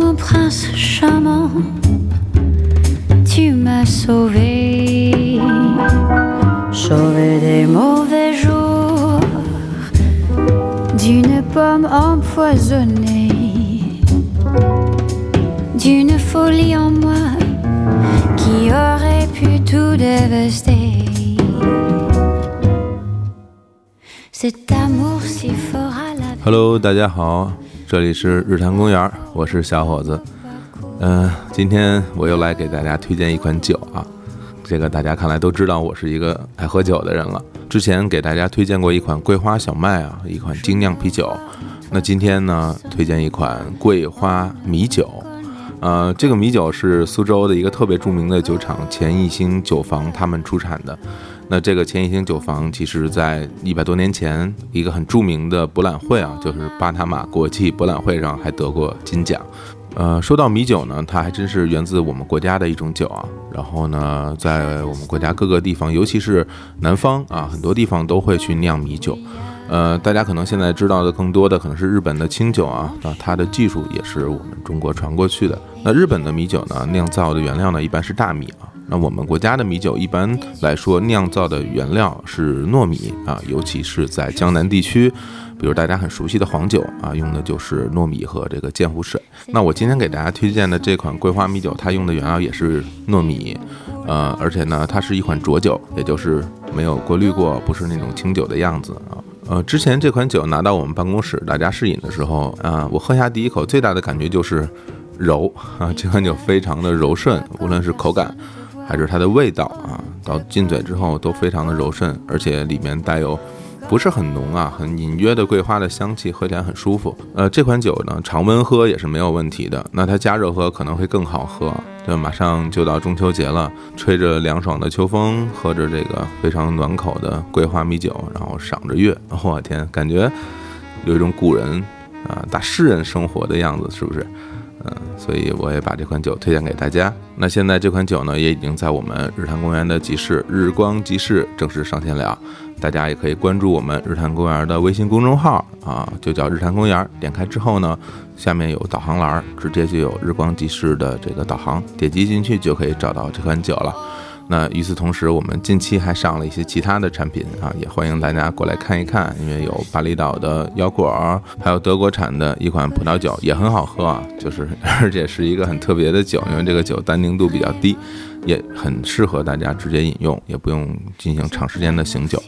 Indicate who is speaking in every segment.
Speaker 1: Oh, prince charmant, tu m'as sauvé, sauvé des mauvais jours, d'une pomme empoisonnée, d'une folie en moi qui aurait pu tout dévaster. Cet amour si fort à la
Speaker 2: Hello，大家好，这里是日坛公园，我是小伙子。嗯、今天我又来给大家推荐一款酒啊，这个大家看来都知道我是一个爱喝酒的人了。之前给大家推荐过一款桂花小麦啊，一款精酿啤酒。那今天呢，推荐一款桂花米酒。呃，这个米酒是苏州的一个特别著名的酒厂钱一兴酒坊他们出产的。那这个钱一兴酒坊，其实在一百多年前，一个很著名的博览会啊，就是巴拿马国际博览会上还得过金奖。呃，说到米酒呢，它还真是源自我们国家的一种酒啊。然后呢，在我们国家各个地方，尤其是南方啊，很多地方都会去酿米酒。呃，大家可能现在知道的更多的可能是日本的清酒啊，那它的技术也是我们中国传过去的。那日本的米酒呢，酿造的原料呢一般是大米啊。那我们国家的米酒一般来说酿造的原料是糯米啊，尤其是在江南地区，比如大家很熟悉的黄酒啊，用的就是糯米和这个鉴湖水。那我今天给大家推荐的这款桂花米酒，它用的原料也是糯米，呃，而且呢，它是一款浊酒，也就是没有过滤过，不是那种清酒的样子啊。呃，之前这款酒拿到我们办公室大家试饮的时候，啊、我喝下第一口最大的感觉就是柔 啊，这款酒非常的柔顺，无论是口感还是它的味道啊，到进嘴之后都非常的柔顺，而且里面带有不是很浓啊，很隐约的桂花的香气，喝起来很舒服。呃，这款酒呢，常温喝也是没有问题的，那它加热喝可能会更好喝。这马上就到中秋节了，吹着凉爽的秋风，喝着这个非常暖口的桂花米酒，然后赏着月， 我天，感觉有一种古人啊大诗人生活的样子，是不是？嗯，所以我也把这款酒推荐给大家。那现在这款酒呢，也已经在我们日坛公园的集市“日光集市”正式上线了，大家也可以关注我们日坛公园的微信公众号啊，就叫“日坛公园”。点开之后呢，下面有导航栏儿，直接就有“日光集市”的这个导航，点击进去就可以找到这款酒了。那与此同时，我们近期还上了一些其他的产品啊，也欢迎大家过来看一看，因为有巴厘岛的腰果儿，还有德国产的一款葡萄酒也很好喝啊，就是 而且是一个很特别的酒，因为这个酒单宁度比较低，也很适合大家直接饮用，也不用进行长时间的醒酒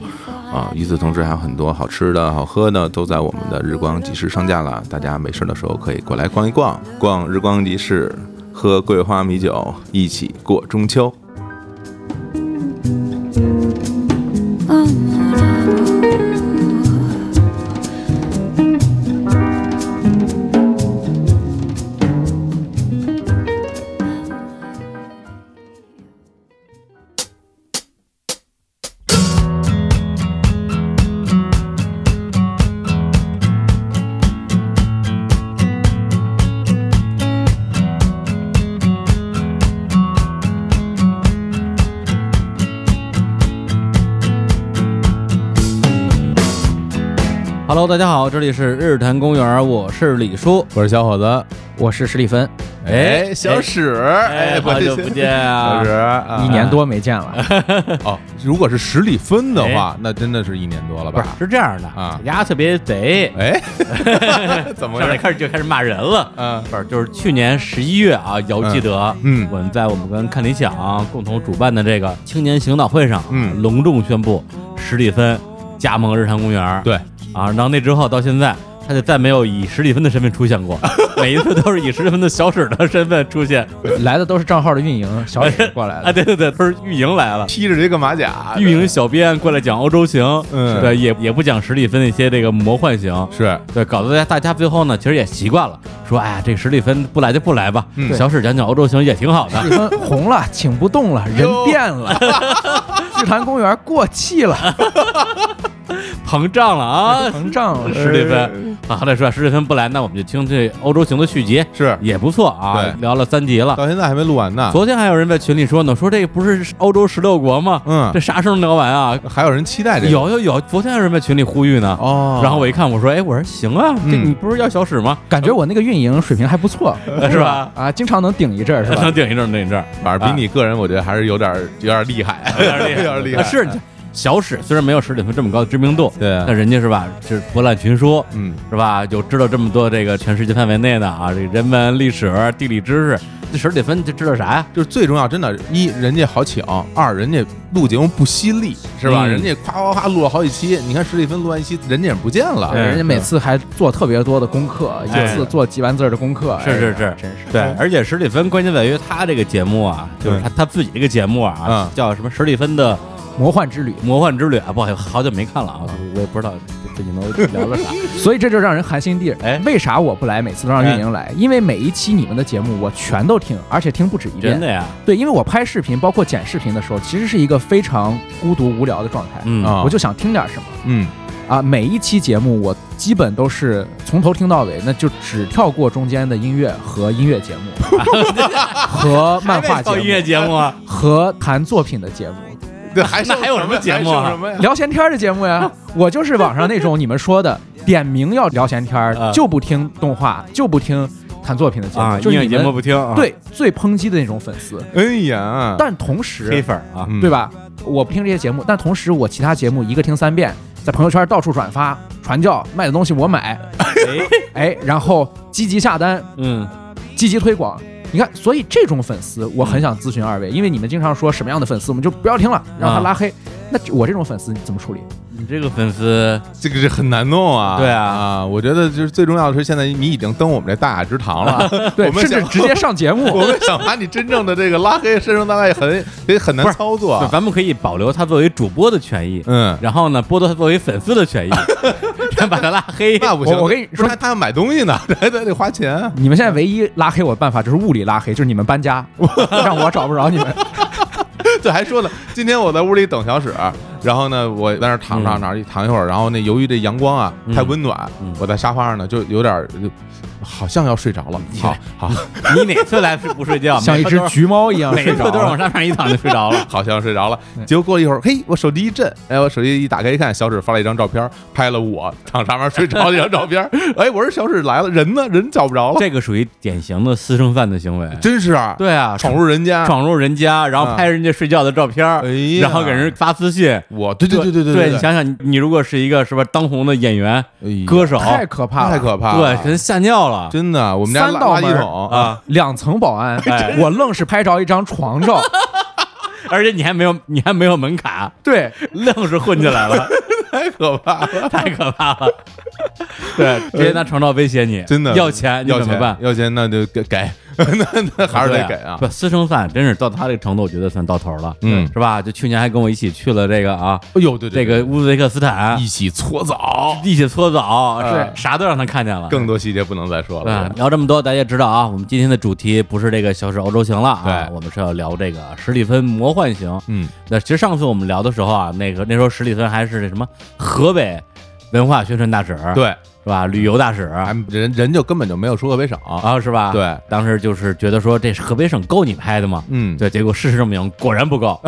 Speaker 2: 啊。与此同时，还有很多好吃的好喝的都在我们的日光集市上架了，大家没事的时候可以过来逛一逛，逛日光集市，喝桂花米酒，一起过中秋。
Speaker 1: Oh mon amour,
Speaker 3: Hello，大家好，这里是日坛公园，我是李叔，
Speaker 2: 我是小伙子，
Speaker 4: 我是史蒂芬，
Speaker 2: 哎，小史，哎，
Speaker 3: 好久不见
Speaker 2: 小
Speaker 3: 啊
Speaker 2: 史，！啊
Speaker 4: 一年多没见了，
Speaker 2: 哦。如果是十里分的话，那真的是一年多了
Speaker 3: 不是
Speaker 2: 吧？
Speaker 3: 是这样的
Speaker 2: 啊
Speaker 3: 丫特别贼，
Speaker 2: 哎， 怎么
Speaker 3: 上
Speaker 2: 回
Speaker 3: 来
Speaker 2: 事？
Speaker 3: 开始就开始骂人了。
Speaker 2: 嗯
Speaker 3: 不是，就是去年十一月啊，遥记得，
Speaker 2: 嗯嗯
Speaker 3: 我们在我们跟看理想共同主办的这个青年行导会上，
Speaker 2: 嗯
Speaker 3: 隆重宣布史蒂芬加盟日坛公园，
Speaker 2: 对，
Speaker 3: 啊，然后那之后到现在，他就再没有以史蒂芬的身份 出现过，每一次都是以史蒂芬的小史的身份出现，
Speaker 4: 来的都是账号的运营小史过来
Speaker 3: 啊，
Speaker 4: 的，
Speaker 3: 对对对，都是运营来了。
Speaker 2: 披着这个马甲，
Speaker 3: 运营小编过来讲欧洲行，
Speaker 2: 啊嗯
Speaker 3: 对，也也不讲史蒂芬那些这个魔幻行，
Speaker 2: 是
Speaker 3: 对，搞得大家最后呢，其实也习惯了，说哎呀，这史蒂芬不来就不来吧，
Speaker 2: 嗯
Speaker 3: 小史讲讲欧洲行也挺好的
Speaker 4: 史。蒂芬红了，请
Speaker 3: 啊
Speaker 4: 不动了，人变了，日坛公园过气了，
Speaker 3: 膨胀了啊！
Speaker 4: 膨胀了。
Speaker 3: 史蒂
Speaker 2: 哎
Speaker 3: 芬 啊，好歹说史蒂芬不来，那我们就听这欧洲行的续集，
Speaker 2: 是
Speaker 3: 也不错啊
Speaker 2: 对，
Speaker 3: 聊了三集了。
Speaker 2: 到现在还没录完呢。
Speaker 3: 昨天还有人在群里说呢，说这不是欧洲十六国吗？
Speaker 2: 嗯
Speaker 3: 这啥时候能聊完啊？
Speaker 2: 还有人期待这个
Speaker 3: 有有有，昨天还有人在群里呼吁呢。
Speaker 2: 哦，
Speaker 3: 然后我一看，我说，哎，我说行啊，这
Speaker 2: 嗯
Speaker 3: 你不是要小 史吗？
Speaker 4: 感觉我那个运营水平还不错，
Speaker 3: 是吧？
Speaker 4: 啊，经常能顶一阵儿，是吧
Speaker 3: 能？顶一阵儿，顶一阵儿，
Speaker 2: 反正比你个人，我觉得还是有点儿有点儿厉害， 呃
Speaker 3: 有点儿厉
Speaker 2: 有
Speaker 3: 害
Speaker 2: 点儿厉害。
Speaker 3: 啊是小史虽然没有史蒂芬这么高的知名度，
Speaker 2: 对啊
Speaker 3: 但人家是吧，是博览群书，
Speaker 2: 嗯，
Speaker 3: 是吧？有知道这么多这个全世界范围内的啊，这人文、历史、地理知识，这史蒂芬这知道啥呀？
Speaker 2: 就是最重要，真的，一人家好请，二人家录节目不犀利，是吧？
Speaker 3: 嗯
Speaker 2: 人家夸夸夸录了好几期，你看史蒂芬录完一期，人家也不见了。
Speaker 3: 对
Speaker 4: 哎人家每次还做特别多的功课，一
Speaker 3: 哎
Speaker 4: 次做几万字儿的功课，
Speaker 3: 是
Speaker 4: 哎
Speaker 3: 是
Speaker 4: 呀
Speaker 3: 是
Speaker 4: 真是。
Speaker 3: 对，而且史蒂芬关键在于他这个节目啊，就是他他自己这个节目啊，
Speaker 2: 嗯
Speaker 3: 叫什么史蒂芬的
Speaker 4: 魔幻之旅，
Speaker 3: 魔幻之旅啊，不好意思，好久没看了啊，我也不知道最近都 聊了啥。
Speaker 4: 所以这就让人寒心地。
Speaker 3: 哎
Speaker 4: 为啥我不来？每次都让运营来，因为每一期你们的节目我全都听，而且听不止一
Speaker 3: 真
Speaker 4: 遍
Speaker 3: 的。呀，
Speaker 4: 对，因为我拍视频，包括剪视频的时候，其实是一个非常孤独无聊的状态。
Speaker 3: 嗯
Speaker 2: 啊
Speaker 4: 我就想听点什么
Speaker 2: 嗯，
Speaker 4: 啊！每一期节目我基本都是从头听到尾，那就只跳过中间的音乐和音乐节 目和漫画节
Speaker 3: 还没到音乐
Speaker 4: 目
Speaker 3: 节目啊，
Speaker 4: 和谈作品的节目。
Speaker 2: 对，还剩
Speaker 3: 那还有什么节目啊
Speaker 2: 还剩什么呀？
Speaker 4: 聊闲天儿的节目呀，我就是网上那种你们说的点名要聊闲天
Speaker 3: 啊
Speaker 4: 儿，就不听动画，就不听谈作品的节目，
Speaker 3: 啊，音
Speaker 4: 就是
Speaker 3: 乐
Speaker 4: 你
Speaker 3: 节
Speaker 4: 们
Speaker 3: 目不听啊，
Speaker 4: 对最抨击的那种粉丝。
Speaker 2: 哎呀，
Speaker 4: 但同
Speaker 3: 黑
Speaker 4: 时，
Speaker 3: 粉儿啊，
Speaker 2: 嗯
Speaker 4: 对？吧？我不听这些节目，但同时我其他节目一个听三遍，在朋友圈到处转发，传教卖的东西我买，
Speaker 3: 哎
Speaker 4: 哎，然后积极下单，
Speaker 3: 嗯，
Speaker 4: 积极推广。你看，所以这种粉丝，我很想咨询二
Speaker 2: 嗯
Speaker 4: 位，因为你们经常说什么样的粉丝我们就不要听了，让他拉
Speaker 2: 啊
Speaker 4: 黑。那我这种粉丝你怎么处 理？
Speaker 3: 你这个粉丝
Speaker 2: 这个是很难弄啊。
Speaker 3: 对啊
Speaker 2: 啊，我觉得就是最重要的是，现在你已经登我们这大雅之堂 了，
Speaker 4: 对
Speaker 2: 我，们
Speaker 4: 甚至
Speaker 2: 想
Speaker 4: 直接上节目。
Speaker 2: 我们想把你真正的这个拉黑，深入大概也很也很难
Speaker 3: 不是
Speaker 2: 操作
Speaker 3: 就
Speaker 2: 啊。
Speaker 3: 咱们可以保留他作为主播的权益，
Speaker 2: 嗯，
Speaker 3: 然后呢，剥夺他作为粉丝的权益， 然后把他拉 黑。
Speaker 2: 那不行，
Speaker 4: 我我跟你
Speaker 2: 不是他他要买东西呢， 还得得花钱啊。
Speaker 4: 你们现在唯一拉黑我的办法就是物理拉黑，就是你们搬 家，让我找不着你们。
Speaker 2: 这还说呢，今天我在屋里等小史，然后呢，我在那儿躺
Speaker 3: 嗯
Speaker 2: 躺躺一躺一会儿，然后那由于这阳光啊
Speaker 3: 嗯
Speaker 2: 太温暖
Speaker 3: 嗯，
Speaker 2: 我在沙发上呢就有点儿就好像要睡着了，好好
Speaker 3: 你哪次来不睡
Speaker 2: 啊
Speaker 3: 觉？
Speaker 4: 像一只橘猫一样
Speaker 3: 每
Speaker 4: 睡
Speaker 3: 次
Speaker 4: 着
Speaker 3: 都是往
Speaker 4: 了。
Speaker 3: 沙发上一躺就睡 着了。
Speaker 2: 好像睡着了
Speaker 4: 嗯。
Speaker 2: 结果过了一会儿，嘿，我手机一震，哎，我手机一打开一看，小史发了一张照片，拍了我躺沙发上睡着的一张照片。 哎，我说小史来了，人呢？人找不着了，
Speaker 3: 这个属于典型的私生饭的行为。
Speaker 2: 真是啊，
Speaker 3: 对啊，
Speaker 2: 闯入人家，
Speaker 3: 闯入人家，然后
Speaker 2: 啊
Speaker 3: 拍人家睡觉的照片儿，
Speaker 2: 哎呀
Speaker 3: 然后给人发私信。
Speaker 2: 我对对对
Speaker 3: 对
Speaker 2: 对
Speaker 3: 你想想，你你如果是一个是吧当红的演员、
Speaker 2: 哎呀
Speaker 3: 歌手，
Speaker 4: 太可怕 了！
Speaker 2: 太可怕
Speaker 3: 对
Speaker 2: 了，，
Speaker 3: 人吓尿了。
Speaker 2: 真的，我们家
Speaker 4: 三道
Speaker 2: 垃圾
Speaker 4: 门儿
Speaker 2: 桶
Speaker 3: 啊！
Speaker 4: 两层保安
Speaker 3: 哎，
Speaker 4: 我愣是拍着一张床照，
Speaker 3: 而且你还没有，你还没有门卡，
Speaker 4: 对，
Speaker 3: 愣是混进来 了，
Speaker 2: 太哎可怕了。
Speaker 3: 太可怕了。对，直接拿床照威胁你，
Speaker 2: 真的
Speaker 3: 要钱，你
Speaker 2: 要
Speaker 3: 怎么
Speaker 2: 钱
Speaker 3: 办？
Speaker 2: 要钱那就给给， 那那还是得给
Speaker 3: 对
Speaker 2: 啊
Speaker 3: 不，。私生饭真是到他这个程度，我觉得算到头了，
Speaker 2: 嗯
Speaker 3: 是吧？就去年还跟我一起去了这个啊，
Speaker 2: 哎呦，对
Speaker 3: 这个乌兹别克斯坦，
Speaker 2: 一起搓澡，
Speaker 3: 一起搓澡，是
Speaker 2: 对
Speaker 3: 啥都让他看见了。
Speaker 2: 更多细节不能再说
Speaker 3: 啊
Speaker 2: 了，。
Speaker 3: 聊这么多，大家也知道啊，我们今天的主题不是这个《小史欧洲行》了啊，
Speaker 2: 对
Speaker 3: 我们是要聊这个史蒂芬魔幻行。
Speaker 2: 嗯，
Speaker 3: 那其实上次我们聊的时候啊，那个那时候史蒂芬还是那什么河北文化宣传大使，
Speaker 2: 对，
Speaker 3: 是吧？旅游大使
Speaker 4: 嗯
Speaker 2: 咱们人人就根本就没有出河北省，
Speaker 3: 啊，是吧？
Speaker 2: 对，
Speaker 3: 当时就是觉得说这河北省够你拍的吗？
Speaker 2: 嗯，
Speaker 3: 对，结果事实证明果然不 够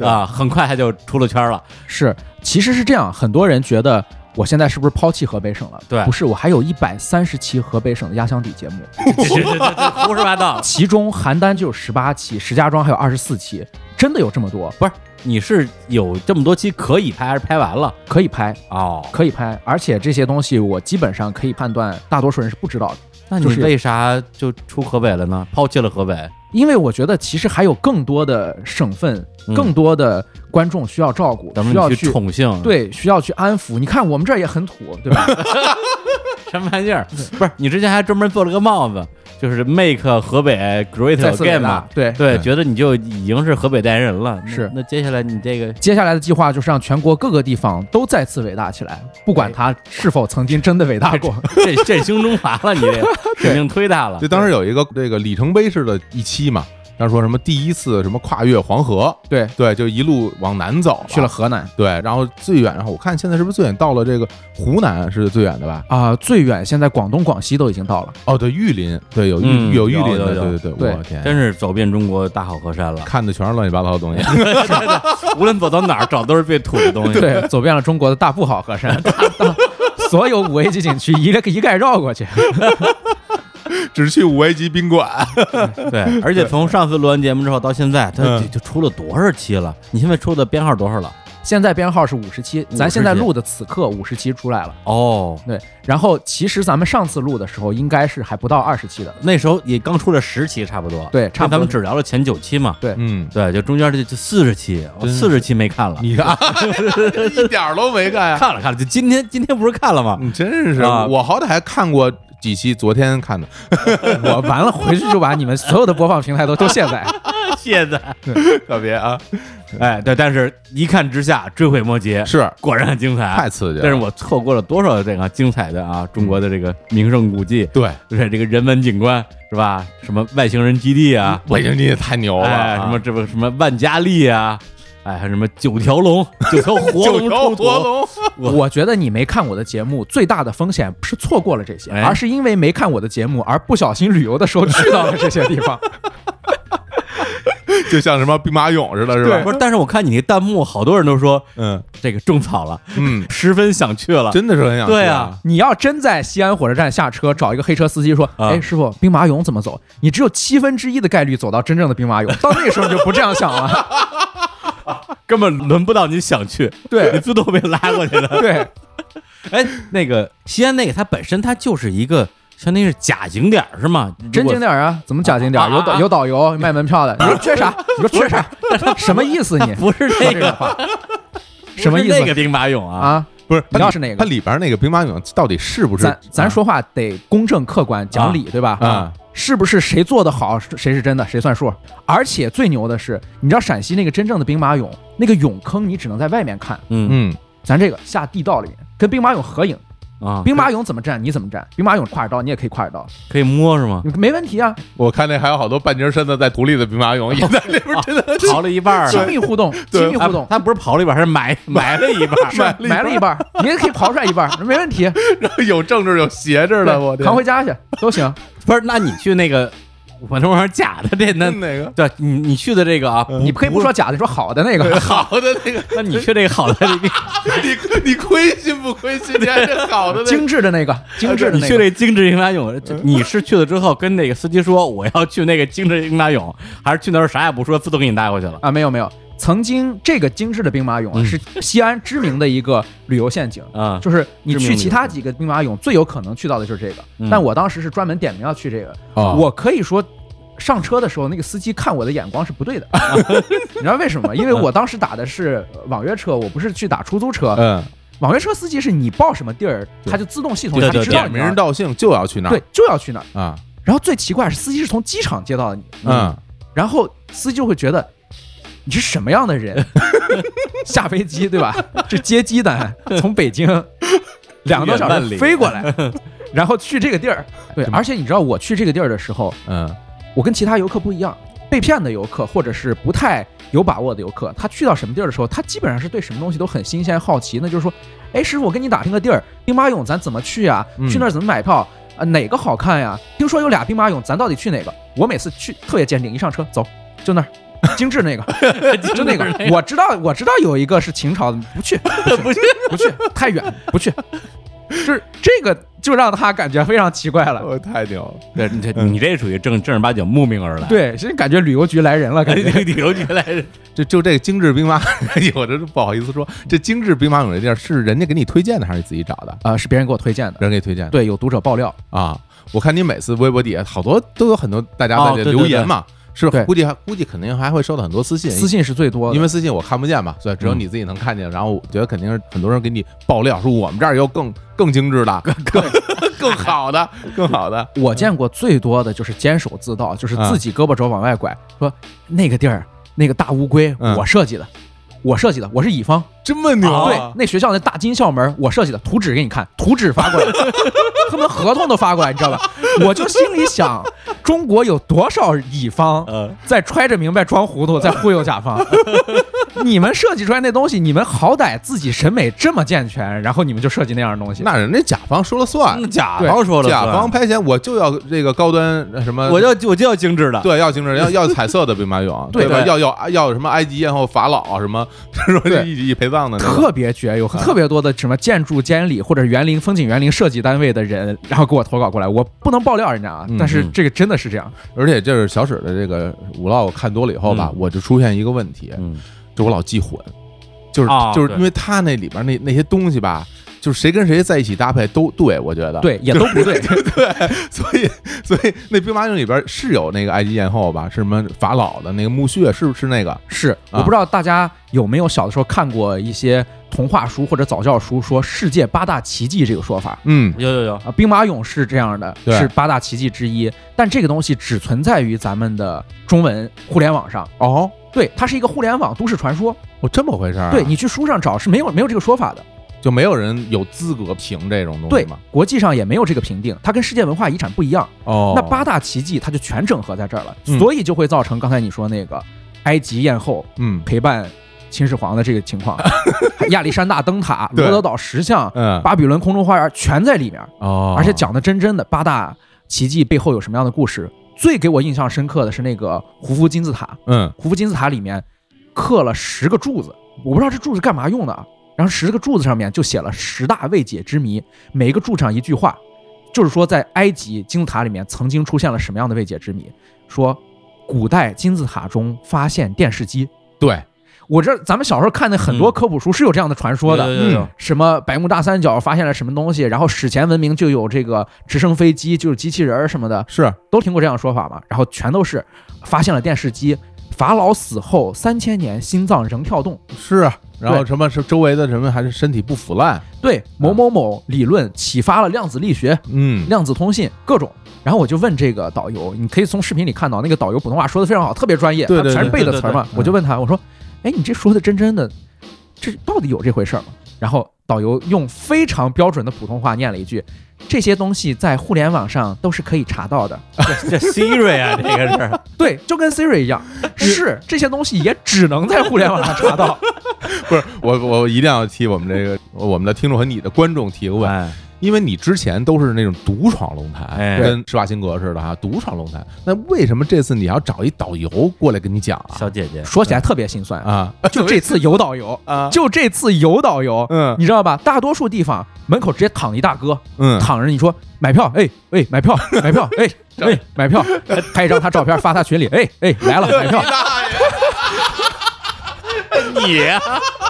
Speaker 3: 啊，很快他就出了圈了。
Speaker 4: 是，其实是这样，很多人觉得。我现在是不是抛弃河北省了？
Speaker 3: 对
Speaker 4: 不是，我还有一百三十期河北省的压箱底节目，
Speaker 3: 这这这这胡说八道！
Speaker 4: 其中邯郸就有十八期，石家庄还有二十四期，真的有这么多，
Speaker 3: 不是，你是有这么多期可以拍，还是拍完了？
Speaker 4: 可以拍，
Speaker 3: 哦，
Speaker 4: 可以拍，而且这些东西我基本上可以判断，大多数人是不知道的。
Speaker 3: 那你
Speaker 4: 就是
Speaker 3: 为啥就出河北了呢？抛弃了河北？
Speaker 4: 因为我觉得其实还有更多的省份、
Speaker 3: 嗯
Speaker 4: 更多的观众需要照顾，
Speaker 3: 咱
Speaker 4: 需要
Speaker 3: 们去宠幸？，
Speaker 4: 对，需要去安抚。你看我们这儿也很土，对吧？
Speaker 3: 什么玩意儿？不是，你之前还专门做了个帽子，就是 Make 河北 Great
Speaker 4: 在斯
Speaker 3: Again
Speaker 4: 里兰
Speaker 3: 嘛。
Speaker 4: 对。
Speaker 3: 对，
Speaker 2: 对
Speaker 3: 觉得你就已经是河北代言人了。那
Speaker 4: 是
Speaker 3: 那接下来你这个
Speaker 4: 接下来的计划就是让全国各个地方都再次伟大起来，不管它是否曾经真的伟大 过。
Speaker 3: 这 振兴中华了，你这个使命推大了
Speaker 2: 就。当时有一个这个里程碑式的一期嘛，他说什么第一次什么跨越黄河，
Speaker 4: 对，
Speaker 2: 对，就一路往南走
Speaker 4: 去了，河南
Speaker 2: 对，然后最远，然后我看现在是不是最远到了这个湖南是最远的吧？
Speaker 4: 啊、最远现在广东、广西都已经到了。
Speaker 2: 哦，对，玉林，对，有玉、
Speaker 3: 嗯
Speaker 2: 有玉
Speaker 3: 有
Speaker 2: 林的，
Speaker 3: 有有
Speaker 2: 对对
Speaker 4: 对
Speaker 2: 我天，。
Speaker 3: 真是走遍中国大好河山了
Speaker 2: 看的全是乱七八糟的东 西，
Speaker 3: 无论走到哪儿，找都是被土的东西。
Speaker 4: 对，走遍了中国的大不好河山，大到所有五 A 级景区一个一概绕过去。
Speaker 2: 只去五 A 级宾馆，
Speaker 3: 对，而且从上次录完节目之后到现在，他
Speaker 2: 嗯
Speaker 3: 就就出了多少期了？你现在出的编号多少了？
Speaker 4: 现在编号是五十七，咱现在录的此刻五十七出来了。
Speaker 3: 哦，
Speaker 4: 对，然后其实咱们上次录的时候应该是还不到二十期的，
Speaker 3: 那时候也刚出了十期，差不多。
Speaker 4: 对差不多
Speaker 3: 咱们只聊了前九期嘛。
Speaker 2: 嗯，
Speaker 3: 对，就中间这就四十期，我
Speaker 2: 真是
Speaker 3: 四十期没看了。
Speaker 2: 你看 一点儿都没看呀、
Speaker 3: 看了看了，就今天今天不是看 了吗？
Speaker 2: 你真是，
Speaker 3: 啊
Speaker 2: 我好歹还看过几期，昨天看 的，
Speaker 4: 我完了回去就把你们所有的播放平台都都卸载。
Speaker 3: 现在，
Speaker 2: 特别啊，
Speaker 3: 哎，对，但是一看之下追悔莫及，
Speaker 2: 是
Speaker 3: 果然很精彩，
Speaker 2: 太刺激了。
Speaker 4: 啊
Speaker 3: 但是我错过了多少这个精彩的啊，中国的这个名胜古迹，
Speaker 2: 对，
Speaker 3: 对这个人文景观是吧？什么外星人基地啊，
Speaker 2: 北京你也太
Speaker 4: 嗯
Speaker 2: 牛了啊，
Speaker 3: 哎，什么这不什么万家丽啊，哎，还有什么九条 龙，九条活
Speaker 2: 九
Speaker 3: 龙
Speaker 2: 条活
Speaker 3: 出土，
Speaker 2: 龙，
Speaker 3: 我
Speaker 4: 我觉得你没看我的节目，最大的风险不是错过了这些，
Speaker 3: 哎
Speaker 4: 而是因为没看我的节目而不小心旅游的时候去到了这些 地方。
Speaker 2: 就像什么兵马俑似的，是吧？
Speaker 3: 不是？但是我看你那弹幕，好多人都说
Speaker 2: 嗯
Speaker 3: 这个种草了，
Speaker 2: 嗯，
Speaker 3: 十分想去了，
Speaker 2: 真的是很想去
Speaker 3: 对
Speaker 2: 啊
Speaker 3: 啊，
Speaker 4: 你要真在西安火车站下车，找一个黑车司机说：“
Speaker 3: 啊
Speaker 4: 哎，师傅，兵马俑怎么走？”你只有七分之一的概率走到真正的兵马俑，到那个时候你就不这样 想了。
Speaker 3: 根本轮不到你想去，
Speaker 4: 对
Speaker 3: 你自动被拉过去 的。
Speaker 4: 对，
Speaker 3: 哎，那个西安那个，它本身它就是一个相当于是假景点儿是吗？
Speaker 4: 真景
Speaker 3: 如果
Speaker 4: 点儿啊，怎么假景点儿？
Speaker 3: 啊
Speaker 4: 有导有导游卖门票的，你说 缺啥？你说缺啥？什么意思你？
Speaker 3: 不是
Speaker 4: 说
Speaker 3: 那
Speaker 4: 这
Speaker 3: 个
Speaker 4: 种话， 什么
Speaker 3: 不
Speaker 4: 意
Speaker 3: 是
Speaker 4: 思
Speaker 3: 那个兵马俑啊？
Speaker 4: 啊？
Speaker 2: 不是，
Speaker 4: 你
Speaker 2: 它
Speaker 4: 要
Speaker 2: 里
Speaker 4: 是哪个
Speaker 2: 它里边那个兵马俑到底是不是？
Speaker 4: 咱咱说话得公正客观讲理，对吧？
Speaker 2: 啊，
Speaker 4: 是不是谁做的好，谁是真的，谁算数？而且最牛的是，你知道陕西那个真正的兵马俑，那个俑坑你只能在外面看，
Speaker 3: 嗯
Speaker 2: 嗯，
Speaker 4: 咱这个下地道里面跟兵马俑合影，
Speaker 3: 啊，
Speaker 4: 兵马俑怎么站你怎么站，兵马俑跨着刀你也可以跨着刀，
Speaker 3: 可以摸是吗？
Speaker 4: 没问题啊，
Speaker 2: 我看那还有好多半截身子在土里的兵马俑也 在里边，真的
Speaker 3: 刨了一半儿
Speaker 4: 亲
Speaker 3: 了，
Speaker 4: 密互动，
Speaker 2: 对
Speaker 4: 亲密互动
Speaker 3: 啊。他不是刨了一半儿，是 埋埋了一半儿，
Speaker 2: 埋
Speaker 4: 埋了一半儿，你也可以刨出来一半儿，没问题。
Speaker 2: 是有正着有斜着的，我
Speaker 4: 对，
Speaker 2: 天
Speaker 4: 扛回家去都行。
Speaker 3: 不是？那你去那个，我那玩意儿假的，这那
Speaker 4: 嗯
Speaker 2: 哪个
Speaker 3: 对你你去的这个啊，
Speaker 4: 你可以不说假的，你说好的那个。
Speaker 2: 好的那个，
Speaker 3: 那你去这个好的，你
Speaker 2: 你你亏心不亏心？你还是好的那个
Speaker 4: 精致的那个，精致的
Speaker 3: 你
Speaker 4: 那
Speaker 3: 去
Speaker 4: 个，嗯
Speaker 3: 这精致兵马俑，这你是去了之后跟那个司机说我要去那个精致兵马俑，还是去那儿啥也不说，自动给你带过去了？
Speaker 4: 啊，没有没有，曾经这个精致的兵马俑啊，
Speaker 3: 嗯
Speaker 4: 是西安知名的一个旅游陷阱。
Speaker 3: 啊，
Speaker 4: 就是你
Speaker 3: 知名
Speaker 4: 去
Speaker 3: 旅
Speaker 4: 其
Speaker 3: 游
Speaker 4: 他
Speaker 3: 陷
Speaker 4: 几个兵马俑，最有可能去到的就是这个。
Speaker 3: 嗯
Speaker 4: 但我当时是专门点名要去这个。
Speaker 2: 哦
Speaker 4: 我可以说，上车的时候那个司机看我的眼光是不对的，你知道为什么吗？因为我当时打的是网约车，我不是去打出租车。
Speaker 2: 嗯，
Speaker 4: 网约车司机是你报什么地儿，
Speaker 2: 对
Speaker 4: 他就自动系统
Speaker 3: 对
Speaker 4: 他就
Speaker 3: 对
Speaker 4: 知
Speaker 3: 对
Speaker 4: 道
Speaker 2: 点
Speaker 4: 你
Speaker 2: 名
Speaker 4: 哪儿
Speaker 2: 人道姓就要去那儿
Speaker 4: 对就要去哪儿。
Speaker 2: 啊，
Speaker 4: 然后最奇怪是，司机是从机场接到的你，
Speaker 2: 嗯，
Speaker 4: 然后司机就会觉得你是什么样的 人？下飞机对吧？这接机单从北京两个多小
Speaker 3: 万
Speaker 4: 时
Speaker 3: 里
Speaker 4: 飞过来，然后去这个地儿。对，而且你知道我去这个地儿的时候，
Speaker 2: 嗯，
Speaker 4: 我跟其他游客不一样。被骗的游客或者是不太有把握的游客，他去到什么地儿的时候，他基本上是对什么东西都很新鲜好奇。那就是说，哎，师傅，我跟你打听个地儿，兵马俑咱怎么去呀、
Speaker 2: 嗯
Speaker 4: 去那儿怎么买票？啊，哪个好看呀？听说有俩兵马俑，咱到底去哪个？我每次去特别坚定，一上车走就那儿，精致那个， 就那个。 我知道，我知道有一个是秦朝的，不去，不去，不去，太远，不去。就是这个就让他感觉非常奇怪了。
Speaker 2: 我哦太牛了，
Speaker 3: 对，你这
Speaker 4: 嗯
Speaker 3: 你这属于正正儿八经慕名而来，
Speaker 4: 对，其实感觉旅游局来人了，感觉。
Speaker 3: 旅游局来着，
Speaker 2: 就就这精致兵马，有的都不好意思说，这精致兵马俑这地儿是人家给你推荐的，还是你自己找的？
Speaker 4: 呃，是别人给我推荐的。
Speaker 2: 人给推荐的。
Speaker 4: 对，有读者爆料，
Speaker 2: 啊，我看你每次微博底下好多都有很多大家
Speaker 3: 哦
Speaker 2: 在这
Speaker 3: 对对
Speaker 2: 留言嘛，是吧
Speaker 4: 对
Speaker 2: 估计还估计肯定还会收到很多私信，
Speaker 4: 私信是最多的，
Speaker 2: 因为私信我看不见嘛，所以只有你自己能看见。然后我觉得肯定是很多人给你爆料，说我们这儿有更更精致的、更更好的、 更好的。
Speaker 4: 我见过最多的就是坚守自盗，就是
Speaker 2: 啊
Speaker 4: 自己胳膊肘往外拐，说那个地儿那个大乌龟
Speaker 2: 嗯
Speaker 4: 我设计的，我设计的，我是乙方，
Speaker 2: 这么牛
Speaker 4: 对
Speaker 2: 啊，！
Speaker 4: 那学校那大金校门我设计的，图 纸给你看，图纸发过来，他们合同都发过来，你知道吧？我就心里想，中国有多少乙方
Speaker 3: 呃，
Speaker 4: 在揣着明白装糊涂，在忽悠甲方？ 你们设计出来那东西，你们好歹自己审美这么健全，然后你们就设计那样的东西。
Speaker 2: 那人家甲方说了算，
Speaker 3: 甲
Speaker 4: 对
Speaker 3: 方嗯说了
Speaker 2: 甲
Speaker 3: 算，啊
Speaker 2: 方拍钱我就要这个高端呃什么，
Speaker 3: 我就我就要精致的，
Speaker 2: 对要精致，要要彩色的兵马俑，
Speaker 4: 对
Speaker 2: 吧？
Speaker 3: 对
Speaker 2: 要要要什么埃及艳后法老啊什么，这种
Speaker 4: 对
Speaker 2: 一一陪葬的那种，
Speaker 4: 特别绝，有
Speaker 2: 啊
Speaker 4: 特别多的什么建筑监理或者园林风景园林设计单位的人，然后给我投稿过来，我不能爆料人家啊
Speaker 2: 嗯，啊
Speaker 4: 但是这个真的是这样，
Speaker 2: 而且这是小史的这个五 log 看多了以后吧，我就出现一个问题，
Speaker 3: 嗯，
Speaker 2: 就我老记混，就是、
Speaker 3: 啊
Speaker 2: 就是
Speaker 3: 对
Speaker 2: 因为他那里边那那些东西吧，就是谁跟谁在一起搭配都对，我觉得
Speaker 4: 对，也都不对，
Speaker 2: 所以所以那兵马俑里边是有那个埃及艳后吧，是什么法老的那个墓穴，是不是那个？
Speaker 4: 是
Speaker 2: 啊
Speaker 4: 我不知道大家有没有小的时候看过一些童话书或者早教书，说世界八大奇迹这个说法。
Speaker 2: 嗯，
Speaker 3: 有有有，
Speaker 4: 啊，兵马俑是这样的，
Speaker 2: 对
Speaker 4: 是八大奇迹之一，但这个东西只存在于咱们的中文互联网上。
Speaker 2: 哦，
Speaker 4: 对，它是一个互联网都市传说。
Speaker 2: 我这么回事儿、啊，
Speaker 4: 对你去书上找是没有没有这个说法的。
Speaker 2: 就没有人有资格评这种东西
Speaker 4: 对
Speaker 2: 吗？，
Speaker 4: 国际上也没有这个评定，它跟世界文化遗产不一样。
Speaker 2: 哦，
Speaker 4: 那八大奇迹它就全整合在这儿了，
Speaker 2: 嗯
Speaker 4: 所以就会造成刚才你说那个埃及艳后
Speaker 2: 嗯
Speaker 4: 陪伴秦始皇的这个情 况，还亚历山大灯塔、
Speaker 2: 对
Speaker 4: 罗德岛石像、
Speaker 2: 嗯
Speaker 4: 巴比伦空中花园全在里面，
Speaker 2: 哦，
Speaker 4: 而且讲的真真的八大奇迹背后有什么样的故事。最给我印象深刻的是那个胡夫金字塔，
Speaker 2: 嗯
Speaker 4: 胡夫金字塔里面刻了十个柱子，我不知道这柱子干嘛用的啊。然后十个柱子上面就写了十大未解之谜，每一个柱上一句话，就是说在埃及金字塔里面曾经出现了什么样的未解之谜。说古代金字塔中发现电视机，
Speaker 2: 对，
Speaker 4: 我这咱们小时候看的很多科普书是有这样的传说的，
Speaker 3: 嗯有有有有
Speaker 2: 嗯，
Speaker 4: 什么百慕大三角发现了什么东西，然后史前文明就有这个直升飞机，就有机器人儿什么的，
Speaker 2: 是
Speaker 4: 都听过这样的说法嘛？然后全都是发现了电视机，法老死后三千年心脏仍跳动，
Speaker 2: 是啊，然后
Speaker 4: 对
Speaker 2: 什么是周围的什么还是身体不腐烂，
Speaker 4: 对某某某理论启发了量子力学、
Speaker 2: 嗯，
Speaker 4: 量子通信各种。然后我就问这个导游，你可以从视频里看到那个导游普通话说的非常好，特别专业，
Speaker 2: 对
Speaker 4: 他
Speaker 2: 对
Speaker 4: 全是
Speaker 2: 对
Speaker 4: 背的
Speaker 3: 对
Speaker 4: 词儿嘛
Speaker 2: 对。对
Speaker 4: 我就问他，我说：“哎，你这说的真真的，这到底有这回事儿吗？”然后导游用非常标准的普通话念了一句：“这些东西在互联网上都是可以查到的。”
Speaker 3: 这 Siri 啊，这个是，
Speaker 4: 对，就跟 Siri 一样，是这些东西也只能在互联网上 查到。
Speaker 2: 不是我我一定要替我们这个我们的听众和你的观众提个 问，
Speaker 3: 哎
Speaker 2: 因为你之前都是那种独闯龙潭，
Speaker 3: 哎
Speaker 2: 跟施瓦辛格似的哈，独闯龙潭。那为什么这次你要找一导游过来跟你讲啊？
Speaker 3: 小姐姐，
Speaker 4: 说起来特别心酸，
Speaker 2: 啊，
Speaker 4: 就这次有导游，
Speaker 2: 啊，
Speaker 4: 就这次有导游，
Speaker 2: 嗯
Speaker 4: 你知道吧？大多数地方门口直接躺一大哥，
Speaker 2: 嗯，
Speaker 4: 躺着你说买票，哎哎，买票， 买票，哎哎，买票，拍一张他照片发他群里，哎哎来 了买票。
Speaker 2: 大爷，
Speaker 3: 你啊，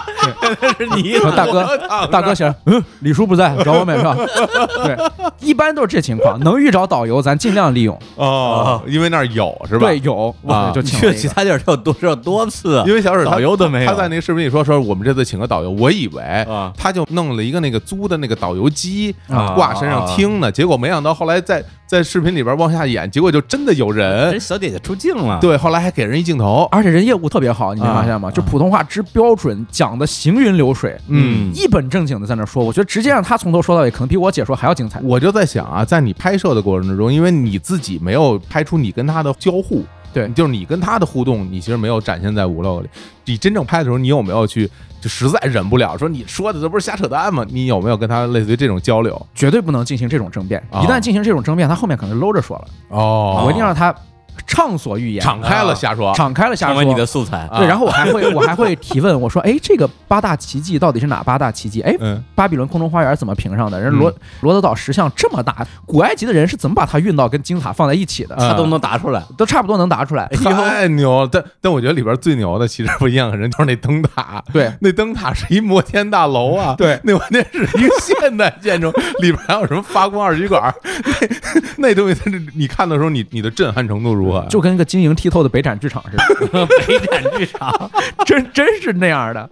Speaker 3: 那是你啊
Speaker 4: 说大哥，大哥行，嗯，李叔不在，找我买票。 对，一般都是这情况，能遇着导游咱尽量利用。
Speaker 2: 哦，因为那儿有是吧？
Speaker 4: 对，。有，
Speaker 2: 啊
Speaker 4: 我就
Speaker 3: 你
Speaker 4: 请了
Speaker 3: 去
Speaker 4: 一
Speaker 3: 其
Speaker 4: 个。
Speaker 3: 他地儿要多要多次啊，
Speaker 2: 因为小史他
Speaker 3: 导游都没有，
Speaker 2: 他在那个视频里说说我们这次请个导游，我以为
Speaker 3: 啊
Speaker 2: 他就弄了一个那个租的那个导游机
Speaker 3: 啊
Speaker 2: 挂身上听呢，结果没想到后来在在视频里边往下演，结果就真的有
Speaker 3: 人
Speaker 2: 人，
Speaker 3: 哎小姐姐出镜了，
Speaker 2: 对，后来还给人一镜头，
Speaker 4: 而且人业务特别好，你没发现
Speaker 2: 啊
Speaker 4: 吗？就普通话之标准，讲的行云流水，
Speaker 2: 嗯，
Speaker 4: 一本正经的在那说。我觉得直接让他从头说到尾，可能比我解说还要精彩。
Speaker 2: 我就在想啊，在你拍摄的过程之中，因为你自己没有拍出你跟他的交互，
Speaker 4: 对
Speaker 2: 就是你跟他的互动，你其实没有展现在 vlog 里。你真正拍的时候，你有没有去就实在忍不了，说你说的这不是瞎扯淡吗？你有没有跟他类似于这种交流？
Speaker 4: 绝对不能进行这种争辩，
Speaker 2: 哦
Speaker 4: 一旦进行这种争辩，他后面可能搂着说了。
Speaker 2: 哦
Speaker 4: 我一定让他畅所欲言，
Speaker 2: 敞开了瞎说，
Speaker 4: 敞开了瞎
Speaker 3: 成
Speaker 4: 说
Speaker 3: 为。你的素材
Speaker 2: 啊
Speaker 4: 对，然后我还会 我还会提问，我说，哎，这个八大奇迹到底是哪八大奇迹？哎，
Speaker 2: 嗯，
Speaker 4: 巴比伦空中花园怎么评上的？人罗、
Speaker 2: 嗯
Speaker 4: 罗德岛石像这么大，古埃及的人是怎么把它运到跟金字塔放在一起的？
Speaker 2: 嗯哎
Speaker 3: 他都能答出来，
Speaker 4: 都差不多能答出来。
Speaker 2: 太牛了！但但我觉得里边最牛的其实不一样的人就是那灯塔，
Speaker 4: 对，
Speaker 2: 那灯塔是一摩天大楼啊，
Speaker 4: 对
Speaker 2: 那完全是一个现代建筑，里边还有什么发光二极管，那那东西，你看的时候，你你的震撼程度如何？啊
Speaker 4: 就跟个晶莹剔透的北展剧场 似 的，
Speaker 3: 北展剧场，
Speaker 4: 真真是那样的，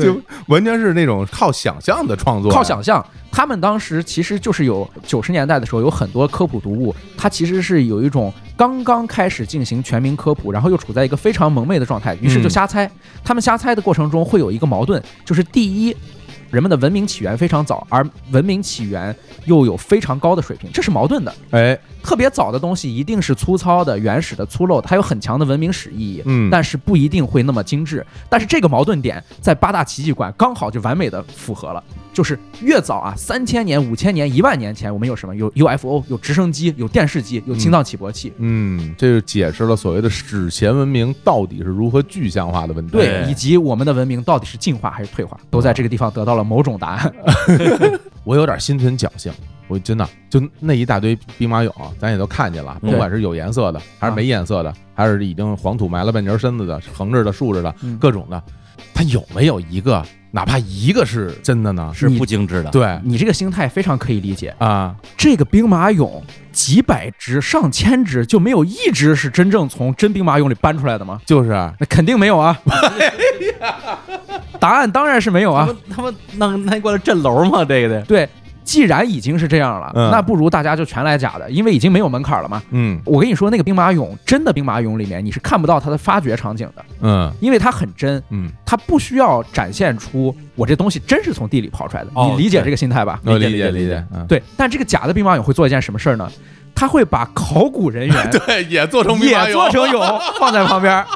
Speaker 2: 就完全是那种靠想象的创作，啊
Speaker 4: 靠想象。他们当时其实就是有九十年代的时候，有很多科普读物，它其实是有一种刚刚开始进行全民科普，然后又处在一个非常蒙昧的状态，于是就瞎猜。他们瞎猜的过程中会有一个矛盾，就是第一。人们的文明起源非常早，而文明起源又有非常高的水平，这是矛盾的。
Speaker 2: 哎，
Speaker 4: 特别早的东西一定是粗糙的、原始的、粗陋的，它有很强的文明史意义，
Speaker 2: 嗯
Speaker 4: 但是不一定会那么精致。但是这个矛盾点在八大奇迹馆刚好就完美的符合了，就是越早啊，三千年、五千年、一万年前，我们有什么？有 UFO，有直升机，有电视机，有青藏起搏器。
Speaker 2: 嗯，这就解释了所谓的史前文明到底是如何具象化的问题。
Speaker 4: 对，以及我们的文明到底是进化还是退化，都在这个地方得到了某种答案。
Speaker 2: 我有点心存侥幸，我真的就那一大堆兵马俑，咱也都看见了，
Speaker 3: 嗯
Speaker 2: 甭管是有颜色的，还是没颜色的，还是已经黄土埋了半截身子的，横着的、竖着的，
Speaker 4: 嗯
Speaker 2: 各种的，它有没有一个，哪怕一个是真的呢？
Speaker 3: 是不精致的，
Speaker 2: 对
Speaker 4: 你这个心态非常可以理解。
Speaker 2: 啊，
Speaker 4: 这个兵马俑几百只、上千只，就没有一只是真正从真兵马俑里搬出来的吗？
Speaker 2: 就是啊，
Speaker 4: 那肯定没有啊！答案当然是没有
Speaker 3: 他
Speaker 4: 啊。
Speaker 3: 们他们弄那过来震楼嘛，这个得
Speaker 4: 对，既然已经是这样了，
Speaker 2: 嗯
Speaker 4: 那不如大家就全来假的，因为已经没有门槛了嘛。
Speaker 2: 嗯
Speaker 4: 我跟你说，那个兵马俑，真的兵马俑里面你是看不到它的发掘场景的，
Speaker 2: 嗯
Speaker 4: 因为它很真，
Speaker 2: 嗯，
Speaker 4: 它不需要展现出我这东西真是从地里刨出来的。
Speaker 3: 哦
Speaker 4: 你理解
Speaker 3: 对哦
Speaker 4: 这个心态吧？
Speaker 2: 我
Speaker 3: 理解
Speaker 2: 理
Speaker 3: 理解
Speaker 2: 理
Speaker 3: 理
Speaker 2: 解
Speaker 3: 解，
Speaker 2: 嗯，
Speaker 4: 对，但这个假的兵马俑会做一件什么事儿呢？他会把考古人员
Speaker 2: 对，也做成兵马
Speaker 4: 也做
Speaker 2: 俑，
Speaker 4: 成俑放在旁边儿，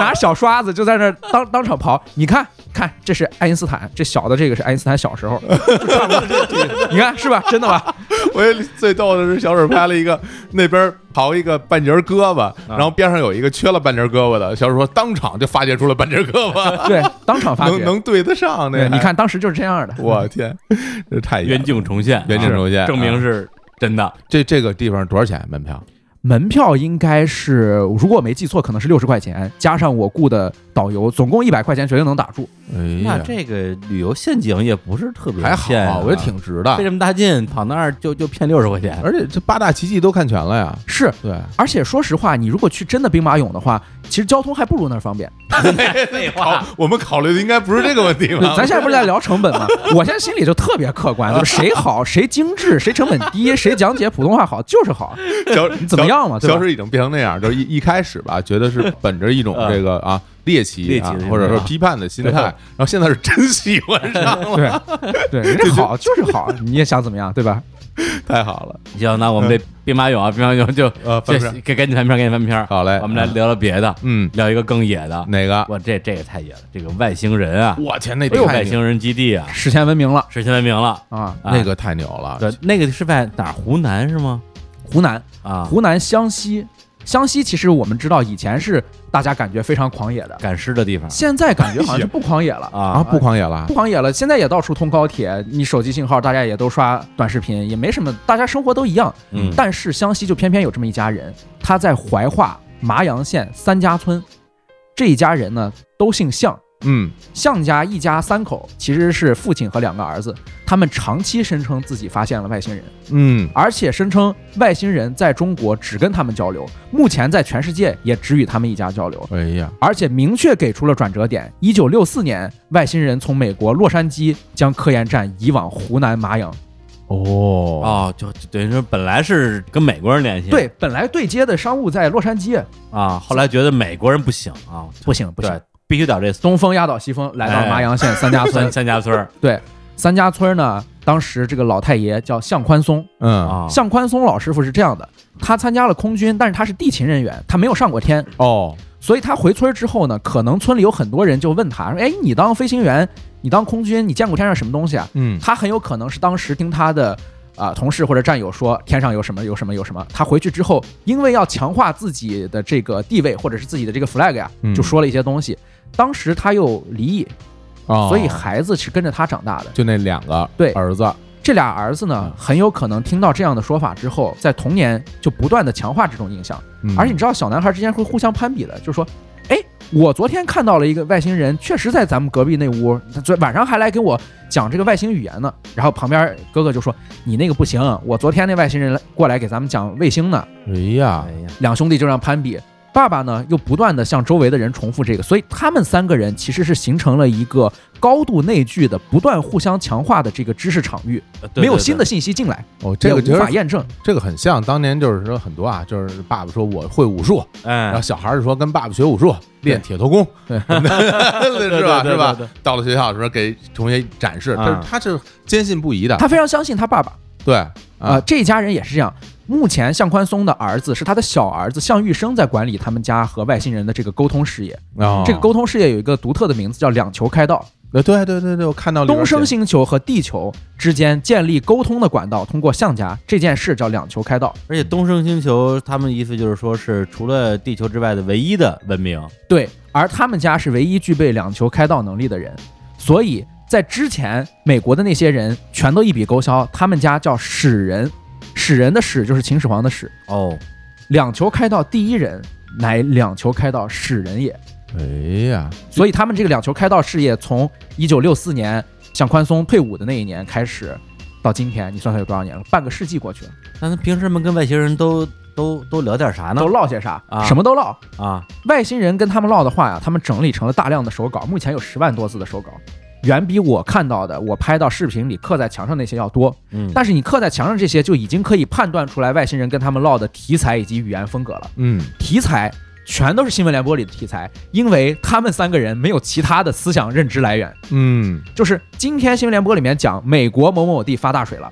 Speaker 4: 拿小刷子就在那儿当当场刨。你看看，这是爱因斯坦，这小的这个是爱因斯坦小 时候，就差不多你看是吧？真的吧？
Speaker 2: 我觉得最逗的是小水拍了一个那边刨一个半截胳膊，然后边上有一个缺了半截胳膊的，小水说当场就发掘出了半截胳膊。
Speaker 4: 对，当场发
Speaker 2: 能
Speaker 4: 掘。
Speaker 2: 能对得上那
Speaker 4: 对，
Speaker 2: 个？
Speaker 4: 你，看当时就是这样的。
Speaker 2: 我天，这太远
Speaker 3: 远景重现，
Speaker 2: 远景重现
Speaker 3: 啊证明是真的。
Speaker 2: 这这个地方多少钱门票？
Speaker 4: 门票应该是，如果我没记错，可能是六十块钱，加上我雇的导游，总共一百块钱，绝对能打住。
Speaker 2: 哎
Speaker 3: 那这个旅游陷阱也不是特别
Speaker 2: 还
Speaker 3: 骗啊
Speaker 2: 好，我觉得挺值的
Speaker 3: 费。这么大劲跑那儿就就骗六十块钱，
Speaker 2: 而且这八大奇迹都看全了呀。
Speaker 4: 是，
Speaker 2: 对，
Speaker 4: 而且说实话，你如果去真的兵马俑的话，其实交通还不如那儿方便。
Speaker 3: 废
Speaker 2: 好，，我们考虑的应该不是这个问 题吧？
Speaker 4: 咱现在不是在聊成本 吗？我现在心里就特别客观，就是谁好，谁精致，谁成本低，谁讲解普通话好，就是好。
Speaker 2: 小
Speaker 4: 你怎么样嘛
Speaker 2: 小
Speaker 4: 对吧
Speaker 2: 小史已经变成那样，就是一一开始吧，觉得是本着一种
Speaker 3: 嗯
Speaker 2: 这个啊猎奇
Speaker 3: 猎奇
Speaker 2: 啊
Speaker 3: 的心，态
Speaker 2: 或者说批判的心态，
Speaker 3: 对
Speaker 2: 然后现在是真喜欢上 了，
Speaker 4: 对，对，人家好就是好，你也想怎么样，对吧？
Speaker 2: 太好了。
Speaker 3: 行，那我们这兵马俑啊，兵马俑就
Speaker 2: 呃翻篇
Speaker 3: 这给赶紧翻篇，赶紧翻篇。
Speaker 2: 好嘞
Speaker 3: 我们来聊聊别的，
Speaker 2: 嗯，
Speaker 3: 聊一个更野的。
Speaker 2: 哪个？
Speaker 3: 哇，这这个太野了，这个外星人啊，
Speaker 2: 我天，那
Speaker 3: 这个
Speaker 2: 太
Speaker 3: 外
Speaker 2: 牛，
Speaker 3: 星人基地啊，
Speaker 4: 史前文明了
Speaker 3: 史前文明了。
Speaker 4: 啊，
Speaker 3: 啊
Speaker 2: 那个太牛了。
Speaker 3: 对，那个是在哪儿？湖南是吗？
Speaker 4: 湖南，
Speaker 3: 啊，
Speaker 4: 湖南湘西，湘西其实我们知道以前是大家感觉非常狂野的，
Speaker 3: 赶尸的地方
Speaker 4: 现在感觉好像是不狂野 了。
Speaker 2: 啊，
Speaker 3: 啊。
Speaker 2: 不狂野了
Speaker 4: 不，狂野了，现在也到处通高铁，你手机信号大家也都刷短视频，也没什么，大家生活都一样。
Speaker 3: 嗯
Speaker 4: 但是湘西就偏偏有这么一家人，他在怀化麻阳县三家村，这一家人呢都姓向，
Speaker 2: 嗯，
Speaker 4: 向家一家三口其实是父亲和两个儿子，他们长期声称自己发现了外星人，
Speaker 2: 嗯，
Speaker 4: 而且声称外星人在中国只跟他们交流，目前在全世界也只与他们一家交流。
Speaker 2: 哎呀，
Speaker 4: 而且明确给出了转折点。一九六四年，外星人从美国洛杉矶将科研站移往湖南麻阳。
Speaker 2: 哦，
Speaker 3: 哦，就就等于说本来是跟美国人联系，
Speaker 4: 对，本来对接的商务在洛杉矶，
Speaker 3: 啊，后来觉得美国人不行啊，
Speaker 4: 不行不行
Speaker 3: 对，，必须得这
Speaker 4: 东风压倒西风，来到麻阳县三家村
Speaker 3: 三。三家村儿
Speaker 4: 对，三家村呢，当时这个老太爷叫向宽松，
Speaker 2: 嗯，
Speaker 3: 啊，
Speaker 4: 向宽松老师傅是这样的，他参加了空军，但是他是地勤人员，他没有上过天，
Speaker 2: 哦，
Speaker 4: 所以他回村之后呢，可能村里有很多人就问他说：“哎，你当飞行员，你当空军，你见过天上什么东西啊？”
Speaker 2: 嗯，
Speaker 4: 他很有可能是当时听他的啊、同事或者战友说天上有什么有什么有什么，他回去之后，因为要强化自己的这个地位或者是自己的这个 flag 呀、
Speaker 2: 嗯
Speaker 4: 就说了一些东西。当时他又离异，
Speaker 2: 哦
Speaker 4: 所以孩子是跟着他长大的。
Speaker 2: 就那两个
Speaker 4: 对
Speaker 2: 儿子，
Speaker 4: 这俩儿子
Speaker 2: 嗯
Speaker 4: 呢，很有可能听到这样的说法之后，在童年就不断的强化这种印象。
Speaker 2: 嗯
Speaker 4: 而且你知道，小男孩之间会互相攀比的，就是说，哎，我昨天看到了一个外星人，确实在咱们隔壁那屋，他昨晚上还来给我讲这个外星语言呢。然后旁边哥哥就说：“你那个不行，啊我昨天那外星人来过来给咱们讲卫星呢。
Speaker 2: 哎呀
Speaker 3: 哎，呀，”
Speaker 4: 两兄弟就让攀比。爸爸呢，又不断的向周围的人重复这个，所以他们三个人其实是形成了一个高度内聚的、不断互相强化的这个知识场域，
Speaker 3: 对对
Speaker 4: 没有
Speaker 3: 对
Speaker 4: 新的信息进来，
Speaker 2: 哦，这个
Speaker 4: 也
Speaker 2: 觉
Speaker 4: 无法
Speaker 2: 得
Speaker 4: 验证。
Speaker 2: 这个很像当年就是说很多啊，就是爸爸说我会武术，然后
Speaker 3: 哎，
Speaker 2: 小孩儿就说跟爸爸学武术，练铁头功，
Speaker 4: 对
Speaker 2: 是吧？
Speaker 3: 对对对
Speaker 2: 是吧
Speaker 3: 对对？
Speaker 2: 到了学校的时候给同学展示，
Speaker 3: 啊
Speaker 2: 但是他是坚信不疑的，
Speaker 4: 他非常相信他爸爸，
Speaker 2: 对
Speaker 4: 呃，
Speaker 2: 啊，
Speaker 4: 这一家人也是这样。目前向宽松的儿子是他的小儿子向玉生在管理他们家和外星人的这个沟通事业。
Speaker 2: 哦
Speaker 4: 这个沟通事业有一个独特的名字叫两球开道，
Speaker 2: 呃对对对对，我看到里边
Speaker 4: 东升
Speaker 2: 写
Speaker 4: 星球和地球之间建立沟通的管道，通过象夹这件事叫两球开道。
Speaker 3: 而且东升星球他们意思就是说是除了地球之外的唯一的文明，
Speaker 4: 对，而他们家是唯一具备两球开道能力的人，所以在之前美国的那些人全都一笔勾销，他们家叫始人，始人的始就是秦始皇的始，
Speaker 3: 哦，
Speaker 4: 两球开道第一人乃两球开道始人也。
Speaker 2: 哎呀，
Speaker 4: 所以他们这个两球开道事业，从一九六四年向宽松退伍的那一年开始，到今天，你算算有多少年了？半个世纪过去了，
Speaker 3: 那他平时们跟外星人都都都聊点啥呢
Speaker 4: 都？唠些啥？
Speaker 3: 啊
Speaker 4: 什么都唠。
Speaker 3: 啊，
Speaker 4: 外星人跟他们唠的话呀，他们整理成了大量的手稿，目前有十万多字的手稿，远比我看到的、我拍到视频里刻在墙上那些要多。
Speaker 3: 嗯，
Speaker 4: 但是你刻在墙上这些，就已经可以判断出来外星人跟他们唠的题材以及语言风格了。
Speaker 2: 嗯，
Speaker 4: 题材全都是新闻联播里的题材，因为他们三个人没有其他的思想认知来源。
Speaker 2: 嗯，
Speaker 4: 就是今天新闻联播里面讲美国某某地发大水了，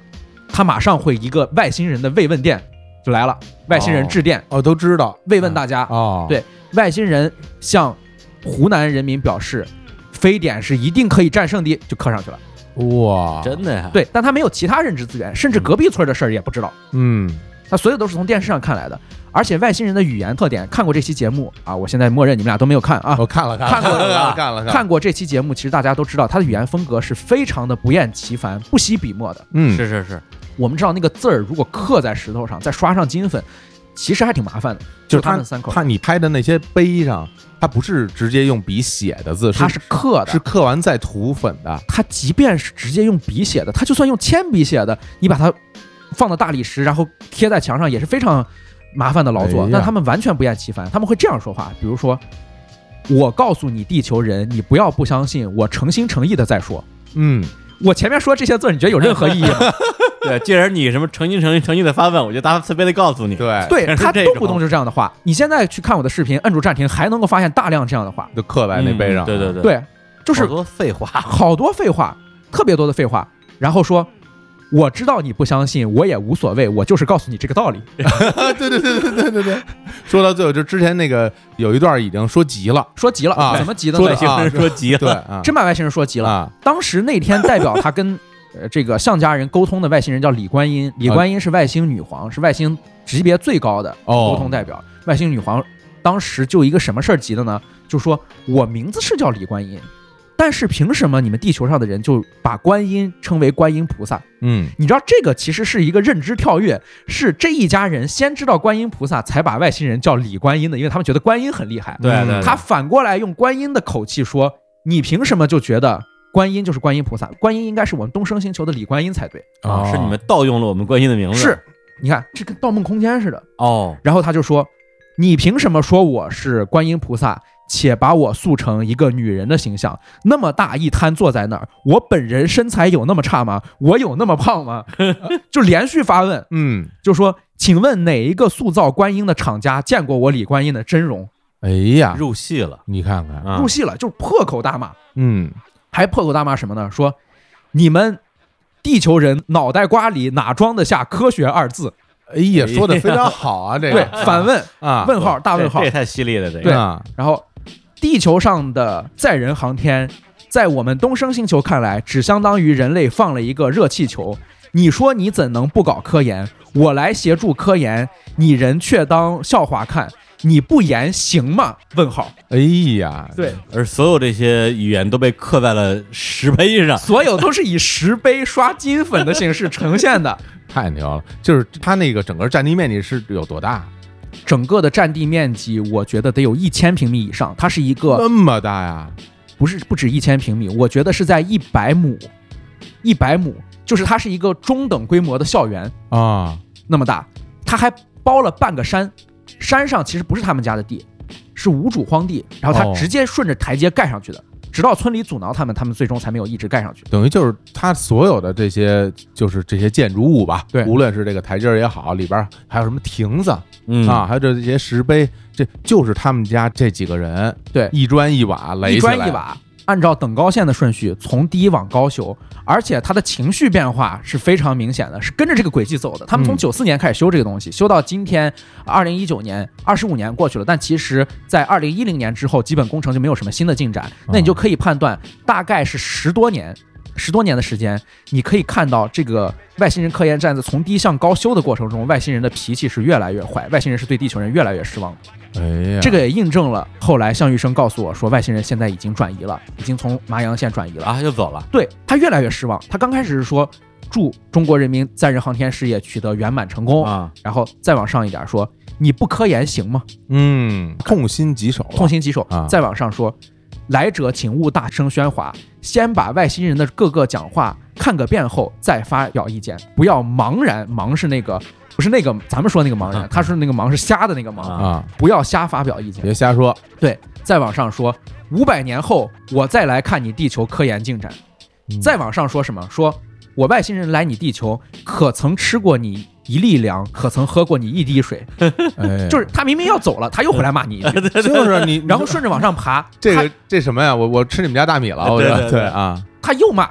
Speaker 4: 他马上会一个外星人的慰问电就来了，外星人致电、
Speaker 2: 哦，都知道
Speaker 4: 慰问大家，
Speaker 2: 哦，
Speaker 4: 对外星人向湖南人民表示，非典是一定可以战胜的，就刻上去了。
Speaker 2: 哦哇，
Speaker 3: 真的呀，，
Speaker 4: 对，但他没有其他认知资源，甚至隔壁村的事儿也不知道，
Speaker 2: 嗯，
Speaker 4: 他所有都是从电视上看来的。而且外星人的语言特点，看过这期节目啊，我现在默认你们俩都没有看啊，
Speaker 2: 哦我看了
Speaker 4: 看过了
Speaker 2: 了看了
Speaker 4: 看过这期节目，其实大家都知道他的语言风格是非常的不厌其烦、不惜笔墨的。
Speaker 2: 嗯
Speaker 3: 是是是，
Speaker 4: 我们知道那个字儿如果刻在石头上，再刷上金粉，其实还挺麻烦的。
Speaker 2: 就
Speaker 4: 就是他
Speaker 2: 他
Speaker 4: 们三口，
Speaker 2: 他你拍的那些碑上，他不是直接用笔写的字，
Speaker 4: 他
Speaker 2: 是
Speaker 4: 是刻
Speaker 2: 是
Speaker 4: 的。
Speaker 2: 刻完再涂粉的，
Speaker 4: 他即便是直接用笔写的，他就算用铅笔写的，你把它放到大理石，然后贴在墙上，也是非常麻烦的劳作。
Speaker 2: 哎呀
Speaker 4: 但他们完全不厌其烦，他们会这样说话，比如说：“我告诉你，地球人，你不要不相信，我诚心诚意的在说。
Speaker 2: 嗯，”
Speaker 4: 我前面说这些字儿，你觉得有任何意义 吗？
Speaker 3: 对，既然你什么诚心诚意诚意的发问，我就大慈悲的告诉你，
Speaker 2: 对，
Speaker 4: 对他
Speaker 3: 这种
Speaker 4: 动不动就这样的话。你现在去看我的视频，摁住暂停，还能够发现大量这样的话。
Speaker 2: 都刻在那碑上，
Speaker 3: 嗯对对，对，
Speaker 4: 对，就
Speaker 3: 就是多废话，
Speaker 4: 好多废话，特别多的废话，然后说。我知道你不相信，我也无所谓，我就是告诉你这个道理。
Speaker 2: 啊对对对对对对对，说到最后，就之前那个有一段已经说急 了，
Speaker 4: 说急了，
Speaker 2: 啊
Speaker 4: 怎么急的
Speaker 2: 说
Speaker 4: 呢
Speaker 2: 得
Speaker 3: 外？星人说急
Speaker 2: 对
Speaker 3: 了，
Speaker 2: 啊，
Speaker 4: 真把外星人说急了。
Speaker 2: 啊，
Speaker 4: 当时那天代表他 跟呃这个向家人沟通的外星人叫李
Speaker 2: 啊
Speaker 4: 观音，李观音是外星女皇，是外星级别最高的
Speaker 2: 哦
Speaker 4: 沟通代表。外星女皇当时就一个什么事儿急的呢？就说我名字是叫李观音，但是凭什么你们地球上的人就把观音称为观音菩萨？
Speaker 2: 嗯，
Speaker 4: 你知道这个其实是一个认知跳跃，是这一家人先知道观音菩萨，才把外星人叫李观音的，因为他们觉得观音很厉害。
Speaker 3: 对
Speaker 2: 嗯
Speaker 3: 对，对
Speaker 4: 他反过来用观音的口气说：“你凭什么就觉得观音就是观音菩萨？观音应该是我们东升星球的李观音才对。
Speaker 3: 啊是你们盗用了我们观音的名”字，
Speaker 4: 是，你看这跟《盗梦空间》似的。
Speaker 3: 哦，
Speaker 4: 然后他就说：“你凭什么说我是观音菩萨？”且把我塑成一个女人的形象，那么大一摊坐在那儿，我本人身材有那么差吗？ 我有那么胖吗？就连续发问，
Speaker 2: 嗯，
Speaker 4: 就说：“请问哪一个塑造观音的厂家见过我李观音的真容
Speaker 2: 哎呀，
Speaker 3: 入戏了，
Speaker 2: 你看看，
Speaker 3: 啊？”
Speaker 4: 入戏了，就是破口大骂，
Speaker 2: 嗯，
Speaker 4: 还破口大骂什么呢？说你们地球人脑袋瓜里哪装得下科学二字？
Speaker 2: 哎呀，
Speaker 3: 哎呀
Speaker 2: 说的非常好啊，这
Speaker 4: 对
Speaker 2: 个，
Speaker 4: 反问
Speaker 2: 啊，
Speaker 4: 问号大
Speaker 3: 这
Speaker 4: 问号
Speaker 3: 这也。太犀利了，这个
Speaker 4: 对
Speaker 2: 啊，
Speaker 4: 然后，地球上的载人航天，在我们东升星球看来，只相当于人类放了一个热气球。你说你怎能不搞科研？我来协助科研，你人却当笑话看。你不研行吗？问号。
Speaker 2: 哎呀，，
Speaker 4: 对，
Speaker 3: 而所有这些语言都被刻在了石碑上，
Speaker 4: 所有都是以石碑刷金粉的形式呈现的。
Speaker 2: 太牛了，就是它那个整个占地面积是有多大？啊
Speaker 4: 整个的占地面积，我觉得得有一千平米以上。它是一个
Speaker 2: 那么大呀？
Speaker 4: 不是不止一千平米，我觉得是在一百亩，一百亩，就是它是一个中等规模的校园
Speaker 2: 啊，
Speaker 4: 那么大。它还包了半个山，山上其实不是他们家的地，是无主荒地，然后它
Speaker 2: 哦
Speaker 4: 直接顺着台阶盖上去的。直到村里阻挠他们，他们最终才没有一直盖上去。
Speaker 2: 等于就是它所有的这些，就是这些建筑物吧，
Speaker 4: 对
Speaker 2: 无论是这个台阶儿也好，里边儿还有什么亭子
Speaker 3: 嗯
Speaker 2: 啊，，还有这些石碑，这就是他们家这几个人
Speaker 4: 对，
Speaker 2: 一砖一瓦垒
Speaker 4: 一
Speaker 2: 起来，
Speaker 4: 砖一瓦，按照等高线的顺序从低往高修，而且它的情绪变化是非常明显的，是跟着这个轨迹走的。他们从
Speaker 2: 嗯
Speaker 4: 九四年开始修这个东西，修到今天二零一九年，二十五年过去了，但其实在二零一零年之后，基本工程就没有什么新的进展。那
Speaker 2: 啊
Speaker 4: 你就可以判断，大概是十多年。十多年的时间，你可以看到这个外星人科研站在从低向高修的过程中，外星人的脾气是越来越坏，外星人是对地球人越来越失望的。
Speaker 2: 哎
Speaker 3: 嗯
Speaker 2: 呀，
Speaker 4: 这个也印证了后来项羽生告诉我说，外星人现在已经转移了，已经从麻阳县转移了。
Speaker 3: 啊，又走了，
Speaker 4: 对他越来越失望。他刚开始是说，祝中国人民载人航天事业取得圆满成功，
Speaker 3: 啊，
Speaker 4: 然后再往上一点说，你不科研行吗？
Speaker 2: 嗯，痛心疾首，
Speaker 4: 痛，心疾首。
Speaker 2: 啊
Speaker 4: 再往上说，来者请勿大声喧哗，先把外星人的各个讲话看个遍后再发表意见，不要茫然。茫是那个不是那个咱们说那个茫然，
Speaker 3: 啊
Speaker 4: 他说那个茫是瞎的那个
Speaker 3: 啊
Speaker 4: 茫，
Speaker 2: 啊，
Speaker 4: 不要瞎发表意见。
Speaker 2: 别瞎说，
Speaker 4: 对，再往上说，五百年后我再来看你地球科研进展。
Speaker 2: 嗯
Speaker 4: 再往上说什么？说我外星人来你地球，可曾吃过你一粒粮？可曾喝过你一滴水？
Speaker 2: 哎，
Speaker 4: 就是他明明要走了，他又回来骂你一句，
Speaker 2: 就是 你，
Speaker 4: 然后顺着往上爬，
Speaker 2: 这
Speaker 4: 他
Speaker 2: 个这什么呀？我我吃你们家大米了，我
Speaker 3: 对
Speaker 2: 觉
Speaker 3: 对
Speaker 2: 得
Speaker 3: 对
Speaker 2: 啊，
Speaker 4: 他又骂，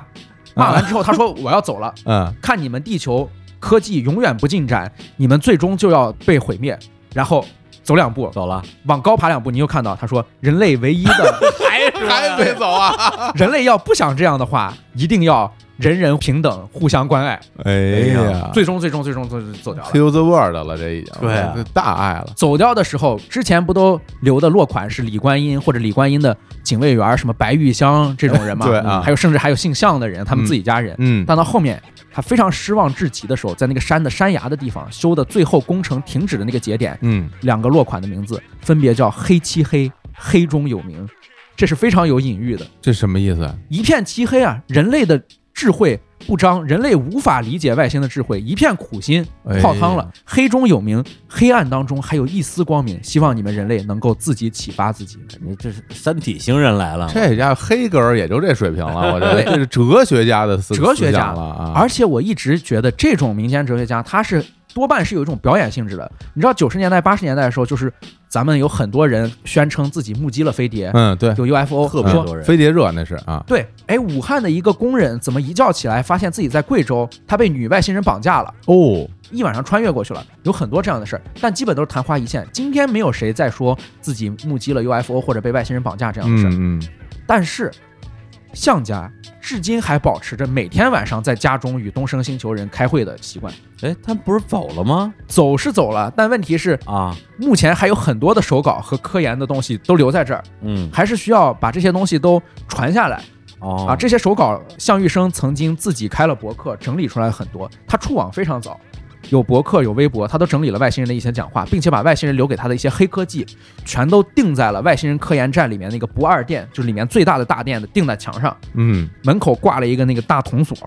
Speaker 4: 骂完之后他说我要走了，
Speaker 2: 嗯，
Speaker 4: 看你们地球科技永远不进展，你们最终就要被毁灭。然后走两步，
Speaker 3: 走了，
Speaker 4: 往高爬两步，你又看到他说人类唯一的。
Speaker 3: 还
Speaker 2: 还没走啊？
Speaker 4: 人类要不想这样的话，一定要人人平等，互相关爱。
Speaker 2: 哎呀，
Speaker 4: 最终，最终，最终，最终走掉了。
Speaker 2: heal the world 了，这已经
Speaker 3: 对啊
Speaker 2: 这大爱了，
Speaker 4: 走掉的时候，之前不都留的落款是李观音或者李观音的警卫员，什么白玉香这种人 嘛？
Speaker 2: 对啊
Speaker 4: 还有甚至还有姓项的人，他们自己家人。
Speaker 2: 嗯，
Speaker 4: 但到后面，他非常失望至极的时候，在那个山的山崖的地方修的最后工程停止的那个节点，
Speaker 2: 嗯，
Speaker 4: 两个落款的名字分别叫黑漆黑、黑中有名，这是非常有隐喻的。
Speaker 2: 这什么意思？
Speaker 4: 一片漆黑啊，人类的智慧不彰，人类无法理解外星的智慧，一片苦心
Speaker 2: 哎
Speaker 4: 泡汤了。黑中有明，黑暗当中还有一丝光明，希望你们人类能够自己启发自己。
Speaker 3: 你这是三体星人来了，
Speaker 2: 这家伙黑格尔也就这水平 了，我觉得
Speaker 4: 对
Speaker 2: 这是哲学家的思
Speaker 4: 哲学
Speaker 2: 思
Speaker 4: 家
Speaker 2: 想了啊，
Speaker 4: 而且我一直觉得这种民间哲学家，他是多半是有一种表演性质的。你知道九十年代、八十年代的时候，就是咱们有很多人宣称自己目击了飞碟，
Speaker 2: 嗯，对，嗯
Speaker 4: 有 UFO，
Speaker 3: 特别
Speaker 4: 说
Speaker 3: 多人
Speaker 2: 飞碟热那是啊，
Speaker 4: 对，哎，武汉的一个工人怎么一觉起来发现自己在贵州，他被女外星人绑架了。
Speaker 2: 哦，
Speaker 4: 一晚上穿越过去了，有很多这样的事儿，但基本都是昙花一现。今天没有谁再说自己目击了 UFO 或者被外星人绑架这样的事儿，
Speaker 2: 嗯嗯，
Speaker 4: 但是项家至今还保持着每天晚上在家中与东升星球人开会的习惯。
Speaker 3: 哎，他们不是走了吗？
Speaker 4: 走是走了，但问题是，
Speaker 3: 啊，
Speaker 4: 目前还有很多的手稿和科研的东西都留在这儿，
Speaker 3: 嗯，
Speaker 4: 还是需要把这些东西都传下来
Speaker 3: 哦
Speaker 4: 啊。这些手稿，项羽生曾经自己开了博客，整理出来很多。他出网非常早，有博客，有微博，他都整理了外星人的一些讲话，并且把外星人留给他的一些黑科技，全都定在了外星人科研站里面那个不二店，就是里面最大的大店的，定在墙上，
Speaker 2: 嗯，
Speaker 4: 门口挂了一个那个大铜锁，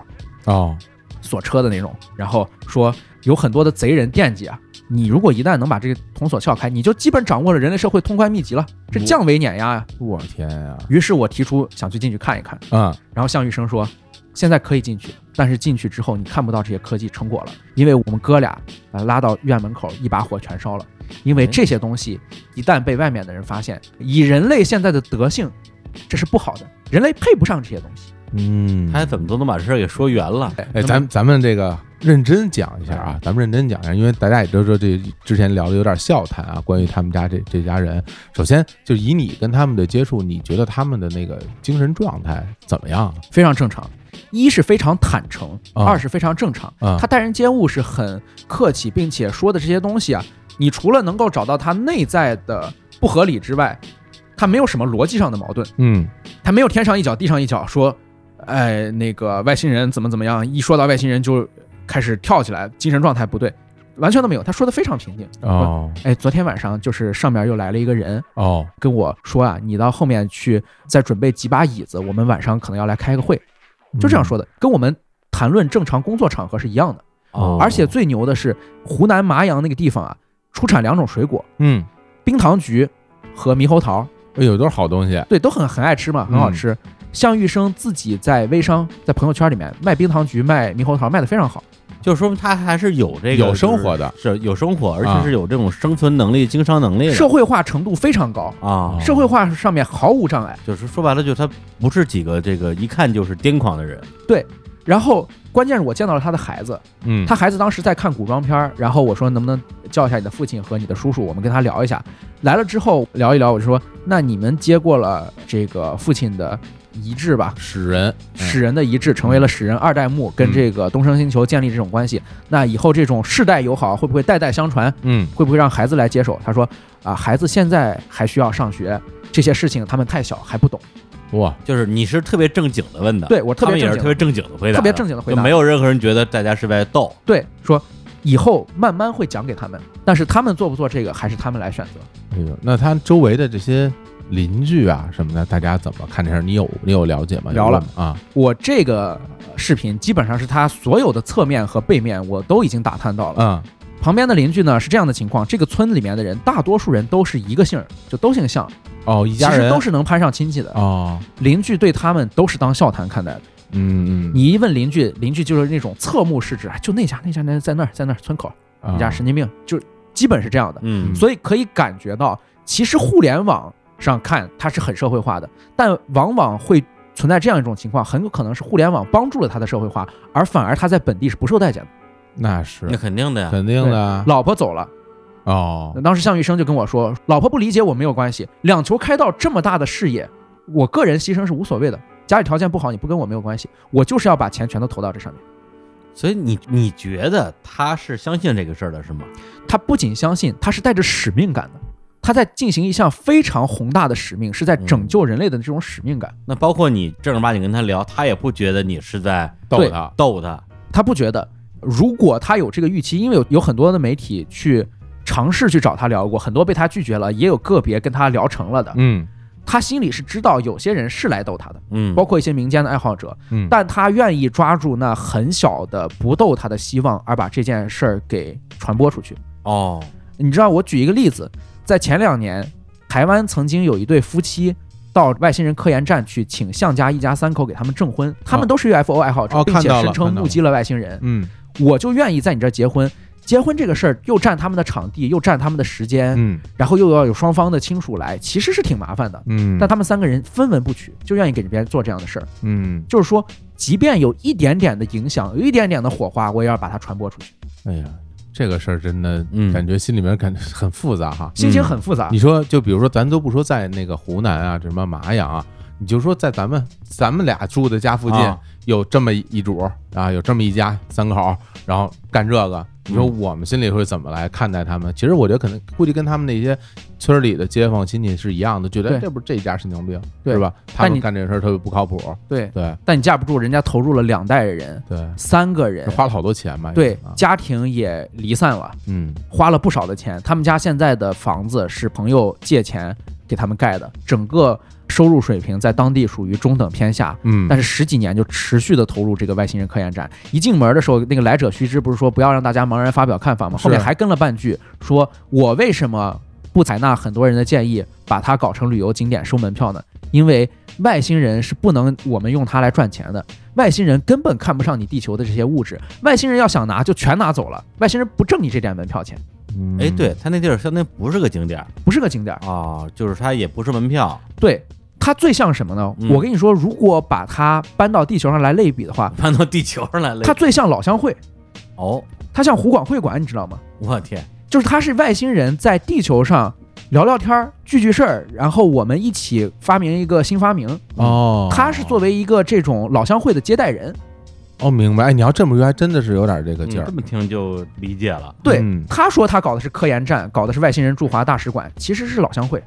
Speaker 2: 哦，
Speaker 4: 锁车的那种，然后说有很多的贼人惦记啊。你如果一旦能把这个铜锁撬开，你就基本掌握了人类社会通关秘籍了，这降维碾压呀、
Speaker 2: 我天呀，
Speaker 4: 于是我提出想去进去看一看，
Speaker 2: 啊，
Speaker 4: 然后项羽生说，现在可以进去，但是进去之后你看不到这些科技成果了，因为我们哥俩把他拉到院门口，一把火全烧了。因
Speaker 2: 哎
Speaker 4: 为这些东西一旦被外面的人发现，以人类现在的德性，这是不好的，人类配不上这些东西。
Speaker 2: 嗯
Speaker 3: 他怎么都能把这事儿给说圆了，
Speaker 2: 哎，咱咱们这个认真讲一下
Speaker 4: 嗯
Speaker 2: 啊，咱们认真讲一下，因为大家也都知道这之前聊的有点笑谈啊，关于他们家这这家人。首先，就以你跟他们的接触，你觉得他们的那个精神状态怎么样？
Speaker 4: 非常正常。一是非常坦诚，
Speaker 2: 啊
Speaker 4: 二是非常正常。
Speaker 2: 啊
Speaker 4: 他待人接物是很客气，并且说的这些东西啊，你除了能够找到他内在的不合理之外，他没有什么逻辑上的矛盾，
Speaker 2: 嗯
Speaker 4: 他没有天上一脚地上一脚说，哎，那个外星人怎么怎么样，一说到外星人就开始跳起来，精神状态不对，完全都没有。他说的非常平静。
Speaker 2: 哦
Speaker 4: 哎，昨天晚上就是上面又来了一个人，
Speaker 2: 哦
Speaker 4: 跟我说啊，你到后面去再准备几把椅子，我们晚上可能要来开个会，
Speaker 2: 嗯
Speaker 4: 就这样说的，跟我们谈论正常工作场合是一样的。
Speaker 3: 哦
Speaker 4: 而且最牛的是，湖南麻阳那个地方啊，出产两种水果，
Speaker 2: 嗯，
Speaker 4: 冰糖橘和猕猴桃，
Speaker 2: 哎呦，都是好东西。
Speaker 4: 对，都很很爱吃嘛，很好吃。项玉生自己在微商，在朋友圈里面卖冰糖橘、卖猕猴桃，卖的非常好。
Speaker 3: 就是说明他还是有这个
Speaker 2: 有生活的，
Speaker 3: 就是有生活，而
Speaker 2: 啊
Speaker 3: 且是有这种生存能力、经商能力的
Speaker 4: 社会化程度非常高，
Speaker 3: 啊，
Speaker 4: 社会化上面毫无障碍。
Speaker 3: 就是说白了，就是他不是几个这个一看就是癫狂的人，
Speaker 4: 然后关键是我见到了他的孩子，
Speaker 2: 嗯，
Speaker 4: 他孩子当时在看古装片儿，然后我说能不能叫一下你的父亲和你的叔叔，我们跟他聊一下。来了之后聊一聊，我就说那你们接过了这个父亲的遗志吧，
Speaker 2: 使人
Speaker 4: 使人的遗志成为了使人二代目，跟这个东升星球建立这种关系。那以后这种世代友好会不会代代相传？
Speaker 2: 嗯
Speaker 4: 会不会让孩子来接手？他说啊，孩子现在还需要上学，这些事情他们太小还不懂。
Speaker 2: 哇，
Speaker 3: 就是你是特别正经的问的，
Speaker 4: 对我特
Speaker 3: 他们
Speaker 4: 别
Speaker 3: 也
Speaker 4: 正
Speaker 3: 是特
Speaker 4: 经
Speaker 3: 别正经的回答，
Speaker 4: 特别正经地回答
Speaker 3: 就没有任何人觉得大家是在逗。
Speaker 4: 对，说以后慢慢会讲给他们，但是他们做不做这个还是他们来选择。
Speaker 2: 哎呦，那他周围的这些邻居啊什么的，大家怎么看这事儿？你有你有了解吗？
Speaker 4: 聊
Speaker 2: 有
Speaker 4: 了
Speaker 2: 问吗啊，
Speaker 4: 我这个呃视频基本上是他所有的侧面和背面我都已经打探到了。
Speaker 2: 嗯
Speaker 4: 旁边的邻居呢是这样的情况，这个村里面的人大多数人都是一个姓儿，就都姓向，
Speaker 2: 哦，一
Speaker 4: 其
Speaker 2: 家
Speaker 4: 实
Speaker 2: 人
Speaker 4: 都是能攀上亲戚的。
Speaker 2: 哦，
Speaker 4: 邻居对他们都是当笑谈看待的。
Speaker 2: 嗯嗯，
Speaker 4: 你一问邻居，邻居就是那种侧目视之，哎就那家那家那在那儿在那儿村口，
Speaker 2: 啊
Speaker 4: 你家神经病，就基本是这样的。
Speaker 3: 嗯
Speaker 4: 所以可以感觉到，其实互联网上看它是很社会化的，但往往会存在这样一种情况，很有可能是互联网帮助了它的社会化，而反而它在本地是不受待见的。
Speaker 2: 那是
Speaker 3: 那肯定的呀，
Speaker 2: 肯定的啊
Speaker 4: 老婆走了，
Speaker 2: 哦，
Speaker 4: 当时项羽生就跟我说，老婆不理解我没有关系，两球开到这么大的视野，我个人牺牲是无所谓的。家里条件不好，你不跟我没有关系，我就是要把钱全都投到这上面。
Speaker 3: 所以你你觉得他是相信这个事儿的是吗？
Speaker 4: 他不仅相信，他是带着使命感的，他在进行一项非常宏大的使命，是在
Speaker 2: 嗯
Speaker 4: 拯救人类的这种使命感。
Speaker 3: 那包括你正儿八经跟他聊，他也不觉得你是在
Speaker 2: 逗
Speaker 4: 对
Speaker 2: 他，
Speaker 3: 逗他。
Speaker 4: 他不觉得，如果他有这个预期，因为有有很多的媒体去尝试去找他聊过，很多被他拒绝了，也有个别跟他聊成了的。
Speaker 2: 嗯
Speaker 4: 他心里是知道有些人是来逗他的，
Speaker 3: 嗯，
Speaker 4: 包括一些民间的爱好者，
Speaker 2: 嗯，
Speaker 4: 但他愿意抓住那很小的不逗他的希望，而把这件事儿给传播出去。
Speaker 3: 哦，
Speaker 4: 你知道，我举一个例子，在前两年，台湾曾经有一对夫妻。到外星人科研站去，请向家一家三口给他们证婚，他们都是 UFO 爱好者，
Speaker 2: 哦
Speaker 4: 并
Speaker 2: 看
Speaker 4: 且
Speaker 2: 到了
Speaker 4: 声称
Speaker 2: 看到了
Speaker 4: 目击了外星人。
Speaker 2: 嗯
Speaker 4: 我就愿意在你这儿结婚。结婚这个事儿又占他们的场地，又占他们的时间，
Speaker 2: 嗯
Speaker 4: 然后又要有双方的亲属来，其实是挺麻烦的。
Speaker 2: 嗯，
Speaker 4: 但他们三个人分文不取，就愿意给别人做这样的事儿。
Speaker 2: 嗯，
Speaker 4: 就是说，即便有一点点的影响，有一点点的火花，我也要把它传播出去。
Speaker 2: 哎呀，这个事儿真的
Speaker 3: 嗯
Speaker 2: 感觉心里面感觉很复杂哈。
Speaker 4: 心情很复杂
Speaker 2: 嗯你，说，就比如说，咱都不说在那个湖南啊，这什么麻阳啊，你就说在咱们咱们俩住的家附近、
Speaker 3: 啊
Speaker 2: 有这么一主啊，有这么一家三口，然后干这个，你说
Speaker 4: 嗯
Speaker 2: 我们心里会怎么来看待他们？其实我觉得可能估计跟他们那些村里的街坊亲戚是一样的，觉得哎
Speaker 4: 对
Speaker 2: 这不是这家神经病
Speaker 4: 对
Speaker 2: 是吧？他们
Speaker 4: 你
Speaker 2: 干这事儿特别不靠谱，
Speaker 4: 对。
Speaker 2: 对
Speaker 4: 但你架不住人家投入了两代人，
Speaker 2: 对，
Speaker 4: 三个人，
Speaker 2: 花了好多钱吧？
Speaker 4: 对
Speaker 2: 啊
Speaker 4: 家庭也离散了，
Speaker 2: 嗯
Speaker 4: 花了不少的钱。他们家现在的房子是朋友借钱给他们盖的，整个收入水平在当地属于中等偏下。
Speaker 2: 嗯，
Speaker 4: 但
Speaker 2: 是
Speaker 4: 是十几年就持续的投入这个外星人科研站。一进门的时候，那个来者须知不是说不要让大家茫然发表看法吗？
Speaker 2: 是
Speaker 4: 后面还跟了半句，说我为什么不采纳很多人的建议，把它搞成旅游景点收门票呢？因为外星人是不能我们用它来赚钱的。外星人根本看不上你地球的这些物质，外星人要想拿就全拿走了，外星人不挣你这点门票钱，
Speaker 2: 嗯
Speaker 3: 哎，对他那地儿相当于不是个景点儿
Speaker 4: 不是个景点儿。
Speaker 3: 啊，就是他也不是门票，
Speaker 4: 对，它最像什么呢？
Speaker 3: 嗯
Speaker 4: 我跟你说，如果把它搬到地球上来类比的话，
Speaker 3: 搬到地球上来了。
Speaker 4: 它最像老乡会，
Speaker 3: 哦，
Speaker 4: 它像湖广会馆，你知道吗？
Speaker 3: 我天，
Speaker 4: 就是他是外星人在地球上聊聊天儿、聚聚事儿，然后我们一起发明一个新发明。
Speaker 2: 哦，
Speaker 4: 他是作为一个这种老乡会的接待人，
Speaker 2: 哦明白，哎，你要这么说，还真的是有点这个
Speaker 3: 你
Speaker 2: 劲
Speaker 4: 嗯
Speaker 2: 儿
Speaker 3: 嗯这，么听就理解了。
Speaker 4: 对。
Speaker 2: 嗯
Speaker 4: 他说他搞的是科研站，搞的是外星人驻华大使馆，其实是老乡会。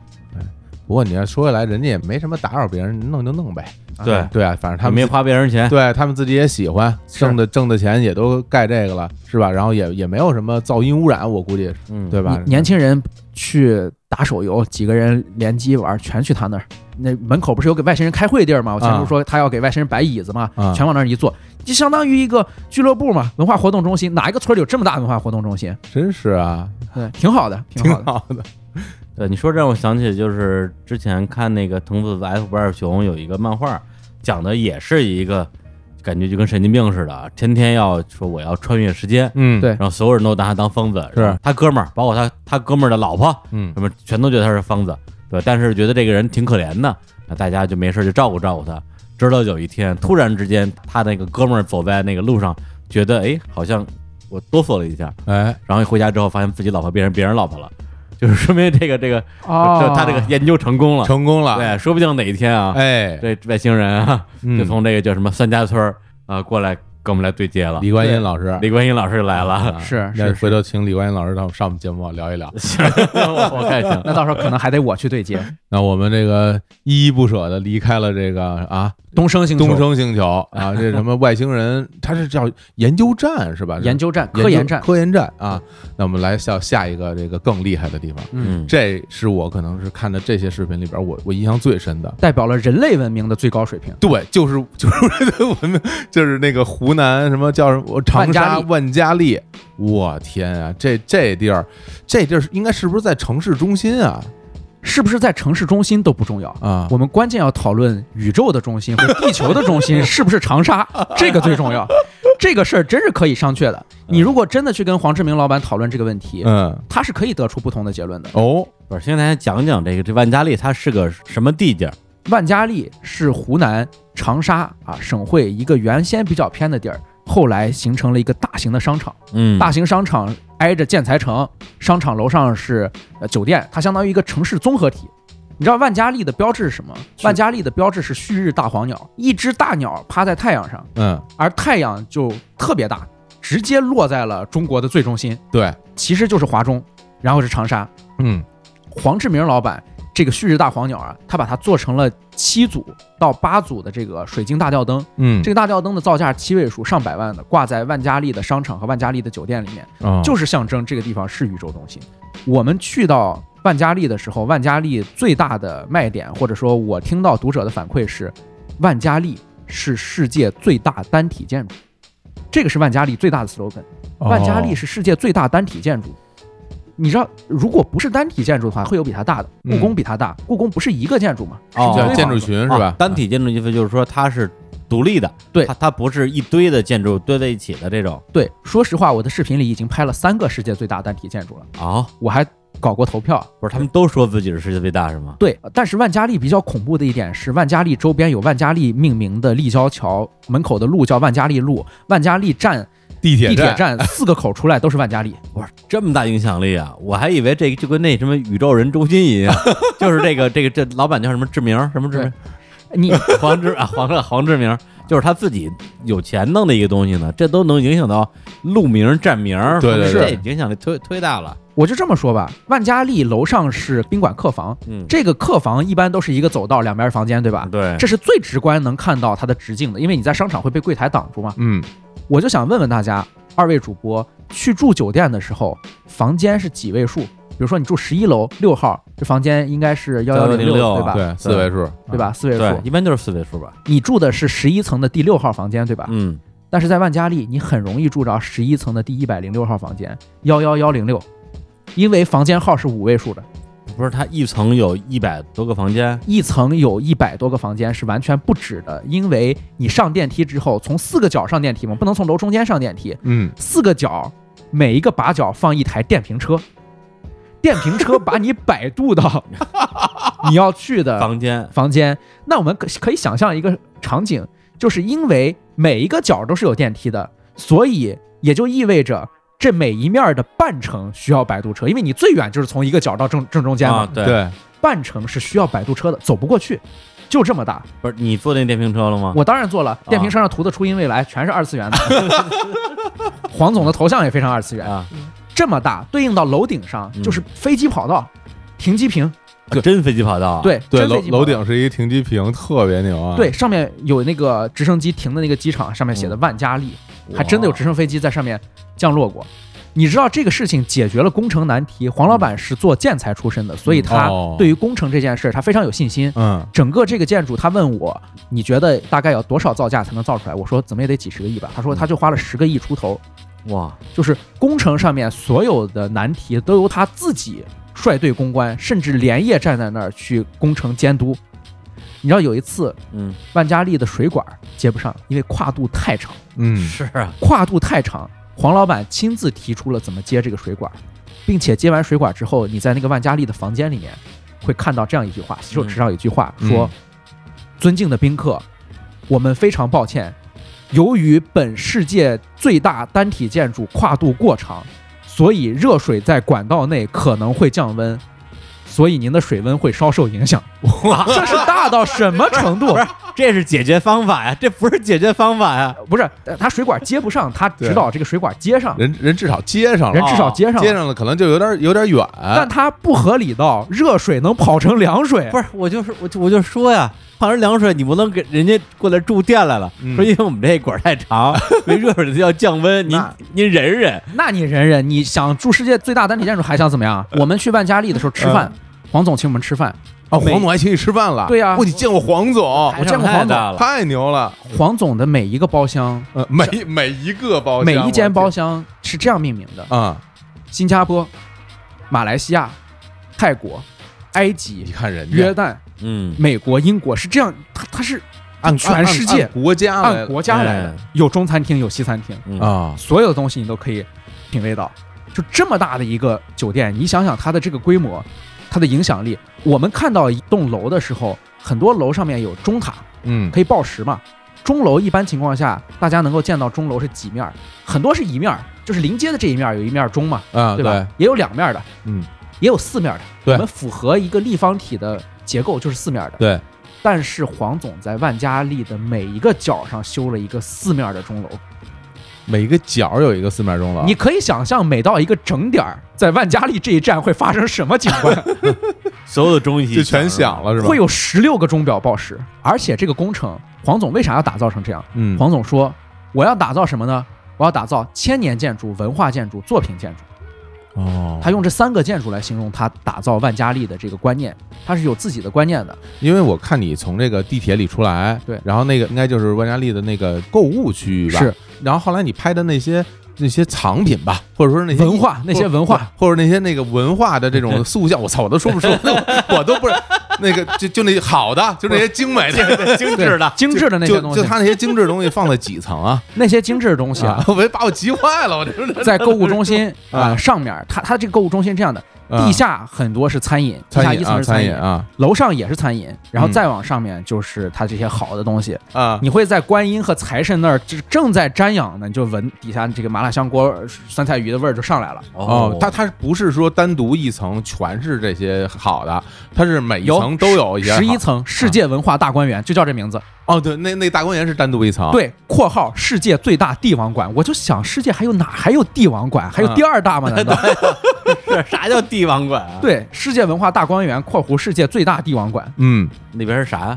Speaker 2: 不过你要说回来，人家也没什么打扰别人，弄就弄呗。
Speaker 4: 啊
Speaker 3: 对，
Speaker 2: 对啊，反正他
Speaker 3: 也没
Speaker 2: 们自
Speaker 3: 花别人钱，
Speaker 2: 对他们自己也喜欢，
Speaker 4: 是
Speaker 2: 挣的挣的钱也都盖这个了，是吧？然后也也没有什么噪音污染，我估计
Speaker 3: 嗯，
Speaker 2: 对吧？
Speaker 4: 年年轻人去打手游，几个人联机玩，全去他那儿。那门口不是有给外星人开会地儿吗？我前
Speaker 2: 啊
Speaker 4: 不是说他要给外星人摆椅子吗？
Speaker 2: 啊
Speaker 4: 全往那儿一坐，就相当于一个俱乐部嘛，文化活动中心。哪一个村儿有这么大的文化活动中心？
Speaker 2: 真是啊，
Speaker 4: 对，挺好的，挺
Speaker 2: 挺
Speaker 4: 好的。
Speaker 2: 好的。
Speaker 3: 对，你说这让我想起，就是之前看那个藤子 F 不二雄有一个漫画，讲的也是一个感觉就跟神经病似的，天天要说我要穿越时间，
Speaker 2: 嗯，
Speaker 4: 对
Speaker 3: 然后所有人都拿他当疯子，
Speaker 2: 是
Speaker 3: 然后他哥们儿，包括他他哥们儿的老婆，
Speaker 2: 嗯
Speaker 3: 什么全都觉得他是疯子，对吧，但是觉得这个人挺可怜的，那大家就没事就照顾照顾他，直到有一天突然之间，他那个哥们儿走在那个路上，觉得哎好像我哆嗦了一下，
Speaker 2: 哎，
Speaker 3: 然后一回家之后发现自己老婆变成别人老婆了， 就是说明这个这个
Speaker 4: 哦
Speaker 3: 就，他这个研究成功了，
Speaker 2: 成功了，
Speaker 3: 对，说不定哪一天啊，
Speaker 2: 哎，
Speaker 3: 这外星人啊，
Speaker 2: 嗯
Speaker 3: 就从这个叫什么三家村儿啊过来跟我们来对接了。
Speaker 2: 李观音老师，啊
Speaker 3: 李观音老师来了，
Speaker 4: 是
Speaker 2: 那
Speaker 4: 是是，
Speaker 2: 回头请李观音老师到上我们节目聊一聊。
Speaker 3: 行，我我看行，
Speaker 4: 那到时候可能还得我去对接
Speaker 2: 那我们这个依依不舍的离开了这个啊
Speaker 4: 东升星球
Speaker 2: 东升星球啊，这什么外星人，他是叫研究站是吧？
Speaker 4: 研究站科研站，
Speaker 2: 科研站啊。那我们来下下一个这个更厉害的地方，
Speaker 3: 嗯，
Speaker 2: 这是我可能是看的这些视频里边我我印象最深的。
Speaker 4: 代表了人类文明的最高水平。
Speaker 2: 对，就是 就是我们就是那个湖南什么叫什么我长沙
Speaker 4: 万家丽
Speaker 2: 万家丽，我天啊，这这地儿，这地儿是应该是不是在城市中心啊？
Speaker 4: 是不是在城市中心都不重要
Speaker 2: 啊
Speaker 4: 我们关键要讨论宇宙的中心 和地球的中心是不是长 沙，这个最重要。这个事儿真是可以商榷的。你如果真的去跟黄志明老板讨论这个问题，
Speaker 2: 嗯，
Speaker 4: 他是可以得出不同的结论的。
Speaker 2: 哦，
Speaker 3: 不是，先给大家讲讲这个这万家丽它是个什么地界儿？
Speaker 4: 万家丽是湖南长沙啊省会一个原先比较偏的地儿，后来形成了一个大型的商场。
Speaker 3: 嗯，
Speaker 4: 大型商场挨着建材城，商场楼上是呃酒店，它相当于一个城市综合体。你知道万家丽的标志是什么？万家丽的标志是旭日大黄鸟，一只大鸟趴在太阳上，
Speaker 2: 嗯，
Speaker 4: 而太阳就特别大，直接落在了中国的最中心，
Speaker 2: 对，
Speaker 4: 其实就是华中，然后是长沙。
Speaker 2: 嗯，
Speaker 4: 黄志明老板这个旭日大黄鸟啊，他把它做成了七组到八组的这个水晶大吊灯，
Speaker 2: 嗯，
Speaker 4: 这个大吊灯的造价七位数，上百万的，挂在万家丽的商场和万家丽的酒店里面。
Speaker 2: 哦
Speaker 4: 就是象征这个地方是宇宙中心。我们去到万家丽的时候，万家丽最大的卖点，或者说我听到读者的反馈是，万家丽是世界最大单体建筑，这个是万家丽最大的 slogan。万家丽
Speaker 2: 哦
Speaker 4: 是世界最大单体建筑。你知道，如果不是单体建筑的话，会有比它大的。
Speaker 2: 嗯
Speaker 4: 故宫比它大，故宫不是一个建筑嘛？
Speaker 3: 哦
Speaker 4: 是一
Speaker 2: 叫
Speaker 4: 堆
Speaker 2: 建筑
Speaker 4: 房子
Speaker 2: 群是
Speaker 3: 啊
Speaker 2: 吧？
Speaker 3: 单体建筑意思就是说它是独立的，
Speaker 4: 对
Speaker 3: 它它不是一堆的建筑堆在一起的这种。
Speaker 4: 对，说实话，我的视频里已经拍了三个世界最大单体建筑了，
Speaker 3: 哦，
Speaker 4: 我还搞过投票，
Speaker 3: 不是，他们都说自己是世界最大是吗？
Speaker 4: 对，呃但是万家丽比较恐怖的一点是，万家丽周边有万家丽命名的立交桥，门口的路叫万家丽路，万家丽站
Speaker 2: 地铁
Speaker 4: 地铁站 四个口出来都是万家丽。
Speaker 3: 不是这么大影响力啊！我还以为这个就跟那什么宇宙人中心 一样，就是这个这个这老板叫什么志明什么志明
Speaker 4: 对 你
Speaker 3: 黄志啊黄黄志明，就是他自己有钱弄的一个东西呢，这都能影响到路名站名，
Speaker 2: 对对
Speaker 3: 说明
Speaker 2: 对
Speaker 3: 这影响力忒忒大了。
Speaker 4: 我就这么说吧，万家丽楼上是宾馆客房，
Speaker 3: 嗯，
Speaker 4: 这个客房一般都是一个走道，两边是房间，对吧？
Speaker 3: 对，
Speaker 4: 这是最直观能看到它的直径的，因为你在商场会被柜台挡住嘛。
Speaker 2: 嗯，
Speaker 4: 我就想问问大家，二位主播去住酒店的时候，房间是几位数？比如说你住十一楼六号，这房间应该是幺幺零
Speaker 3: 1106
Speaker 4: 啊对吧？
Speaker 2: 对，四位数，
Speaker 4: 对吧？四位
Speaker 3: 嗯对
Speaker 4: 数，，
Speaker 3: 一般就是四位数吧。
Speaker 4: 你住的是十一层的第六号房间，对吧？
Speaker 3: 嗯，
Speaker 4: 但是在万家丽，你很容易住着十一层的第一百零六号房间幺幺幺零六，因为房间号是五位数的，
Speaker 3: 不是，他一层有一百多个房间，
Speaker 4: 一层有一百多个房间是完全不止的，因为你上电梯之后，从四个角上电梯嘛，不能从楼中间上电梯，
Speaker 2: 嗯，
Speaker 4: 四个角每一个把角放一台电瓶车，电瓶车把你摆渡到 你要去的
Speaker 3: 房间
Speaker 4: 房间。那我们可可以想象一个场景，就是因为每一个角都是有电梯的，所以也就意味着这每一面的半程需要摆渡车，因为你最远就是从一个角到正正中间嘛，
Speaker 3: 啊，对，
Speaker 2: 对，
Speaker 4: 半程是需要摆渡车的，走不过去。就这么大，
Speaker 3: 不是你坐那电瓶车了吗？
Speaker 4: 我当然做了。电瓶车上涂的初音未来全是二次元的，黄总的头像也非常二次元。
Speaker 3: 啊，
Speaker 4: 这么大，对应到楼顶上
Speaker 3: 嗯
Speaker 4: 就是飞机跑道、停机坪，
Speaker 3: 啊真飞机跑道啊，
Speaker 4: 对
Speaker 2: 对，
Speaker 4: 真
Speaker 2: 楼
Speaker 4: 飞机跑
Speaker 2: 楼
Speaker 4: 道
Speaker 2: 顶是一个停机坪，特别牛啊！
Speaker 4: 对，，上面有那个直升机停的那个机场，上面写的
Speaker 2: 嗯
Speaker 4: 万家丽，还真的有直升飞机在上面降落过。你知道这个事情解决了工程难题。黄老板是做建材出身的，所以他
Speaker 2: 哦
Speaker 4: 对于工程这件事儿他非常有信心。
Speaker 2: 嗯，
Speaker 4: 整个这个建筑，他问我，你觉得大概要多少造价才能造出来？我说怎么也得几十个亿吧。
Speaker 2: 嗯
Speaker 4: 他说他就花了十个亿出头，
Speaker 3: 哇，
Speaker 4: 就是工程上面所有的难题都由他自己率队攻关，甚至连夜站在那儿去工程监督。你知道有一次
Speaker 3: 嗯，
Speaker 4: 万家丽的水管接不上，因为跨度太长，
Speaker 2: 嗯
Speaker 3: 是啊，
Speaker 4: 跨度太长，黄老板亲自提出了怎么接这个水管，并且接完水管之后，你在那个万家丽的房间里面会看到这样一句话，洗手池上有一句话、
Speaker 2: 嗯
Speaker 4: 说：“尊敬的宾客，我们非常抱歉，由于本世界最大单体建筑跨度过长，所以热水在管道内可能会降温。”所以您的水温会稍受影响，
Speaker 3: 哇，
Speaker 4: 这是大到什么程度？
Speaker 3: 这是解决方法呀，这不是解决方法呀，
Speaker 4: 不是，呃他水管接不上，他指导这个水管接上，
Speaker 2: 人人至少接上
Speaker 4: 人
Speaker 2: 了，
Speaker 4: 至少接
Speaker 2: 哦
Speaker 4: 上
Speaker 2: 接
Speaker 4: 了，
Speaker 2: 上了可能就有点有点远，
Speaker 4: 但它不合理到热水能跑成凉水，
Speaker 3: 不是，我就是我就我就说呀，泡成凉水你不能给人家过来住店来了，
Speaker 2: 嗯
Speaker 3: 说因为我们这管太 长，所以热水要降温，您
Speaker 4: 那
Speaker 3: 您忍忍，
Speaker 4: 那你忍忍，你想住世界最大单体建筑还想怎么样？
Speaker 2: 呃
Speaker 4: 我们去万家丽的时候吃饭，
Speaker 2: 嗯
Speaker 4: 黄总请我们吃饭，
Speaker 2: 啊，
Speaker 4: 每
Speaker 2: 黄总还请你吃饭了，
Speaker 4: 对呀
Speaker 2: 哇，你见过黄总，
Speaker 4: 我见过
Speaker 3: 太
Speaker 4: 黄总，
Speaker 3: 大了，
Speaker 2: 太牛了，
Speaker 4: 黄总的每一个包厢，
Speaker 2: 呃，每每一个包厢，
Speaker 4: 每一间包
Speaker 2: 我
Speaker 4: 厢是这样命名的：
Speaker 2: 天啊，
Speaker 4: 新加坡、马来西亚、泰国、埃
Speaker 2: 你
Speaker 4: 及、
Speaker 2: 看人
Speaker 4: 约
Speaker 2: 家
Speaker 4: 旦、
Speaker 3: 嗯，
Speaker 4: 美国、英国是这样，它它是
Speaker 2: 按
Speaker 4: 全世
Speaker 2: 按
Speaker 4: 界
Speaker 2: 按国家来
Speaker 4: 按国家来的
Speaker 3: 哎，
Speaker 4: 有中餐厅，有西餐厅。
Speaker 3: 嗯
Speaker 2: 啊，
Speaker 4: 所有的东西你都可以品味到。就这么大的一个酒店，你想想它的这个规模，它的影响力。我们看到一栋楼的时候，很多楼上面有钟塔，
Speaker 2: 嗯
Speaker 4: 可以报时嘛。钟楼一般情况下，大家能够见到钟楼是几面儿，很多是一面儿，就是临街的这一面儿有一面儿钟嘛，
Speaker 2: 啊，
Speaker 4: 对吧？
Speaker 2: 对，
Speaker 4: 也有两面儿的，
Speaker 2: 嗯，
Speaker 4: 也有四面儿的。
Speaker 2: 对
Speaker 4: 我们符合一个立方体的结构就是四面儿的。
Speaker 2: 对，
Speaker 4: 但是黄总在万家丽的每一个角上修了一个四面儿的钟楼，
Speaker 2: 每个角有一个四面钟楼，
Speaker 4: 你可以想象，每到一个整点儿，在万家丽这一站会发生什么景 观？
Speaker 3: 所有的东西
Speaker 2: 就全响，了是吧？
Speaker 4: 会有十六个钟表报时，而且这个工程，黄总为啥要打造成这样？
Speaker 2: 嗯，
Speaker 4: 黄总说：“我要打造什么呢？我要打造千年建筑、文化建筑、作品建筑。”
Speaker 2: 哦，
Speaker 4: 他用这三个建筑来形容他打造万家丽的这个观念，他是有自己的观念的。
Speaker 2: 因为我看你从这个地铁里出来，
Speaker 4: 对
Speaker 2: 然后那个应该就是万家丽的那个购物区域吧，
Speaker 4: 是。
Speaker 2: 然后后来你拍的那些那些藏品吧，或者说是那些
Speaker 4: 文化那些文化，
Speaker 2: 或或者那些那个文化的这种塑像，我操，我都说不出， 我我都不是那个就就那好的，就那些精美的。
Speaker 3: 精
Speaker 4: 对
Speaker 3: 致的，
Speaker 4: 精致的那些
Speaker 2: 就
Speaker 4: 东
Speaker 2: 就，
Speaker 4: 西
Speaker 2: 他那些精致的东西放在几层 啊？
Speaker 4: 那些精致的东西啊
Speaker 2: 啊，，我把我急坏了，我这 是
Speaker 4: 在购物 中心
Speaker 2: 啊
Speaker 4: 啊上面，他他这个购物中心这样的，地下很多是餐饮，地下
Speaker 2: 餐
Speaker 4: 一
Speaker 2: 饮
Speaker 4: 层
Speaker 2: 啊，
Speaker 4: 是
Speaker 2: 餐
Speaker 4: 餐
Speaker 2: 饮
Speaker 4: 饮，
Speaker 2: 啊
Speaker 4: 楼上也是餐饮，然后
Speaker 2: 嗯
Speaker 4: 再往上面就是它这些好的东西。
Speaker 2: 啊，
Speaker 4: 你会在观音和财神那儿就是正在瞻仰呢，你就闻底下这个麻辣香锅、呃酸菜鱼的味儿就上来了。
Speaker 2: 哦，它它不是说单独一层全是这些好的，它是每一层都有一些好
Speaker 4: 十一层世界文化大观园，就叫这名字。
Speaker 2: 哦，对，那那大观园是单独一层，，
Speaker 4: 对，括号世界最大帝王馆，我就想世界还有哪还有帝王馆，还有第二大吗？难道？
Speaker 3: 是啥叫帝王馆啊？，
Speaker 4: 对，世界文化大观园（括弧世界最大帝王馆
Speaker 2: 嗯，
Speaker 3: 里边是啥？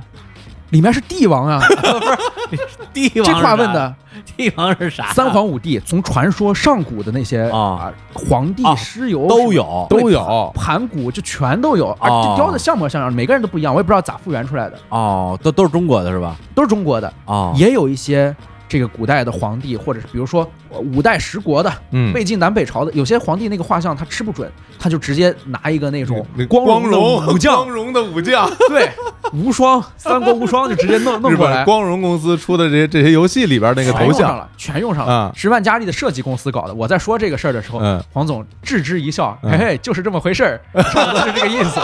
Speaker 4: 里面是帝王啊，
Speaker 3: 帝王
Speaker 4: 这
Speaker 3: 是啥
Speaker 4: 话问，的
Speaker 3: 帝王是啥？
Speaker 4: 三皇五帝，从传说上古的那些
Speaker 3: 啊
Speaker 4: 皇帝
Speaker 3: 啊
Speaker 4: 蚩尤什么
Speaker 3: 都有，
Speaker 2: 都有
Speaker 4: 盘古就全都有，而
Speaker 3: 哦
Speaker 4: 这雕的像模像样，每个人都不一样，我也不知道咋复原出来的，
Speaker 3: 哦，都都是中国的是吧？
Speaker 4: 都是中国的，
Speaker 3: 哦，
Speaker 4: 也有一些这个古代的皇帝，或者是比如说呃五代十国的、
Speaker 2: 嗯，
Speaker 4: 魏晋南北朝的，有些皇帝那个画像他吃不准，他就直接拿一个那种
Speaker 2: 那
Speaker 4: 光荣的武
Speaker 2: 光
Speaker 4: 将，
Speaker 2: 荣的武将，
Speaker 4: 对，无双三国无双就直接 弄弄
Speaker 2: 日
Speaker 4: 过来
Speaker 2: 本。光荣公司出的这些这些游戏里边那个
Speaker 4: 全
Speaker 2: 头
Speaker 4: 用上
Speaker 2: 像，
Speaker 4: 了，全用上了
Speaker 2: 嗯。
Speaker 4: 十万佳丽的设计公司搞的。我在说这个事儿的时候，
Speaker 2: 嗯
Speaker 4: 黄总置之一笑，
Speaker 2: 嗯
Speaker 4: 嘿嘿，就是这么回事儿，差不多是这 个意思。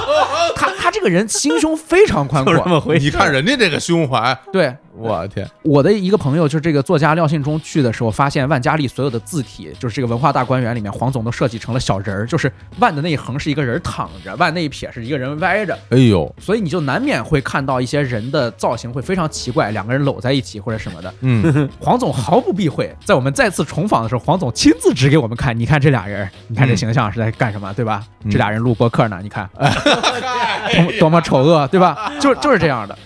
Speaker 4: 他他这个人心胸非常宽
Speaker 3: 就这
Speaker 4: 阔，
Speaker 3: 么回事。
Speaker 2: 你看人家这个胸怀，
Speaker 4: 对。
Speaker 2: 我天，
Speaker 4: 我的一个朋友，就是这个作家廖信忠去的时候，发现万家丽所有的字体，就是这个文化大观园里面，黄总都设计成了小人儿，就是万的那一横是一个人躺着，万那一撇是一个人歪着，
Speaker 2: 哎呦，
Speaker 4: 所以你就难免会看到一些人的造型会非常奇怪，两个人搂在一起或者什么的。
Speaker 2: 嗯，
Speaker 4: 黄总毫不避讳，在我们再次重访的时候，黄总亲自指给我们看，你看这俩人，你看这形象是在干什么，对吧？
Speaker 2: 嗯
Speaker 4: 这俩人录播客呢，你看，多么多么丑恶，对吧？
Speaker 2: 哎
Speaker 4: 就就是这样的。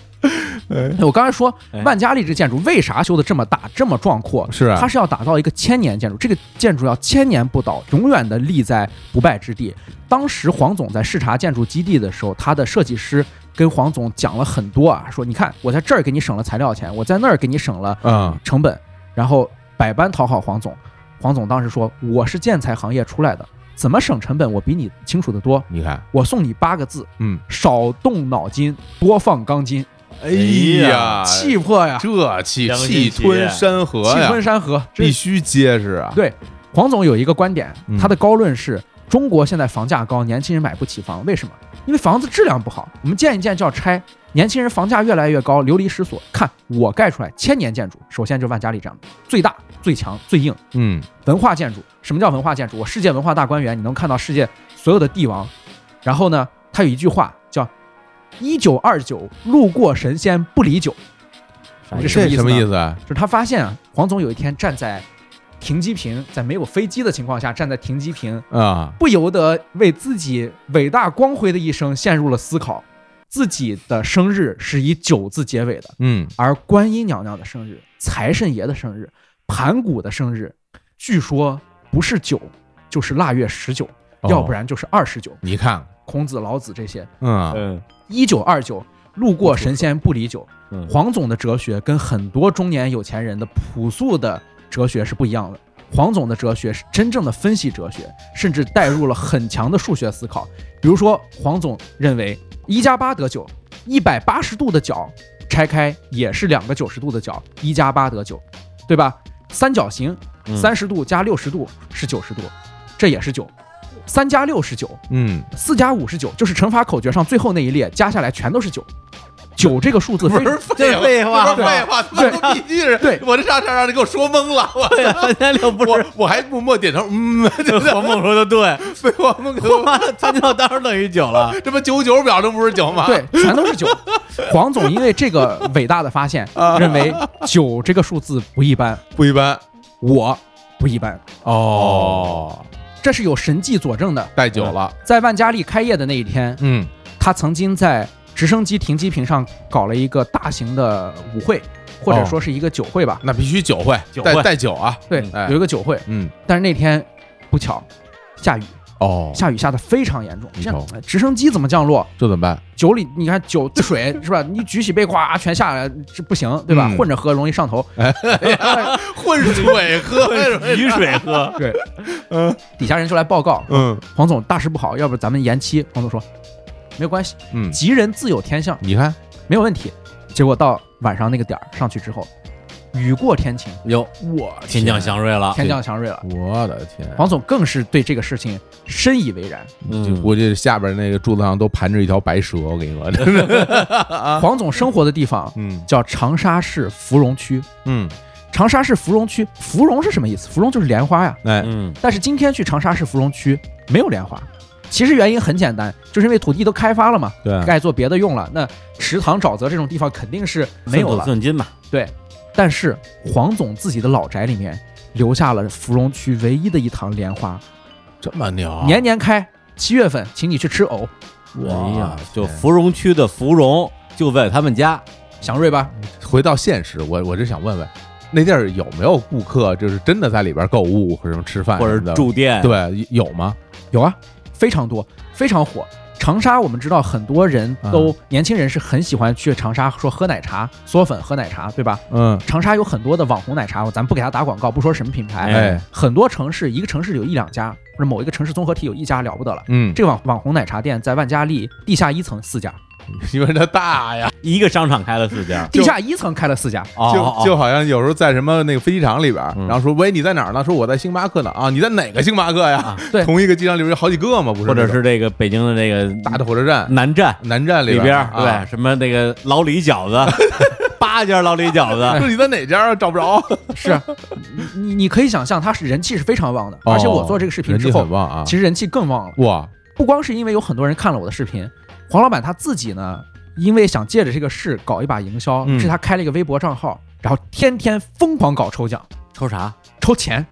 Speaker 4: 我刚才说
Speaker 3: 哎
Speaker 4: 万家丽这建筑为啥修的这么大、这么壮阔？
Speaker 2: 是啊
Speaker 4: 它是要打造一个千年建筑，这个建筑要千年不倒，永远的立在不败之地。当时黄总在视察建筑基地的时候，他的设计师跟黄总讲了很多啊，说你看我在这儿给你省了材料钱，我在那儿给你省了
Speaker 2: 啊，
Speaker 4: 成本，然后百般讨好黄总。黄总当时说：“我是建材行业出来的，怎么省成本，我比你清楚的多。
Speaker 2: 你看，
Speaker 4: 我送你八个字：
Speaker 2: 嗯，
Speaker 4: 少动脑筋，多放钢筋。
Speaker 2: 哎
Speaker 3: 呀
Speaker 4: 气魄呀，
Speaker 2: 这气
Speaker 3: 良心
Speaker 2: 气
Speaker 3: 企
Speaker 2: 吞
Speaker 3: 业
Speaker 2: 山河
Speaker 4: 气
Speaker 2: 呀，
Speaker 4: 吞山河，这
Speaker 2: 必须结实啊！
Speaker 4: 对，黄总有一个观点
Speaker 2: 嗯，
Speaker 4: 他的高论是：中国现在房价高，年轻人买不起房，为什么？因为房子质量不好，我们建一建就要拆，年轻人房价越来越高，流离失所。看我盖出来千年建筑，首先就万家丽这样的，最大、最强、最硬。
Speaker 2: 嗯，
Speaker 4: 文化建筑，什么叫文化建筑？我世界文化大观园，你能看到世界所有的帝王。然后呢，他有一句话叫“一九二九路过神仙不离酒”，
Speaker 3: 啥
Speaker 4: 这
Speaker 3: 意
Speaker 4: 什么
Speaker 2: 这
Speaker 4: 意思呢
Speaker 2: 什么意思啊？
Speaker 4: 就是他发现啊，黄总有一天站在停机坪，在没有飞机的情况下站在停机坪，
Speaker 2: 啊，
Speaker 4: 不由得为自己伟大光辉的一生陷入了思考。自己的生日是以九字结尾的，
Speaker 2: 嗯，
Speaker 4: 而观音娘娘的生日、财神爷的生日、盘古的生日，据说不是九就是腊月十九，
Speaker 2: 哦
Speaker 4: 要不然就是二十九。
Speaker 2: 你看，
Speaker 4: 孔子、老子这些，
Speaker 2: 嗯，
Speaker 3: 嗯
Speaker 4: 一九二九，路过神仙不离酒。
Speaker 3: 嗯，
Speaker 4: 黄总的哲学跟很多中年有钱人的朴素的哲学是不一样的。黄总的哲学是真正的分析哲学，甚至带入了很强的数学思考。比如说，黄总认为一加八得九，一百八十度的角拆开也是两个九十度的角，一加八得九，对吧？三角形
Speaker 3: 嗯
Speaker 4: 三十度加六十度是九十度，这也是九。三加六是九，
Speaker 2: 嗯，
Speaker 4: 四加五是九，就是乘法口诀上最后那一列加下来全都是九。九这个数字
Speaker 2: 不
Speaker 4: 非常
Speaker 2: 是废
Speaker 3: 这废话
Speaker 2: 话，不是废话，他妈
Speaker 4: 对
Speaker 2: 都必须是，
Speaker 4: 对
Speaker 2: 我这上上让你给我说懵了，我
Speaker 3: 对，三加六不是
Speaker 2: 我我还默默点头，嗯， 对对，
Speaker 3: 黄梦说的 对，
Speaker 2: 废话，懵给
Speaker 3: 他
Speaker 2: 我
Speaker 3: 妈的三加六当然等于九了，
Speaker 2: 这不九九表都不是九吗？
Speaker 4: 对，全都是九。黄总因为这个伟大的发现，认为九这个数字不一般，
Speaker 2: 不一般
Speaker 4: 我不一般，
Speaker 2: 哦，
Speaker 4: 这是有神迹佐证的。
Speaker 2: 带九了，
Speaker 4: 在万家丽开业的那一天，
Speaker 2: 嗯
Speaker 4: 他曾经在直升机停机坪上搞了一个大型的舞会，或者说是一个酒会吧。
Speaker 2: 那必须酒会
Speaker 3: 酒，会
Speaker 2: 带带酒啊，
Speaker 4: 对
Speaker 2: 哎，
Speaker 4: 有一个酒会，
Speaker 2: 嗯，
Speaker 4: 但是那天不巧下雨，
Speaker 2: 哦，
Speaker 4: 下雨下的非常严重。
Speaker 2: 你
Speaker 4: 这
Speaker 2: 瞅
Speaker 4: 样直升机怎么降落？
Speaker 2: 这怎么办？
Speaker 4: 酒里你看酒滴水是吧？你举起杯咵全下来，这不行对吧？
Speaker 2: 嗯
Speaker 4: 混着喝容易上头。
Speaker 2: 混水喝，
Speaker 3: 雨水喝，
Speaker 4: 对，嗯，底下人就来报告，
Speaker 2: 嗯
Speaker 4: 黄总大事不好，要不咱们延期。黄总说没有关系，
Speaker 2: 嗯，
Speaker 4: 吉人自有天相，
Speaker 2: 你看，
Speaker 4: 没有问题。结果到晚上那个点儿上去之后，雨过天晴，
Speaker 3: 哟，
Speaker 4: 我
Speaker 3: 天降祥瑞了，
Speaker 4: 天降祥瑞了。
Speaker 2: 我的天，
Speaker 4: 黄总更是对这个事情深以为然。
Speaker 2: 就
Speaker 3: 嗯，
Speaker 2: 估计下边那个柱子上都盘着一条白蛇，我跟你说，真的，
Speaker 4: 黄总生活的地方
Speaker 2: 嗯
Speaker 4: 叫长沙市芙蓉区，
Speaker 2: 嗯，
Speaker 4: 长沙市芙蓉区，芙蓉是什么意思？芙蓉就是莲花呀。
Speaker 2: 哎，
Speaker 3: 嗯，
Speaker 4: 但是今天去长沙市芙蓉区没有莲花，其实原因很简单，就是因为土地都开发了嘛，
Speaker 2: 对啊，
Speaker 4: 该做别的用了。那池塘、沼泽这种地方肯定是没
Speaker 3: 寸
Speaker 4: 有
Speaker 3: 土
Speaker 4: 了。
Speaker 3: 寸金嘛，
Speaker 4: 对，但是黄总自己的老宅里面留下了芙蓉区唯一的一堂莲花，
Speaker 2: 这么牛，
Speaker 4: 年年开。七月份，请你去吃藕，
Speaker 3: 哎呀，就
Speaker 2: 天
Speaker 3: 芙蓉区的芙蓉就在他们家，
Speaker 4: 祥瑞吧？
Speaker 2: 回到现实，我我就想问问，那地儿有没有顾客，就是真的在里边购物或者什么吃饭
Speaker 3: 或者
Speaker 2: 什么的
Speaker 3: 住店，，
Speaker 2: 哎对有吗？
Speaker 4: 有啊，非常多，非常火。长沙我们知道，很多人都、年轻人是很喜欢去长沙说喝奶茶、嗦粉喝奶茶，对吧？
Speaker 2: 嗯，
Speaker 4: 长沙有很多的网红奶茶，咱不给他打广告，不说什么品牌，
Speaker 2: 哎，
Speaker 4: 很多城市一个城市有一两家，或者某一个城市综合体有一家了不得了。
Speaker 2: 嗯，
Speaker 4: 这个网网红奶茶店在万家丽地下一层四家，
Speaker 2: 因为它大呀，
Speaker 3: 一个商场开了四家，
Speaker 4: 地下一层开了四家，
Speaker 3: 哦哦
Speaker 2: 就
Speaker 3: 哦
Speaker 2: 就好像有时候在什么那个飞机场里边，
Speaker 3: 嗯
Speaker 2: 然后说喂你在哪儿呢？说我在星巴克呢啊，你在哪个星巴克呀
Speaker 3: 啊？
Speaker 4: 对
Speaker 2: 同一个机场里边有好几个嘛，不是？
Speaker 3: 或者是这个北京的这个
Speaker 2: 大的火车站
Speaker 3: 南站
Speaker 2: 南站
Speaker 3: 里
Speaker 2: 边
Speaker 3: 边，
Speaker 2: 啊，
Speaker 3: 对，什么那个老李饺子， 八家老李饺子，
Speaker 2: 说你在哪家啊？找不 着，
Speaker 4: 是你你你可以想象，它是人气是非常旺的。
Speaker 2: 哦
Speaker 4: 而且我做这个视频
Speaker 2: 人
Speaker 4: 之
Speaker 2: 气
Speaker 4: 后
Speaker 2: 很，旺啊，
Speaker 4: 其实人气更旺了。
Speaker 2: 哇，
Speaker 4: 不光是因为有很多人看了我的视频，黄老板他自己呢，因为想借着这个事搞一把营销，
Speaker 2: 嗯
Speaker 4: 是他开了一个微博账号，然后天天疯狂搞抽奖、
Speaker 3: 抽啥？
Speaker 4: 抽钱，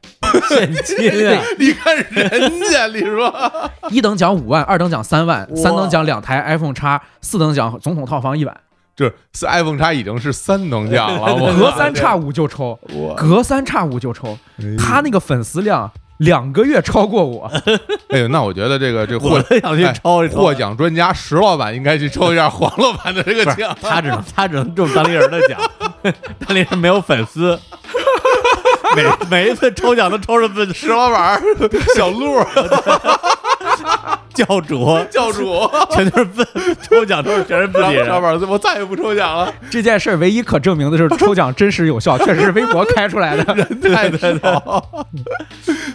Speaker 3: 现金啊！
Speaker 2: 你看人家，你说，
Speaker 4: 一等奖五万，二等奖三万，
Speaker 2: 哇
Speaker 4: 三等奖两台 iPhone 叉，四等奖总统套房一晚，
Speaker 2: 就是是 iPhone 叉已经是三等奖了，我
Speaker 4: 隔三差五就抽，
Speaker 2: 我
Speaker 4: 隔三差五就抽。他那个粉丝量两个月超过 我，
Speaker 2: 哎呦，那我觉得这个这个
Speaker 3: 我
Speaker 2: 获哎
Speaker 3: 都想去抽一抽
Speaker 2: 获奖专家石老板应该去抽一下黄老板的这个
Speaker 3: 不是
Speaker 2: 奖，
Speaker 3: 他只能他只能中当地人的奖， 当地人没有粉丝，每每一次抽奖都抽着自己
Speaker 2: 石老板儿小鹿儿，
Speaker 3: 教主，
Speaker 2: 教主，
Speaker 3: 全都是笨，抽奖都是全是笨
Speaker 2: 老
Speaker 3: 人。
Speaker 2: 老板，我再也不抽奖了，
Speaker 4: 这件事儿唯一可证明的是抽奖真实有 效，确实是微博开出来的。
Speaker 2: 太少。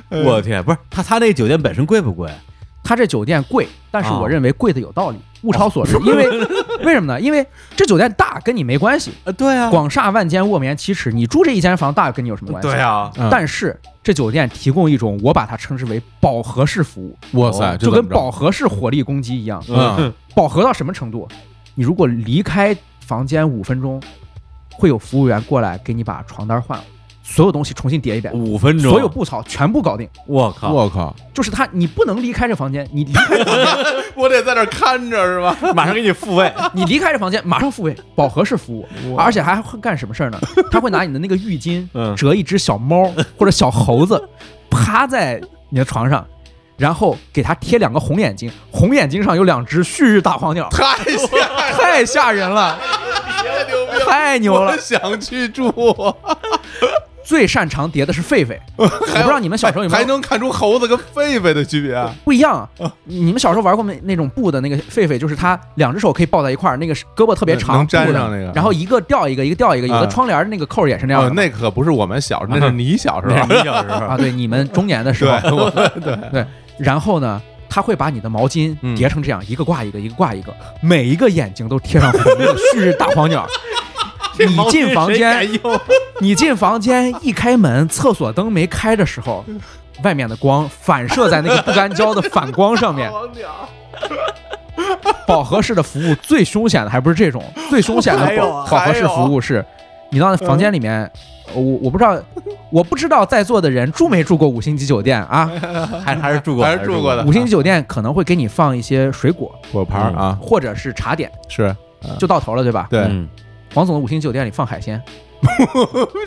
Speaker 3: 我天，不是他他那酒店本身贵不贵？
Speaker 4: 他这酒店贵，但是
Speaker 3: 啊
Speaker 4: 我认为贵的有道理，物超所值。 因为为什么呢？因为这酒店大跟你没关系，
Speaker 3: 啊，对啊，
Speaker 4: 广厦万间，卧眠七尺，你住这一间房大跟你有什么关系？
Speaker 2: 对啊，
Speaker 3: 嗯
Speaker 4: 但是这酒店提供一种我把它称之为饱和式服务，
Speaker 2: 哇塞，
Speaker 4: 哦就
Speaker 2: 这怎
Speaker 4: 跟
Speaker 2: 么着啊
Speaker 4: 饱和式火力攻击一样。
Speaker 2: 嗯，
Speaker 4: 饱和到什么程度？你如果离开房间五分钟，会有服务员过来给你把床单换了，所有东西重新叠一遍，
Speaker 2: 嗯
Speaker 3: 五分钟，
Speaker 4: 所有步操全部搞定。
Speaker 3: 我靠，
Speaker 2: 我靠，
Speaker 4: 就是他，你不能离开这 房间，你离开
Speaker 2: 我得在那儿看着是 吧？
Speaker 3: 马上给你复位，
Speaker 4: 你离开这房间，马上复位，饱和式服务，而且还会干什么事儿 呢？他会拿你的那个浴巾
Speaker 3: 嗯
Speaker 4: 折一只小猫或者小猴子，趴在你的床上，然后给他贴两个红眼睛，红眼睛上有两只旭日大黄鸟，
Speaker 2: 太吓
Speaker 4: 太吓人了，
Speaker 2: 太牛逼了，
Speaker 4: 太牛了
Speaker 2: 我！想去住，啊
Speaker 4: 最擅长叠的是狒狒，我不知道你们小时候有没
Speaker 2: 还
Speaker 4: 有
Speaker 2: 能看出猴子跟狒狒的区别啊？
Speaker 4: 不一样啊？你们小时候玩过没？那种布的那个狒狒，就是它两只手可以抱在一块儿，那个是胳膊特别
Speaker 2: 嗯
Speaker 4: 长，
Speaker 2: 能粘
Speaker 4: 布的
Speaker 2: 上那个
Speaker 4: 然后一个掉一个，一个掉一个，有
Speaker 2: 啊
Speaker 4: 的窗帘儿那个扣儿也是那
Speaker 2: 哦
Speaker 4: 样的，嘛。
Speaker 2: 那可不是我们小时候，那是你小时
Speaker 3: 那
Speaker 2: 候
Speaker 3: 是。你小时候
Speaker 4: 啊，对，你们中年的 时
Speaker 2: 对
Speaker 4: 候，，
Speaker 2: 我
Speaker 4: 然后呢，他会把你的毛巾
Speaker 2: 嗯
Speaker 4: 叠成这样，一个挂一个，一个挂一个，每一个眼睛都贴上红的 旭日大黄鸟。
Speaker 3: 这
Speaker 4: 你
Speaker 3: 毛
Speaker 4: 进
Speaker 3: 巾
Speaker 4: 房
Speaker 3: 谁敢
Speaker 4: 间，
Speaker 3: 用
Speaker 4: 你进房间一开门，厕所灯没开的时候，
Speaker 3: 嗯
Speaker 4: 外面的光反射在那个不干胶的反光上面。饱和式的服务最凶险的还不是这种，最凶险的
Speaker 3: 还有啊
Speaker 4: 饱饱和式服务是，你到那房间里面，我我不知道，我不知道在座的人住没住过五星级酒店啊？
Speaker 3: 还还是住过，
Speaker 2: 还是住过的
Speaker 4: 五星级酒店可能会给你放一些水果，
Speaker 2: 果盘儿啊，
Speaker 4: 或者是茶点，
Speaker 2: 是
Speaker 3: 啊
Speaker 4: 就到头了，对吧？
Speaker 2: 对
Speaker 3: 嗯
Speaker 4: 黄总的五星酒店里放海鲜，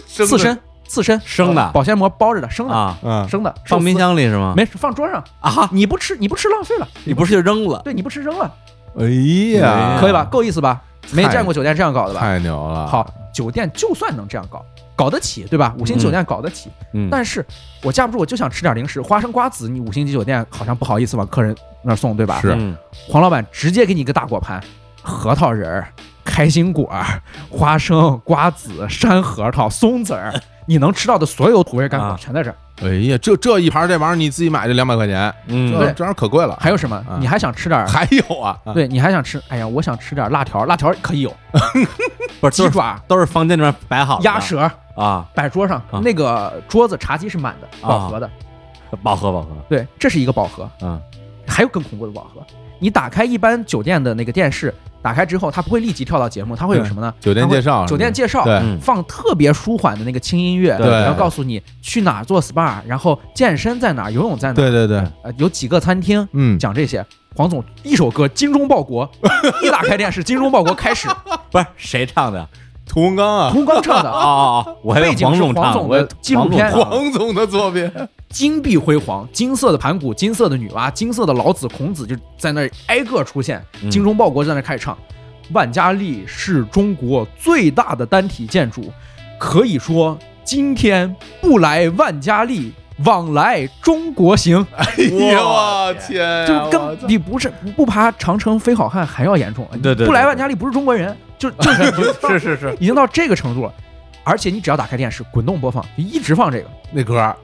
Speaker 2: 生的
Speaker 4: 刺身、刺身、
Speaker 3: 生的
Speaker 4: 保鲜膜包着的，生的、
Speaker 3: 啊，
Speaker 2: 嗯，
Speaker 4: 生的，
Speaker 3: 放
Speaker 4: 寿司
Speaker 3: 冰箱里是吗？
Speaker 4: 没事放桌上
Speaker 3: 啊，
Speaker 4: 你不吃你不吃浪费了，
Speaker 3: 你不是就扔了？
Speaker 4: 对，你不吃扔了，
Speaker 2: 哎呀，
Speaker 3: 啊
Speaker 4: 可以吧？够意思吧？没
Speaker 2: 太
Speaker 4: 见过酒店这样搞的吧？
Speaker 2: 太牛了！，
Speaker 4: 好，酒店就算能这样搞，搞得起，对吧？五星酒店搞得起，
Speaker 3: 嗯
Speaker 4: 但是我架不住我就想吃点零食，花生瓜子，你五星级酒店好像不好意思往客人那儿送，对吧？
Speaker 2: 是
Speaker 3: 嗯
Speaker 4: 黄老板直接给你一个大果盘，核桃仁儿、开心果儿、花生、瓜子、山核桃、松 子儿，你能吃到的所有土味干果
Speaker 3: 啊
Speaker 4: 全在这儿。
Speaker 2: 哎呀，这这一盘这玩意儿你自己买就两百块钱，
Speaker 3: 嗯，
Speaker 2: 这
Speaker 4: 对
Speaker 2: 这玩意儿可贵了。
Speaker 4: 还有什么
Speaker 2: 啊？
Speaker 4: 你还想吃点儿？
Speaker 2: 还有啊，啊
Speaker 4: 对你还想吃？哎呀，我想吃点儿辣条，辣条可以有，
Speaker 3: 不是
Speaker 4: 鸡
Speaker 3: 都是
Speaker 4: 爪、
Speaker 3: 都是房间里面摆好的
Speaker 4: 鸭舌
Speaker 3: 啊，
Speaker 4: 摆桌上
Speaker 3: 啊，
Speaker 4: 那个桌子茶几是满的，饱和的。
Speaker 3: 饱和饱和，
Speaker 4: 对，这是一个饱和。
Speaker 3: 嗯
Speaker 4: 还有更恐怖的饱和，你打开一般酒店的那个电视，打开之后它不会立即跳到节目，它会有什么呢？
Speaker 2: 酒店
Speaker 4: 它会
Speaker 2: 介绍是吧，
Speaker 4: 酒店介绍，
Speaker 2: 对，
Speaker 3: 嗯
Speaker 4: 放特别舒缓的那个轻音乐，
Speaker 3: 对
Speaker 4: 然后告诉你去哪儿做 SPA，然后健身在哪儿，游泳在哪儿，
Speaker 2: 对对对，
Speaker 4: 呃，有几个餐厅，
Speaker 2: 嗯，
Speaker 4: 讲这些。黄总一首歌《精忠报国》， 一打开电视，《精忠报国》开始，
Speaker 3: 不是谁唱 的？
Speaker 2: 屠洪刚啊，
Speaker 4: 屠刚唱
Speaker 3: 哦
Speaker 4: 的
Speaker 3: 哦哦，我还
Speaker 4: 背
Speaker 3: 有
Speaker 4: 景是
Speaker 3: 总
Speaker 4: 黄
Speaker 3: 唱，
Speaker 4: 总
Speaker 3: 我
Speaker 4: 的纪录片
Speaker 3: 黄总唱
Speaker 2: 黄总的作品，
Speaker 4: 金碧辉煌，金色的盘古，金色的女娲，金色的老子、孔子就在那儿挨个出现，
Speaker 3: 嗯
Speaker 4: 《精忠报国》就在那儿开始唱。万家丽是中国最大的单体建筑，可以说今天不来万家丽，往来中国行。
Speaker 2: 哎呦我
Speaker 3: 我
Speaker 2: 天呀，
Speaker 4: 就
Speaker 2: 我操
Speaker 4: 跟比不是不爬长城非好汉还要严重。啊
Speaker 3: 对对
Speaker 4: 不来
Speaker 3: 对
Speaker 4: 万家丽不是中国人，就就是
Speaker 3: 是是，
Speaker 4: 已经到这个程度了。而且你只要打开电视，滚动播放，就一直放这个。
Speaker 2: 那歌儿，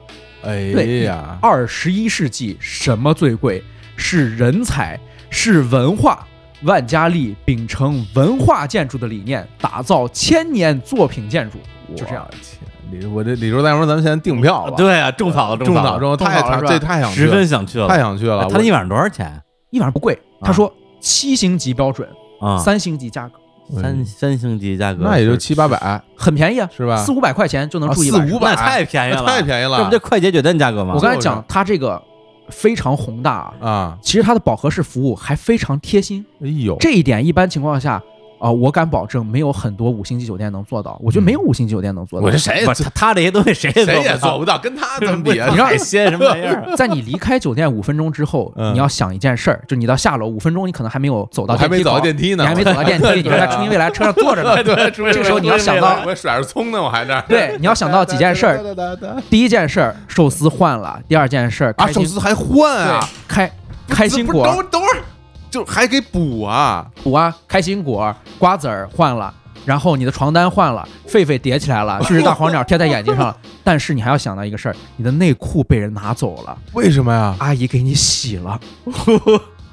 Speaker 2: 哎呀，
Speaker 4: 二十一世纪什么最贵？是人才，是文化。万家丽秉承文化建筑的理念，打造千年作品建筑，就这样
Speaker 2: 我。天。李我这李叔，再说咱们现在订票吧，
Speaker 3: 对啊，种草了
Speaker 2: 种
Speaker 3: 草
Speaker 2: 草种
Speaker 4: 种
Speaker 2: 太
Speaker 4: 草了
Speaker 2: 想
Speaker 4: 是吧
Speaker 2: 这太想去
Speaker 3: 十
Speaker 2: 了
Speaker 3: 分想去了。哎
Speaker 2: 太想去了，
Speaker 3: 他那一
Speaker 2: 我
Speaker 3: 晚上多少钱
Speaker 4: 一晚上不贵，
Speaker 2: 啊
Speaker 4: 他说七星级标准，
Speaker 3: 啊？
Speaker 4: 三星级价格
Speaker 3: 三三星级价格，
Speaker 2: 哎嗯那也就七八，百，
Speaker 4: 很便宜啊，
Speaker 2: 是吧
Speaker 4: 四五百块钱就能
Speaker 2: 啊
Speaker 4: 住一
Speaker 2: 四
Speaker 4: 晚上。
Speaker 2: 五百
Speaker 3: 那太便宜了，
Speaker 2: 太便宜
Speaker 3: 这
Speaker 2: 了
Speaker 3: 不就快捷酒店价格吗？
Speaker 4: 我刚才
Speaker 2: 就是
Speaker 4: 讲它这个非常宏大啊，
Speaker 2: 啊！
Speaker 4: 其实它的饱和式服务还非常贴心，
Speaker 2: 哎呦，
Speaker 4: 这一点一般情况下啊、我敢保证没有很多五星级酒店能做到。我觉得没有五星级酒店能做到。
Speaker 2: 我这谁也
Speaker 3: 不是他他这些东西谁也
Speaker 2: 谁也
Speaker 3: 做
Speaker 2: 做
Speaker 3: 不
Speaker 2: 不到，跟他
Speaker 3: 到，
Speaker 2: 怎么比啊？
Speaker 3: 你
Speaker 2: 你
Speaker 3: 让
Speaker 2: 让
Speaker 3: 海鲜什么玩 意儿？
Speaker 4: 在你离开酒店五分钟之后，
Speaker 2: 嗯
Speaker 4: 你要想一件事儿，就你到下楼五分钟，你可能还没有走到
Speaker 2: 还
Speaker 4: 电
Speaker 2: 没
Speaker 4: 梯
Speaker 2: 走到
Speaker 4: 口，
Speaker 2: 电梯
Speaker 4: 你
Speaker 2: 呢，
Speaker 4: 还没走到电梯，你还在初音未来车上坐 着呢。
Speaker 2: 对，
Speaker 4: 这时候你要想到，
Speaker 2: 我甩着葱呢，我还这儿。啊
Speaker 4: 对，你要想到几 件事儿。
Speaker 2: 儿
Speaker 4: 第一件事儿，寿司换了；第二件事儿，
Speaker 2: 啊，
Speaker 4: 开
Speaker 2: 寿
Speaker 4: 心
Speaker 2: 司还换
Speaker 4: 对
Speaker 2: 啊！
Speaker 4: 开开心果
Speaker 2: 不是等会儿等会儿，就还给补啊！
Speaker 4: 补啊，开心果、瓜子儿换了，然后你的床单换了，狒狒叠起来 了，甚至大黄鸟贴在眼睛上了。但是你还要想到一个事儿，你的内裤被人拿走了，
Speaker 2: 为什么呀？
Speaker 4: 阿姨给你 洗了，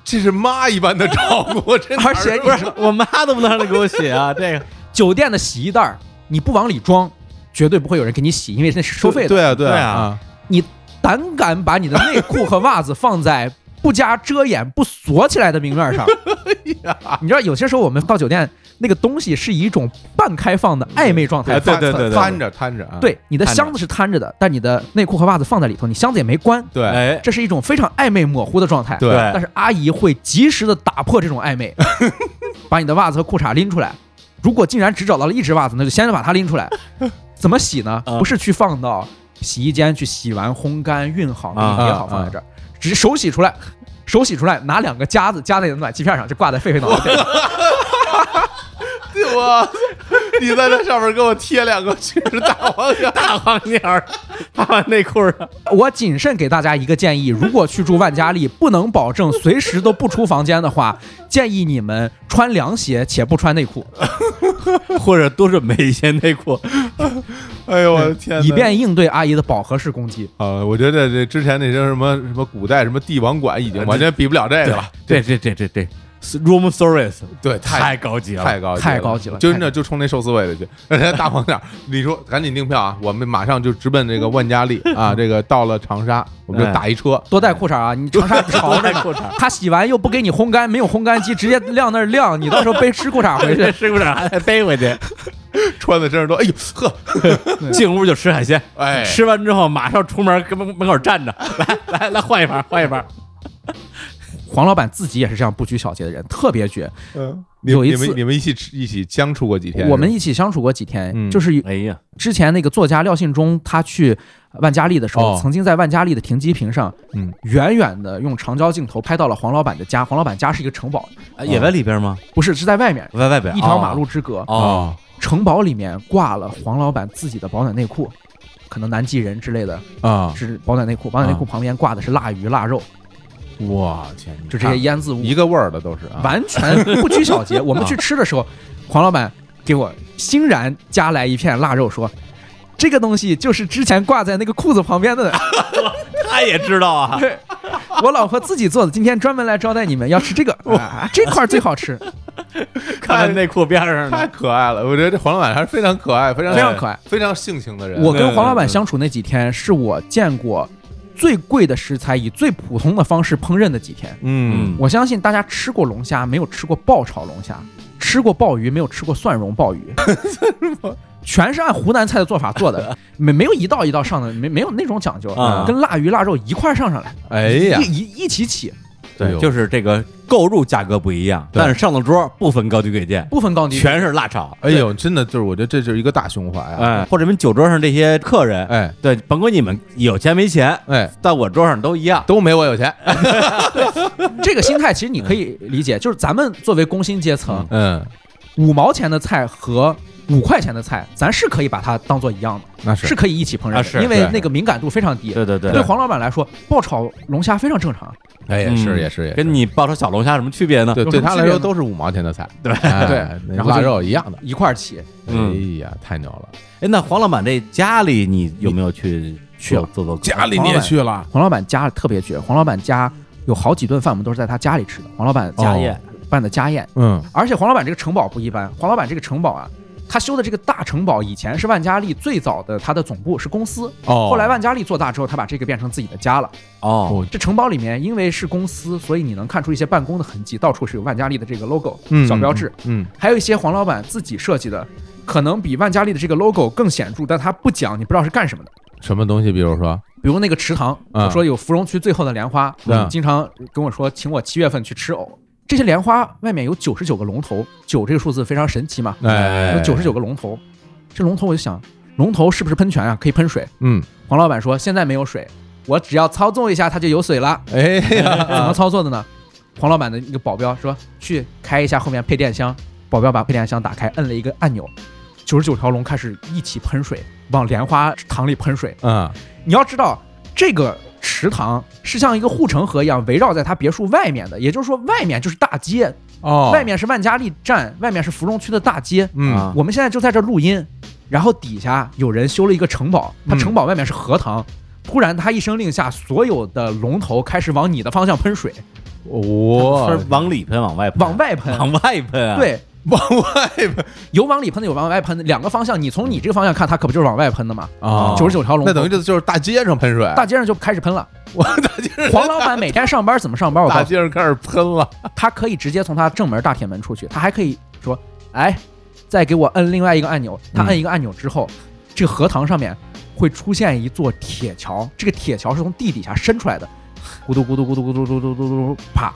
Speaker 2: 这是妈一般的照顾， 这哪儿
Speaker 4: 而且
Speaker 2: 不
Speaker 4: 你
Speaker 2: 是
Speaker 4: 说
Speaker 3: 我妈都不能让他给我洗啊，这个
Speaker 4: 酒店的洗衣袋儿，你不往里装，绝对不会有人给你洗，因为那是收费的。
Speaker 2: 对啊对
Speaker 3: 对啊
Speaker 2: 啊，
Speaker 4: 你胆敢把你的内裤和袜子放在不加遮掩、不锁起来的明 面上？你知道，有些时候我们到酒店，那个东西是以一种半开放的暧昧状态
Speaker 2: 哎
Speaker 4: 放
Speaker 2: 对
Speaker 4: 在。
Speaker 2: 对对对，
Speaker 4: 放
Speaker 2: 摊着摊着啊，
Speaker 4: 对，你的
Speaker 2: 看着
Speaker 4: 箱子是摊着的，但你的内裤和袜子放在里头，你箱子也没关，
Speaker 2: 对
Speaker 3: 哎，
Speaker 4: 这是一种非常暧昧模糊的状态。
Speaker 2: 对
Speaker 4: 但是阿姨会及时的打破这种 暧昧，把你的袜子和裤衩拎出来。如果竟然只找到了一只袜子，那就先把它拎出 来。怎么洗呢？
Speaker 2: 嗯
Speaker 3: 啊
Speaker 4: 不是去放到洗衣间去洗完烘干熨好，给你叠好
Speaker 2: 啊
Speaker 4: 放在这儿，直接手洗出来，手洗出来，拿两个夹子夹在你的暖气片上，就挂在狒狒脑袋 顶上。
Speaker 2: 对，我你在那上面给我贴两个全是大黄 鸭，
Speaker 3: 大黄鸟儿趴完内裤上，
Speaker 4: 我谨慎给大家一个建议：如果去住万家丽，不能保证随时都不出房间的话，建议你们穿凉鞋且不穿内裤，
Speaker 3: 或者多准备一些内裤，
Speaker 2: 哎呦我的天哪！
Speaker 4: 以便应对阿姨的饱和式攻击。
Speaker 2: 啊，我觉得这之前那些什么什么古代什么帝王馆已
Speaker 4: 呃
Speaker 2: 经完全比不了这个了，
Speaker 3: 对这这这这这 room service
Speaker 2: 对，
Speaker 3: 太
Speaker 2: 太
Speaker 3: 高级了，
Speaker 2: 太高级了
Speaker 4: 太高级了
Speaker 2: 真的就冲那寿司味的去， 人家大黄鸟，你说赶紧订票啊，我们马上就直奔这个万家丽 啊，这个到了长沙，我们就打一车，
Speaker 4: 多带裤衩啊！你长沙潮着
Speaker 3: 带
Speaker 4: 呢，
Speaker 3: 裤衩。
Speaker 4: 他洗完又不给你烘干，没有烘干机，直接晾那儿晾，你到时候背湿 裤衩回去。
Speaker 3: 吃不了还得哎背回去，
Speaker 2: 穿在身上都，哎呦呵，
Speaker 3: 进屋就吃海鲜，
Speaker 2: 哎
Speaker 3: 吃完之后马上出门跟门门口站着，来来来换一盘换一盘，
Speaker 4: 黄老板自己也是这样不拘小节的人，特别绝。
Speaker 2: 嗯，
Speaker 4: 有一
Speaker 2: 你
Speaker 4: 次
Speaker 2: 们你们一起吃一起相处过几天？
Speaker 4: 我们
Speaker 2: 是吧
Speaker 4: 一起相处过几天，
Speaker 2: 嗯
Speaker 4: 就是
Speaker 3: 哎呀，
Speaker 4: 之前那个作家廖信忠，他去万家丽的时候，
Speaker 2: 哦
Speaker 4: 曾经在万家丽的停机坪上，
Speaker 2: 嗯，
Speaker 4: 远远的用长焦镜头拍到了黄老板的家。黄老板家是一个城堡，
Speaker 3: 啊也在里边吗？
Speaker 4: 不是，是在外面
Speaker 3: 在外边
Speaker 4: 一条马路之隔。
Speaker 3: 哦，
Speaker 4: 城堡里面挂了黄老板自己的保暖内裤，可能南极人之类的
Speaker 2: 啊，
Speaker 4: 是保暖内裤。保暖内裤旁边挂的是腊鱼、腊肉，
Speaker 2: 我天，你
Speaker 4: 就这些
Speaker 2: 看
Speaker 4: 腌渍物，
Speaker 2: 啊一个味啊儿的都是啊，
Speaker 4: 完全不拘小 节。我们去吃的时候，黄老板给我欣然夹来一片腊肉，说。这个东西就是之前挂在那个裤子旁边的，
Speaker 3: 他也知道啊，
Speaker 4: 对，我老婆自己做的，今天专门来招待你们，要吃这个，啊、这块儿最好吃，
Speaker 3: 看在内裤边 上
Speaker 2: 太
Speaker 3: 呢，
Speaker 2: 可爱了，我觉得这黄老板还是非常可爱，非常哎
Speaker 4: 非常可爱。
Speaker 2: 非常性情的人。嗯
Speaker 4: 我跟黄老板相处那几天，是我见过最贵的食材以最普通的方式烹饪的几天。
Speaker 2: 嗯，
Speaker 4: 我相信大家吃过龙虾，没有吃过爆炒龙虾；吃过鲍鱼，没有吃过蒜蓉鲍鱼。 全是按湖南菜的做法做的，没没有一道一道上的，没没有那种讲究，
Speaker 3: 啊
Speaker 4: 跟腊鱼腊肉一块儿上上来，
Speaker 2: 哎呀
Speaker 4: 一，一一起起，
Speaker 2: 哎呦
Speaker 3: 就是这个购入价格不一样，
Speaker 2: 对
Speaker 3: 但是上了桌不分高低贵贱，
Speaker 4: 不分高低，
Speaker 3: 全是辣炒，
Speaker 2: 哎呦，真的就是我觉得这就是一个大胸怀啊，
Speaker 3: 哎，或者你们酒桌上这些客人，
Speaker 2: 哎
Speaker 3: 对，甭管你们有钱没钱，
Speaker 2: 哎，
Speaker 3: 在我桌上都一样，
Speaker 2: 都没我有钱，
Speaker 4: 这个心态其实你可以理解，就是咱们作为工薪阶层，
Speaker 2: 嗯，
Speaker 4: 五毛钱的菜和五块钱的菜，咱是可以把它当做一样的，
Speaker 2: 那
Speaker 4: 是可以一起烹饪的，
Speaker 3: 啊是
Speaker 4: 因为
Speaker 2: 对
Speaker 4: 那个敏感度非常低。
Speaker 3: 对对对
Speaker 4: 对黄老板来说，爆炒龙虾非常正常。
Speaker 2: 哎，也是也是也是，
Speaker 3: 跟你爆炒小龙虾有什么区别呢？
Speaker 2: 对
Speaker 4: 有
Speaker 2: 对
Speaker 4: 什么
Speaker 2: 他
Speaker 4: 区
Speaker 2: 来
Speaker 4: 别
Speaker 2: 说
Speaker 4: 呢
Speaker 2: 都是五毛钱的菜，
Speaker 3: 对
Speaker 2: 哎那
Speaker 4: 然后
Speaker 2: 腊
Speaker 4: 就
Speaker 2: 肉一样的，
Speaker 4: 一块儿起，
Speaker 2: 哎
Speaker 3: 嗯
Speaker 2: 呀，太牛了，
Speaker 3: 哎，那黄老板这家里你有没有去
Speaker 4: 去了
Speaker 3: 做做客
Speaker 2: 家里你也去了，
Speaker 4: 黄老板家特别绝，黄老板家有好几顿饭我们都是在他家里吃的，黄老板家
Speaker 3: 家
Speaker 2: 哦
Speaker 3: 宴
Speaker 4: 办的家宴，
Speaker 2: 嗯，
Speaker 4: 而且黄老板这个城堡不一般，黄老板这个城堡啊，他修的这个大城堡以前是万家丽最早的他的总部是公司，
Speaker 2: 哦，
Speaker 4: 后来万家丽做大之后，他把这个变成自己的家了。
Speaker 3: 哦，
Speaker 4: 这城堡里面因为是公司，所以你能看出一些办公的痕迹，到处是有万家丽的这个 logo
Speaker 2: 嗯
Speaker 4: 小标志，，
Speaker 2: 嗯，
Speaker 4: 还有一些黄老板自己设计的，可能比万家丽的这个 logo 更显著，但他不讲，你不知道是干什么的。
Speaker 2: 嗯什么东西？比如说，
Speaker 4: 比如那个池塘，
Speaker 2: 嗯
Speaker 4: 我说有芙蓉区最后的莲花，
Speaker 2: 嗯
Speaker 4: 经常跟我说请我七月份去吃藕。这些莲花外面有九十九个龙头，九这个数字非常神奇嘛，
Speaker 2: 哎
Speaker 4: 有，九十九，个龙头。这龙头我就想，龙头是不是喷泉啊？可以喷水。
Speaker 2: 嗯，
Speaker 4: 黄老板说现在没有水，我只要操纵一下它就有水 了。
Speaker 2: 哎呀，
Speaker 4: 怎么操作的呢？黄老板的一个保镖说去开一下后面配电箱，保镖把配电箱打开，摁了一个按钮，九十九条龙开始一起喷水，往莲花塘里喷水。
Speaker 2: 嗯，
Speaker 4: 你要知道，这个池池塘是像一个护城河一样围绕在他别墅外面的，也就是说，外面就是大街，
Speaker 2: 哦，
Speaker 4: 外面是万家丽站，外面是芙蓉区的大街。
Speaker 2: 嗯
Speaker 3: 啊
Speaker 4: 我们现在就在这录音，然后底下有人修了一个城堡，他
Speaker 2: 嗯
Speaker 4: 城堡外面是荷塘。突然，他一声令下，所有的龙头开始往你的方向喷水，
Speaker 2: 哇
Speaker 3: 是往里喷，往外喷，
Speaker 4: 往外喷。
Speaker 3: 往外喷啊！，
Speaker 4: 对，
Speaker 2: 往外边
Speaker 4: 有往里喷的，有往外喷的，两个方向。你从你这个方向看，它可不就是往外喷的吗？
Speaker 2: 啊
Speaker 4: 九十九条龙头，
Speaker 2: 那等于这就是大街上喷水，
Speaker 4: 大街上就开始喷了。
Speaker 2: 我大街上
Speaker 4: 黄老板每天上班怎么上班？我告诉
Speaker 2: 大
Speaker 4: 你
Speaker 2: 街上开始喷了，
Speaker 4: 他可以直接从他正门大铁门出去，他还可以说：“哎，再给我摁另外一个按钮。”他摁一个按钮之后，这个荷塘上面会出现一座铁桥，这个铁桥是从地底下伸出来的，咕嘟咕嘟咕嘟咕嘟咕嘟咕嘟咕嘟，啪，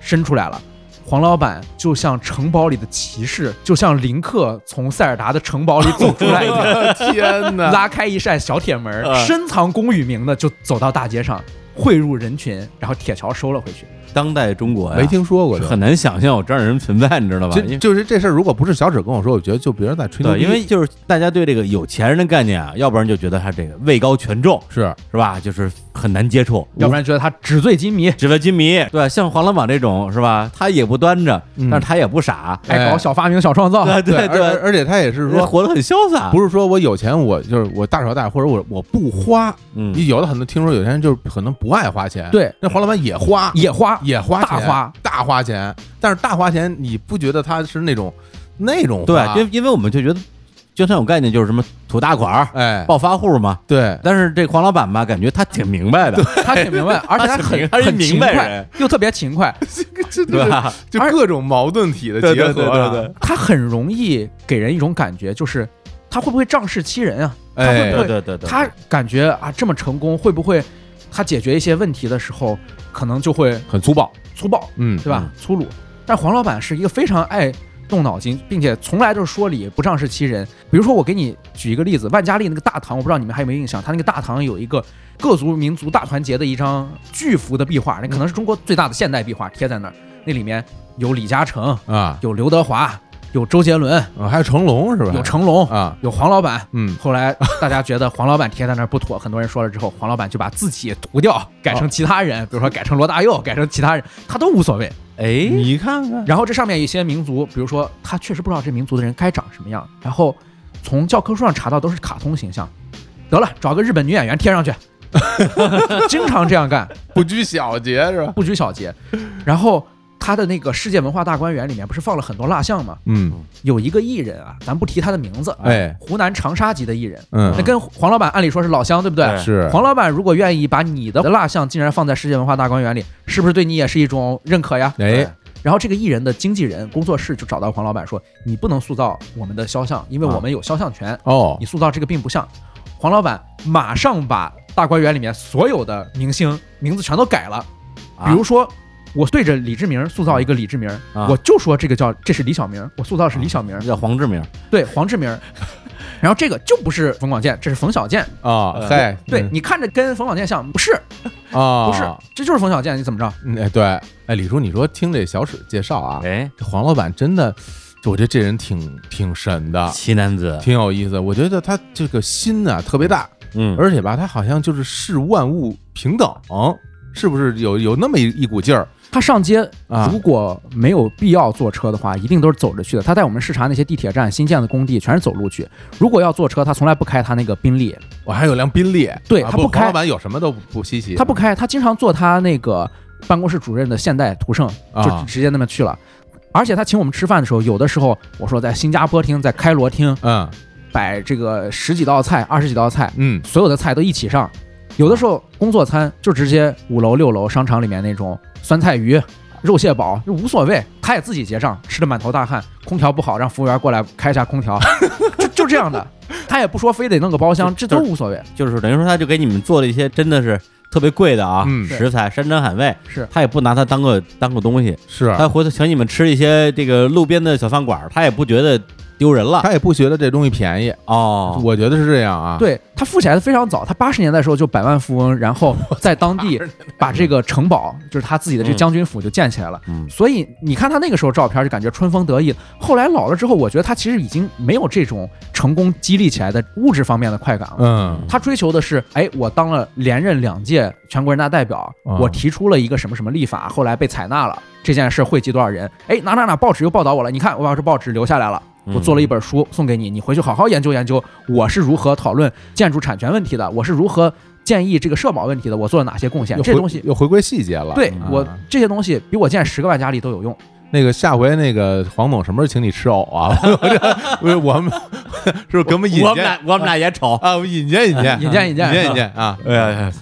Speaker 4: 伸出来了。黄老板就像城堡里的骑士，就像林克从塞尔达的城堡里走出来一样，
Speaker 2: 天哪！
Speaker 4: 拉开一扇小铁门，
Speaker 3: 呃
Speaker 4: 深藏功与名的就走到大街上，汇入人群，然后铁桥收了回去。
Speaker 3: 当代中哎国呀
Speaker 2: 没听说过
Speaker 3: 是
Speaker 2: 这
Speaker 3: 很难想象有这样的人存在，你知道吧？因
Speaker 2: 这就
Speaker 3: 为
Speaker 2: 是这事儿，如果不是小史跟我说，我觉得就别人在吹牛
Speaker 3: 对，
Speaker 2: 逼，
Speaker 3: 因为就是大家对这个有钱人的概念啊，要不然就觉得他这个位高权重，
Speaker 2: 是
Speaker 3: 是吧？就是很难接触，
Speaker 4: 要不然觉得他纸醉金迷，
Speaker 3: 纸醉金迷。对，像黄老板这种是吧？他也不端着，
Speaker 2: 嗯
Speaker 3: 但是他也不傻，
Speaker 4: 爱哎搞小发明、小创造。
Speaker 3: 哎对对
Speaker 2: 而而而且他也是
Speaker 3: 说
Speaker 2: 说，
Speaker 3: 活得很潇洒。
Speaker 2: 不
Speaker 3: 是，
Speaker 2: 是说我有钱我就是我大手大脚，或者我我不花，
Speaker 3: 嗯，
Speaker 2: 有的很多听说有些人就是可能不爱花钱，
Speaker 4: 对，
Speaker 2: 那黄老板也花，
Speaker 4: 野花，
Speaker 2: 也花
Speaker 4: 大
Speaker 2: 钱
Speaker 4: 花
Speaker 2: 大花钱，但是大花钱你不觉得他是那种那种花
Speaker 3: 对，因因为我们就觉得，就算有概念，就是什么土大款儿、
Speaker 2: 哎
Speaker 3: 暴发户嘛。
Speaker 2: 对
Speaker 3: 但是这黄老板吧，感觉他挺明白 的，
Speaker 4: 他 挺明白，而且他很
Speaker 3: 他是
Speaker 4: 很
Speaker 3: 明
Speaker 4: 勤
Speaker 3: 白人
Speaker 4: 快，又特别勤快，
Speaker 2: 这
Speaker 3: 对吧？
Speaker 2: 就
Speaker 4: 而
Speaker 2: 各种矛盾体的
Speaker 3: 对
Speaker 2: 结
Speaker 3: 对
Speaker 2: 合
Speaker 3: 对
Speaker 2: 啊，
Speaker 3: 对对，
Speaker 4: 他很容易给人一种感觉，就是他会不会仗势欺人啊？他会
Speaker 2: 哎
Speaker 4: 不
Speaker 3: 对
Speaker 4: 会？
Speaker 3: 对对对，
Speaker 4: 他感觉啊这么成功，会不会他解决一些问题的时候，可能就会
Speaker 2: 很粗暴，
Speaker 4: 粗暴，
Speaker 2: 嗯，
Speaker 4: 对吧？粗鲁。但黄老板是一个非常爱动脑筋，并且从来就是说理，不仗势欺人。比如说，我给你举一个例子，万家丽那个大唐，我不知道你们还有没有印象，他那个大唐有一个各族民族大团结的一张巨幅的壁画，那可能是中国最大的现代壁画，贴在那儿，那里面有李嘉诚，
Speaker 2: 啊，
Speaker 4: 有刘德华，有周杰伦，
Speaker 2: 啊还有成龙是吧？
Speaker 4: 有成龙，
Speaker 2: 啊，
Speaker 4: 有黄老板。
Speaker 2: 嗯，
Speaker 4: 后来大家觉得黄老板贴在那儿不妥，很多人说了之后，黄老板就把自己涂掉，改
Speaker 2: 哦
Speaker 4: 成其他人，比如说改成罗大佑，改成其他人，他都无所谓。
Speaker 3: 哎，
Speaker 2: 你看看，
Speaker 4: 然后这上面一些民族，比如说他确实不知道这民族的人该长什么样，然后从教科书上查到都是卡通形象，得了，找个日本女演员贴上去， 经常这样干，
Speaker 2: 不拘小节是吧？
Speaker 4: 不拘小节。然后他的那个世界文化大观园里面不是放了很多蜡像吗？
Speaker 2: 嗯，
Speaker 4: 有一个艺人啊，咱不提他的名字，
Speaker 2: 哎，
Speaker 4: 湖南长沙籍的艺人，
Speaker 2: 嗯
Speaker 4: 那，跟黄老板按理说是老乡，对不对？
Speaker 3: 对
Speaker 2: 是
Speaker 4: 黄老板如果愿意把你的蜡像竟然放在世界文化大观园里，是不是对你也是一种认可呀？
Speaker 2: 哎
Speaker 4: 然后这个艺人的经纪人工作室就找到黄老板说：“你不能塑造我们的肖像，因为
Speaker 3: 啊
Speaker 4: 我们有肖像权，
Speaker 2: 哦
Speaker 4: 你，塑造这个并不像。”黄老板马上把大观园里面所有的明星名字全都改了，
Speaker 3: 啊
Speaker 4: 比如说。我对着李志明塑造一个李志明，
Speaker 3: 啊
Speaker 4: 我就说这个叫这是李小明，我塑造的是李小明，
Speaker 3: 叫黄志明，
Speaker 4: 对黄志明， 然后这个就不是冯广建，这是冯小建，
Speaker 2: 啊，
Speaker 3: 呃
Speaker 2: 嗨，
Speaker 4: 对
Speaker 2: 嗯
Speaker 4: 你看着跟冯小建像，不是
Speaker 2: 啊，
Speaker 4: 不是，这就是冯小建，你怎么着？
Speaker 2: 嗯，哎，对，哎，李叔，你说听这小史介绍啊，
Speaker 3: 哎，
Speaker 2: 这黄老板真的，我觉得这人挺挺神的，
Speaker 3: 奇男子，
Speaker 2: 挺有意思的。我觉得他这个心啊特别大，
Speaker 3: 嗯，
Speaker 2: 而且吧，他好像就是视万物平等，是不是有有那么一一股劲儿？
Speaker 4: 他上街
Speaker 2: 啊
Speaker 4: 如果没有必要坐车的话，一定都是走着去的。他带我们视察那些地铁站新建的工地，全是走路去。如果要坐车，他从来不开他那个宾利，
Speaker 2: 我还有辆宾利，
Speaker 4: 对
Speaker 2: 啊
Speaker 4: 他
Speaker 2: 不
Speaker 4: 不开
Speaker 2: 黄老板有什么都不不稀奇，
Speaker 4: 他不开，他经常坐他那个办公室主任的现代途胜，
Speaker 2: 啊
Speaker 4: 就直接那么去了。而且他请我们吃饭的时候，有的时候我说在新加坡厅、在开罗厅
Speaker 2: 嗯
Speaker 4: 摆这个十几道菜、二十几道菜，
Speaker 2: 嗯
Speaker 4: 所有的菜都一起上。有的时候工作餐就直接五楼六楼商场里面那种酸菜鱼、肉蟹煲，就无所谓，他也自己结账，吃的满头大汗，空调不好，让服务员过来开一下空调， 就就这样的，他也不说非得弄个包厢，这
Speaker 3: 就
Speaker 4: 都无所谓。
Speaker 3: 就是等于说他就给你们做了一些真的是特别贵的啊、
Speaker 2: 嗯
Speaker 3: 食材，山珍海味，
Speaker 4: 是
Speaker 3: 他也不拿它当个当个东西，
Speaker 2: 是
Speaker 3: 他回头请你们吃一些这个路边的小饭馆儿，他也不觉得丢人了
Speaker 2: 他也不觉得这东西便宜，
Speaker 3: 哦。
Speaker 2: 我觉得是这样啊。，
Speaker 4: 对他富起来的非常早，他八十年代的时候就百万富翁，然后在当地把这个城堡，就是他自己的这个将军府就建起来了。
Speaker 3: 嗯
Speaker 4: 所以你看他那个时候照片，就感觉春风得意。后来老了之后，我觉得他其实已经没有这种成功激励起来的物质方面的快感了。
Speaker 2: 嗯
Speaker 4: 他追求的是，哎，我当了连任两届全国人大代表，
Speaker 2: 嗯
Speaker 4: 我提出了一个什么什么立法，后来被采纳了，这件事惠及多少人？哎，哪哪哪报纸又报道我了，你看我把这报纸留下来了。
Speaker 3: 嗯
Speaker 4: 我做了一本书送给你，你回去好好研究研究，我是如何讨论建筑产权问题的，我是如何建议这个社保问题的，我做了哪些贡献
Speaker 2: 又，
Speaker 4: 这
Speaker 2: 回
Speaker 4: 东西，
Speaker 2: 又回归细节了。
Speaker 4: 对
Speaker 2: 啊
Speaker 4: 我这些东西比我建十个万家里都有用。
Speaker 2: 那个下回那个黄总什么时候请你吃藕啊？ 我这不是我们 是不是给我们引
Speaker 3: 我们
Speaker 2: 荐
Speaker 3: 俩我们俩也丑，
Speaker 2: 啊？我们引荐引荐
Speaker 4: 引荐
Speaker 2: 引
Speaker 4: 引荐
Speaker 2: 荐引荐啊！
Speaker 3: 哎呀，哎呀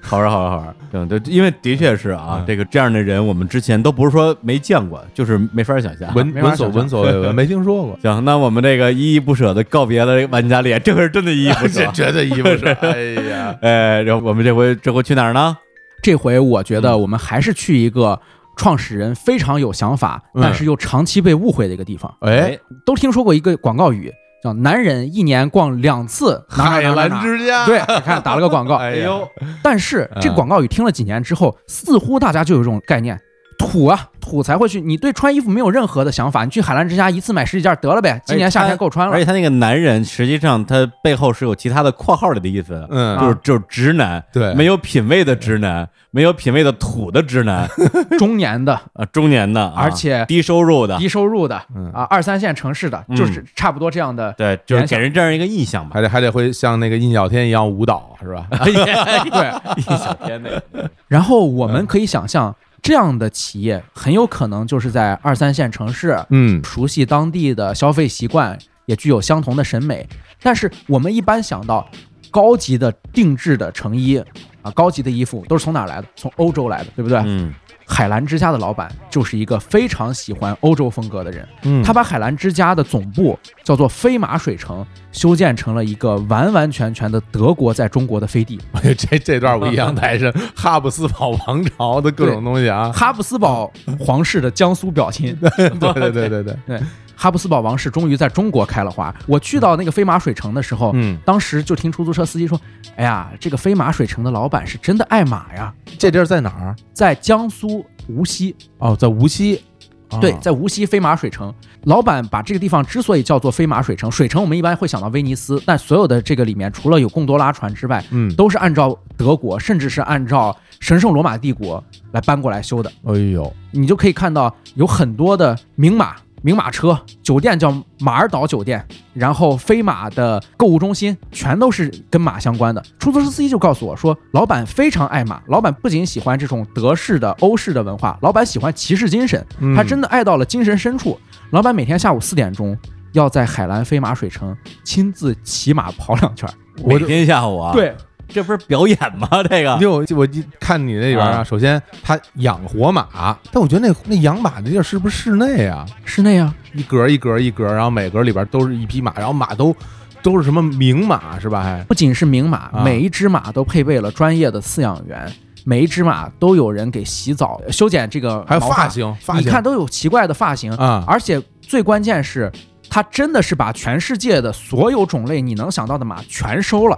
Speaker 3: 好玩好玩好玩，嗯，对，因为的确是啊，
Speaker 2: 嗯
Speaker 3: 这个这样的人，我们之前都不是说没见过，就是啊没法想象。。
Speaker 2: 闻
Speaker 4: 没法
Speaker 2: 闻所
Speaker 4: 想象
Speaker 2: 闻所未闻，没听说过
Speaker 3: 行，那我们这个依依不舍的告别了玩家脸，这回是真的依依不舍
Speaker 2: 这。绝对一不是，哎呀，
Speaker 3: 哎，然后我们这回这回去哪儿呢？
Speaker 4: 这回我觉
Speaker 2: 嗯
Speaker 4: 得我们还是去一个创始人非常有想法，
Speaker 2: 嗯
Speaker 4: 但是又长期被误会的一个地方。
Speaker 2: 哎，
Speaker 4: 都听说过一个广告语，叫“男人一年逛两次哪
Speaker 2: 海
Speaker 4: 哪哪哪
Speaker 2: 澜
Speaker 4: 哪
Speaker 2: 之家，
Speaker 4: 对，你看打了个广 告。
Speaker 2: 哎呦，
Speaker 4: 但是这
Speaker 2: 嗯
Speaker 4: 广告语听了几年之后，似乎大家就有一种概念。土啊，土才会去。你对穿衣服没有任何的想法，你去海澜之家一次买十几件得了呗，
Speaker 2: 哎
Speaker 4: 今年夏天够穿了
Speaker 3: 而且。他那个男人，实际上他背后是有其他的括号里的意思，
Speaker 2: 嗯
Speaker 3: 就是就是直男，
Speaker 2: 对
Speaker 3: 啊没有品位的直男，没有品位的土的直男，
Speaker 2: 哎
Speaker 4: 中年的，
Speaker 3: 啊，中年的，啊
Speaker 4: 而且
Speaker 3: 低收入的，
Speaker 4: 低收入的
Speaker 2: 嗯
Speaker 4: 啊，二三线城市的，
Speaker 3: 嗯
Speaker 4: 就是差不多这样的。
Speaker 3: 对，就是
Speaker 4: 联
Speaker 3: 给
Speaker 4: 想
Speaker 3: 人这样一个印象吧。
Speaker 2: 还得还得会像那个印小天一样舞蹈，是吧？
Speaker 4: 对，
Speaker 3: 印象天那个，
Speaker 4: 然后我们可以想象，这样的企业很有可能就是在二三线城市，
Speaker 2: 嗯
Speaker 4: 熟悉当地的消费习惯，也具有相同的审美。但是我们一般想到高级的定制的成衣啊，高级的衣服都是从哪儿来的？从欧洲来的，对不
Speaker 2: 哎
Speaker 4: 对？
Speaker 3: 嗯，
Speaker 4: 海澜之家的老板就是一个非常喜欢欧洲风格的人，
Speaker 2: 嗯
Speaker 4: 他把海澜之家的总部叫做飞马水城，修建成了一个完完全全的德国在中国的飞地。
Speaker 2: 这这段我印象太深，哈布斯堡王朝的各种东西 啊，
Speaker 4: 哈布斯堡皇室的江苏表亲，
Speaker 2: 对对对对对，
Speaker 4: 对，哈布斯堡王室终于在中国开了花。我去到那个飞马水城的时候，
Speaker 2: 嗯，
Speaker 4: 当时就听出租车司机说：“哎呀，这个飞马水城的老板是真的爱马呀，
Speaker 2: 这地儿在哪儿？
Speaker 4: 在江苏无锡，
Speaker 2: 哦，在无锡。啊
Speaker 4: 对，在无锡飞马水城，老板把这个地方之所以叫做飞马水城，水城我们一般会想到威尼斯，但所有的这个里面，除了有贡多拉船之外，
Speaker 2: 嗯，
Speaker 4: 都是按照德国，甚至是按照神圣罗马帝国来搬过来修的。
Speaker 2: 哎呦，
Speaker 4: 你就可以看到有很多的名马、名马车，酒店叫马尔岛酒店，然后飞马的购物中心全都是跟马相关的。出租车司机就告诉我说，老板非常爱马，老板不仅喜欢这种德式的、欧式的文化，老板喜欢骑士精神，
Speaker 2: 嗯
Speaker 4: 他真的爱到了精神深处。老板每天下午四点钟。要在海兰飞马水城亲自骑马跑两圈儿，
Speaker 2: 我
Speaker 3: 每
Speaker 2: 就
Speaker 3: 天下午啊，，
Speaker 4: 对，
Speaker 3: 这不是表演吗？ 这个
Speaker 2: 因为我记我记看你那边啊，
Speaker 3: 啊
Speaker 2: 首先他养活马，但我觉得那那养马的地儿是不是室内啊？
Speaker 4: 是那样。
Speaker 2: 一格一格一格，然后每格里边都是一匹马，然后马都都是什么名马是吧？还
Speaker 4: 不仅是名马，
Speaker 2: 啊
Speaker 4: 每一只马都配备了专业的饲养员，每一只马都有人给洗澡、修剪这个
Speaker 2: 还有
Speaker 4: 毛
Speaker 2: 发型，发型
Speaker 4: 你看都有奇怪的发型，
Speaker 2: 啊，
Speaker 4: 而且最关键是，它真的是把全世界的所有种类你能想到的马全收了，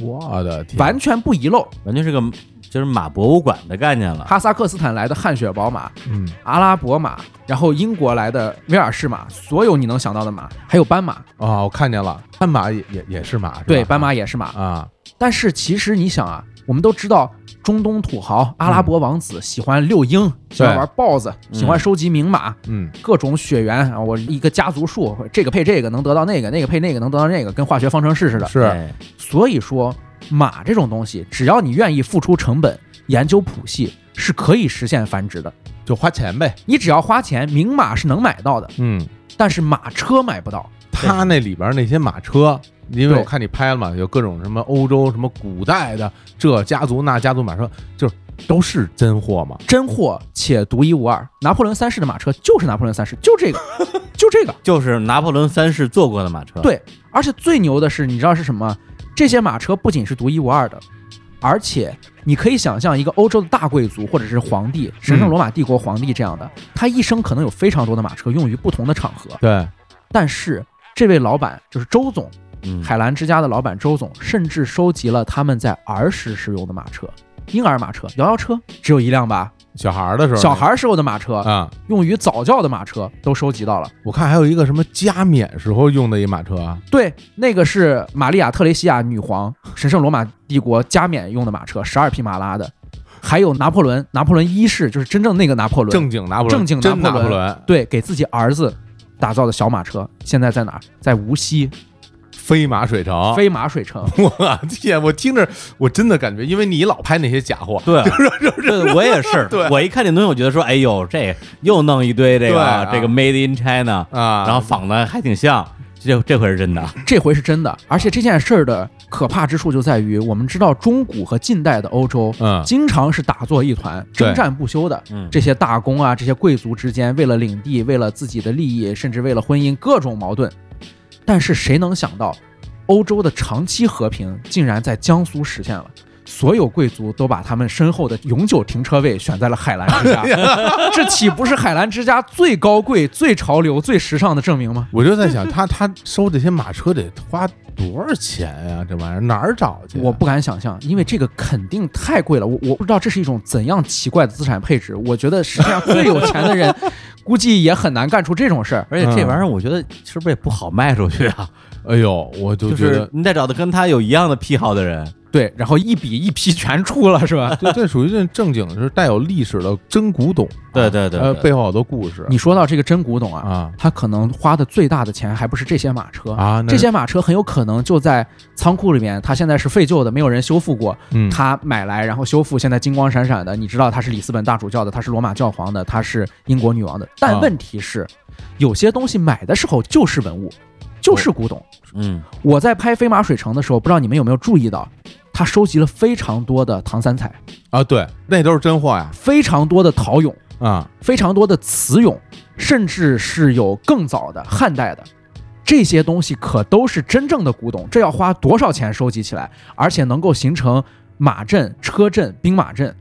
Speaker 2: 我的天，
Speaker 4: 完全不遗漏。
Speaker 3: 完全是个就是马博物馆的概念
Speaker 2: 啊
Speaker 3: 了。
Speaker 4: 哈萨克斯坦来的汗血宝马、
Speaker 2: 嗯，
Speaker 4: 阿拉伯马，然后英国来的威尔士马，所有你能想到的马，还有斑马，
Speaker 2: 啊，我看见了，斑马也也也是马，是吧
Speaker 4: 对，斑马也是马。
Speaker 2: 啊，
Speaker 4: 但是其实你想啊，我们都知道中东土豪、阿拉伯王子喜欢遛鹰，喜欢玩豹子，喜欢收集名马，
Speaker 2: 嗯，
Speaker 4: 各种血缘啊，我一个家族树，这个配这个能得到那个，那个配那个能得到那个，跟化学方程式似的。
Speaker 2: 是，
Speaker 3: 哎
Speaker 4: 所以说，马这种东西，只要你愿意付出成本，研究谱系。是可以实现繁殖的，
Speaker 2: 就花钱呗，
Speaker 4: 你只要花钱，名马是能买到的，
Speaker 2: 嗯，
Speaker 4: 但是马车买不到。
Speaker 2: 他那里边那些马车，因为
Speaker 4: 对
Speaker 2: 我看你拍了嘛，有各种什么欧洲什么古代的这家族那家族马车，就是都是真货嘛，
Speaker 4: 真货且独一无二，拿破仑三世的马车就是拿破仑三世，就这个，就这个。
Speaker 3: 就是拿破仑三世坐过的马车。
Speaker 4: 对，而且最牛的是，你知道是什么？这些马车不仅是独一无二的，而且你可以想象一个欧洲的大贵族或者是皇帝，神圣罗马帝国皇帝这样的，他一生可能有非常多的马车用于不同的场合，
Speaker 2: 对，
Speaker 4: 但是这位老板就是周总，
Speaker 3: 嗯，
Speaker 4: 海澜之家的老板周总，甚至收集了他们在儿时使用的马车，婴儿马车、摇摇车，只有一辆吧？
Speaker 2: 小孩儿的时候，
Speaker 4: 小孩时候的马车，
Speaker 2: 啊，
Speaker 4: 用于早教的马车都收集到了。
Speaker 2: 我看还有一个什么加冕时候用的一马车啊，
Speaker 4: 对，那个是玛利亚·特雷西亚女皇神圣罗马帝国加冕用的马车，十二匹马拉的，还有拿破仑，拿破仑一世就是真正那个拿破仑，
Speaker 2: 正经拿破仑，
Speaker 4: 正经拿
Speaker 2: 真
Speaker 4: 破
Speaker 2: 拿
Speaker 4: 仑
Speaker 2: 破仑，
Speaker 4: 对，给自己儿子打造的小马车，现在在哪儿？在无锡
Speaker 2: 飞马水城。
Speaker 4: 飞马水城。
Speaker 2: 我天！我听着，我真的感觉，因为你老拍那些假货，
Speaker 3: 对，对，我也是
Speaker 2: 对，
Speaker 3: 我一看这东西，我觉得说，哎呦，这又弄一堆这
Speaker 2: 对
Speaker 3: 个、
Speaker 2: 啊
Speaker 3: 这个 Made in China，、
Speaker 2: 啊，嗯
Speaker 3: 然后仿的还挺像，这这回是真的，
Speaker 4: 这回是真的，而且这件事儿的可怕之处就在于，我们知道中古和近代的欧洲，
Speaker 2: 嗯
Speaker 4: 经常是打作一团，
Speaker 2: 对
Speaker 4: 征战不休的。
Speaker 3: 嗯，
Speaker 4: 这些大公啊，这些贵族之间，为了领地，为了自己的利益，甚至为了婚姻，各种矛盾。但是谁能想到，欧洲的长期和平竟然在江苏实现了？所有贵族都把他们身后的永久停车位选在了海澜 之家，这岂不是海澜之家最高贵、最潮流、最时尚的证明吗？
Speaker 2: 我就在想，他他收这些马车得花多少钱呀、这玩意儿哪儿找去啊、
Speaker 4: 我不敢想象，因为这个肯定太贵了。我我不知道这是一种怎样奇怪的资产配置。我觉得世界上最有钱的人，估计也很难干出这种
Speaker 2: 嗯
Speaker 4: 事儿。
Speaker 3: 而且这玩意儿，我觉得是不是也不好卖出去啊？
Speaker 2: 哎呦，我就
Speaker 3: 就
Speaker 2: 觉
Speaker 3: 是
Speaker 2: 得啊
Speaker 3: 你得找到跟他有一样的癖好的人，
Speaker 4: 对，然后一笔一批全出了，是 吧？
Speaker 2: 这这属于这正经就是带有历史的真古董，
Speaker 3: 对对对
Speaker 2: 呃，
Speaker 3: 对
Speaker 2: 背后好多故事
Speaker 4: 你说到这个真古董啊，
Speaker 2: 啊
Speaker 4: 他可能花的最大的钱还不是这些马车。
Speaker 2: 啊，那
Speaker 4: 这些马车很有可能就在仓库里面，它现在是废旧的，没有人修复过。
Speaker 2: 嗯
Speaker 4: 他买来然后修复，现在金光闪闪的。你知道他是里斯本大主教的，他是罗马教皇的，他是英国女王的。但
Speaker 2: 啊
Speaker 4: 问题是，有些东西买的时候就是文物，就是古董。
Speaker 3: 嗯，
Speaker 4: 我在拍《飞马水城》的时候，不知道你们有没有注意到，他收集了非常多的唐三彩，
Speaker 2: 啊，对，那都是真货呀
Speaker 4: 非常多的陶俑，
Speaker 2: 啊，
Speaker 4: 非常多的瓷俑，甚至是有更早的汉代的。这些东西可都是真正的古董，这要花多少钱收集起来？而且能够形成马阵、车阵、兵马阵，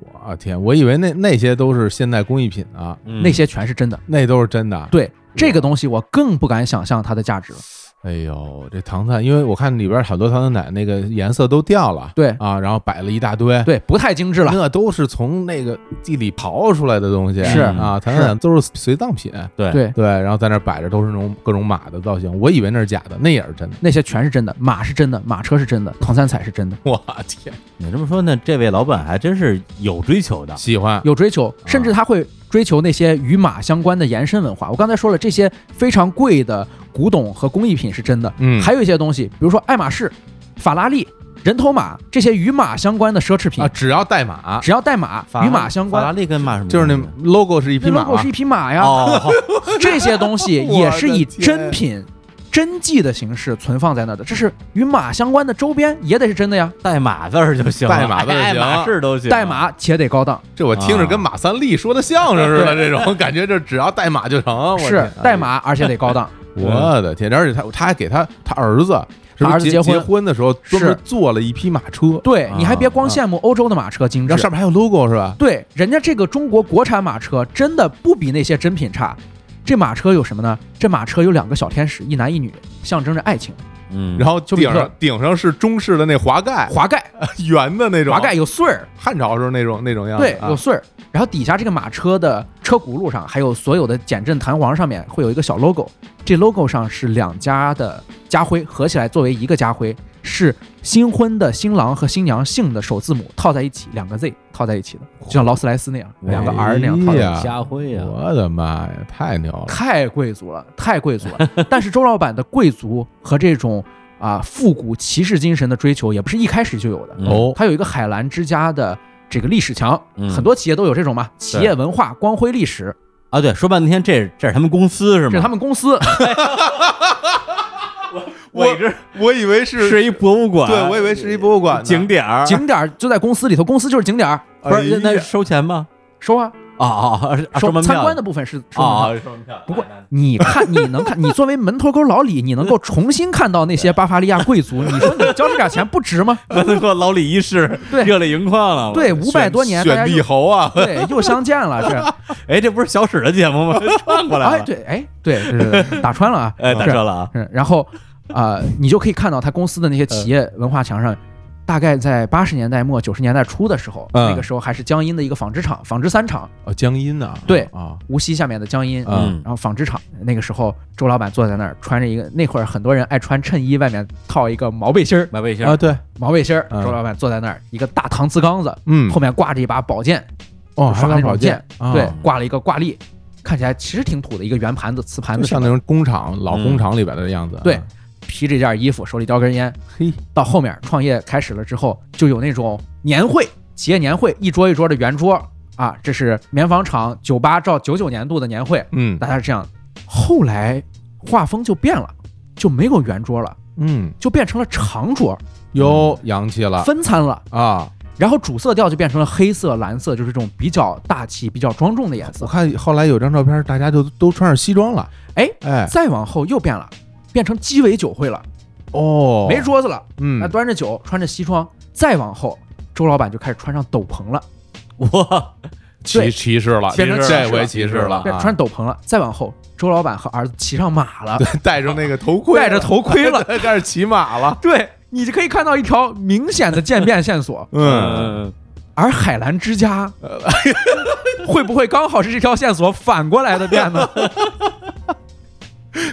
Speaker 2: 我啊天，我以为那那些都是现代工艺品啊，
Speaker 3: 嗯
Speaker 4: 那些全是真的。
Speaker 2: 那都是真的。啊
Speaker 4: 对这个东西，我更不敢想象它的价值了。
Speaker 2: 哎呦，这糖菜，因为我看里边好多糖酸奶那个颜色都掉了，
Speaker 4: 对
Speaker 2: 啊，然后摆了一大
Speaker 3: 哎
Speaker 2: 堆，
Speaker 4: 对，不太精致了。
Speaker 2: 那都是从那个地里刨出来的东西，
Speaker 4: 是
Speaker 2: 啊，糖
Speaker 4: 是
Speaker 2: 酸奶都是随葬品，
Speaker 3: 对
Speaker 4: 对，
Speaker 2: 对，然后在那儿摆着都是那种各种马的造型，我以为那是假的，那也是真 的。
Speaker 4: 那些全是真的，马是真的，马车是真的，唐三彩是真
Speaker 3: 嗯
Speaker 4: 的，
Speaker 2: 我天，
Speaker 3: 你这么说呢，这位老板还真是有追求的，
Speaker 2: 喜欢
Speaker 4: 有追
Speaker 3: 啊
Speaker 4: 求，甚至他会追求那些与马相关的延伸文化。我刚才说了，这些非常贵的古董和工艺品是真的，
Speaker 2: 嗯
Speaker 4: 还有一些东西，比如说爱马仕、法拉利、人头马这些与马相关的奢侈品
Speaker 2: 啊，，只要带马，
Speaker 4: 只要带马
Speaker 3: 法拉
Speaker 4: 与马相
Speaker 3: 法拉
Speaker 4: 关，
Speaker 3: 利跟马什么
Speaker 2: 就是那
Speaker 3: 关系
Speaker 2: logo 是一匹
Speaker 4: 那
Speaker 2: 马
Speaker 4: logo
Speaker 2: 嘛
Speaker 4: 是一匹马呀，
Speaker 3: 哦，
Speaker 4: 这些东西
Speaker 2: 我
Speaker 4: 也
Speaker 2: 的
Speaker 4: 是以
Speaker 2: 天
Speaker 4: 真品、真迹的形式存放在那儿的，这是与马相关的周边也得是真的呀。
Speaker 3: 带马字儿就行了，
Speaker 2: 带马字儿
Speaker 3: 爱
Speaker 2: 行
Speaker 3: 马仕都行，
Speaker 4: 代码且得高档，
Speaker 2: 这我听着跟马三立说的相声似的，
Speaker 4: 啊
Speaker 2: 这种感觉，这只要带马就成。我
Speaker 4: 是
Speaker 2: 天啊
Speaker 4: 代，码，而且得高档。
Speaker 2: 我的天！而且他他还给他他儿子，是不
Speaker 4: 他儿
Speaker 2: 是
Speaker 4: 子
Speaker 2: 结
Speaker 4: 结婚
Speaker 2: 婚的时候专门
Speaker 4: 是
Speaker 2: 做了一匹马车，
Speaker 4: 对
Speaker 3: 啊，
Speaker 4: 你还别光羡慕欧洲的马车精
Speaker 2: 然后上
Speaker 4: 致，
Speaker 2: 面还有 logo 是吧？
Speaker 4: 对，人家这个中国国产马车真的不比那些真品差。这马车有什么呢？这马车有两个小天使，一男一女，象征着爱情。
Speaker 3: 嗯，
Speaker 2: 然
Speaker 3: 后
Speaker 2: 后
Speaker 4: 丘比
Speaker 2: 顶
Speaker 4: 特
Speaker 2: 上顶上是中式的那滑盖，
Speaker 4: 滑盖，
Speaker 2: 圆的哎那种
Speaker 4: 滑盖，有穗儿，
Speaker 2: 汉朝时候那种那种样子
Speaker 4: 对，
Speaker 2: 啊。
Speaker 4: 有穗儿。然后底下这个马车的车轱辘上，还有所有的减震弹簧上面会有一个小 logo，这 logo 上是两家的家徽合起来作为一个家徽，是新婚的新郎和新娘姓的首字母套在一起，两个 Z 套在一起的，就像劳斯莱斯那样，两个 R 那样套在一
Speaker 2: 哎
Speaker 4: 起。
Speaker 2: 呀
Speaker 3: 家辉
Speaker 4: 啊
Speaker 3: 呀，
Speaker 2: 我的妈呀，太牛了！
Speaker 4: 太贵族了，太贵族 了。但是周老板的贵族和这种啊复古骑士精神的追求，也不是一开始就有的。
Speaker 3: 嗯
Speaker 2: 哦，
Speaker 4: 他有一个海澜之家的这个历史墙，
Speaker 3: 嗯
Speaker 4: 很多企业都有这种嘛，企业文化、光辉历史，
Speaker 3: 啊，对，说半天这这是他们公司是吗？
Speaker 4: 这是他们 公司。
Speaker 3: 我一直
Speaker 2: 我以为是
Speaker 3: 是一博物馆，
Speaker 2: 对我以为是一博物馆呢
Speaker 3: 景点儿，
Speaker 4: 景点儿就在公司里头，公司就是景点儿，
Speaker 2: 哎呀
Speaker 3: 不是那那收钱吗？
Speaker 4: 收啊。
Speaker 3: 啊啊，啊啊收
Speaker 4: 收
Speaker 3: 门票
Speaker 4: 参观的部分是收门
Speaker 3: 啊，
Speaker 4: 票。
Speaker 3: 啊收门票。
Speaker 4: 不过你看，你能看， 你作为门头沟老李，你能够重新看到那些巴伐利亚贵族，你说你交这点钱 不值吗？
Speaker 3: 门头沟老李一世
Speaker 4: 对
Speaker 3: 热泪盈眶了。
Speaker 4: 对，五百多年，大家
Speaker 5: 选帝
Speaker 4: 又
Speaker 5: 侯啊，
Speaker 4: 对又相见了，这
Speaker 3: 哎，这不是小史的节目 吗？转过 来
Speaker 4: 哎
Speaker 3: 了，
Speaker 4: 对哎对对对对打穿了啊，
Speaker 3: 哎，打
Speaker 4: 是
Speaker 3: 车了啊。
Speaker 4: 嗯，然后啊、呃你就可以看到他公司的那
Speaker 2: 嗯
Speaker 4: 些企业文化墙上，大概在八十年代末九十年代初的时候，
Speaker 2: 嗯
Speaker 4: 那个时候还是江阴的一个纺织厂，纺织三厂，
Speaker 2: 哦，江阴呐，
Speaker 4: 对
Speaker 2: 啊，
Speaker 4: 无锡下面的江阴。
Speaker 2: 嗯
Speaker 4: 然后纺织厂那个时候，周老板坐在那儿，穿着一个那会儿很多人爱穿衬衣，外面套一个毛背心儿，
Speaker 3: 买卫星
Speaker 2: 啊，对，
Speaker 4: 毛背心儿。
Speaker 2: 嗯
Speaker 4: 周老板坐在那儿，一个大搪瓷缸子，
Speaker 2: 嗯，
Speaker 4: 后面挂着一把宝剑，
Speaker 2: 哦，还
Speaker 4: 耍
Speaker 2: 拿
Speaker 4: 那种
Speaker 2: 宝
Speaker 4: 剑
Speaker 2: 剑，，啊
Speaker 4: 对，挂了一个挂历，看起来其实挺土的一个圆盘子、瓷盘
Speaker 2: 就
Speaker 4: 子，
Speaker 2: 像那种工厂老工厂里边的样子啊，
Speaker 4: 对披着一件衣服，手里叼根烟。
Speaker 2: 嘿，
Speaker 4: 到后面创业开始了之后，就有那种年会、企业年会，一桌一桌的圆桌啊，这是棉纺厂九八照九九年度的年会，
Speaker 2: 嗯
Speaker 4: 大家是这样。后来画风就变了，就没有圆桌了，
Speaker 2: 嗯，
Speaker 4: 就变成了长桌，
Speaker 2: 哟，洋气了
Speaker 4: 分餐了。
Speaker 2: 啊！
Speaker 4: 然后主色调就变成了黑色、蓝色，就是这种比较大气、比较庄重的颜
Speaker 2: 我
Speaker 4: 色。
Speaker 2: 看后来有张照片，大家就都穿上西装了，
Speaker 4: 哎
Speaker 2: 哎
Speaker 4: 再往后又变了，变成鸡尾酒会了，
Speaker 2: 哦，
Speaker 4: 没桌子了，
Speaker 2: 嗯
Speaker 4: 那，端着酒，穿着西装。再往后，周老板就开始穿上斗篷了。
Speaker 3: 哇，
Speaker 2: 歧
Speaker 4: 对
Speaker 2: 歧视了，
Speaker 4: 变成歧视了
Speaker 2: 这回歧视了
Speaker 4: 对，
Speaker 2: 啊，
Speaker 4: 穿斗篷了。再往后，周老板和儿子骑上马了，
Speaker 2: 戴上那个头盔，
Speaker 4: 戴着头盔了，
Speaker 2: 开始骑马了，。
Speaker 4: 对你就可以看到一条明显的渐变线索
Speaker 2: 嗯，
Speaker 3: 呃
Speaker 4: 而海澜之家会不会刚好是这条线索反过来的变 呢？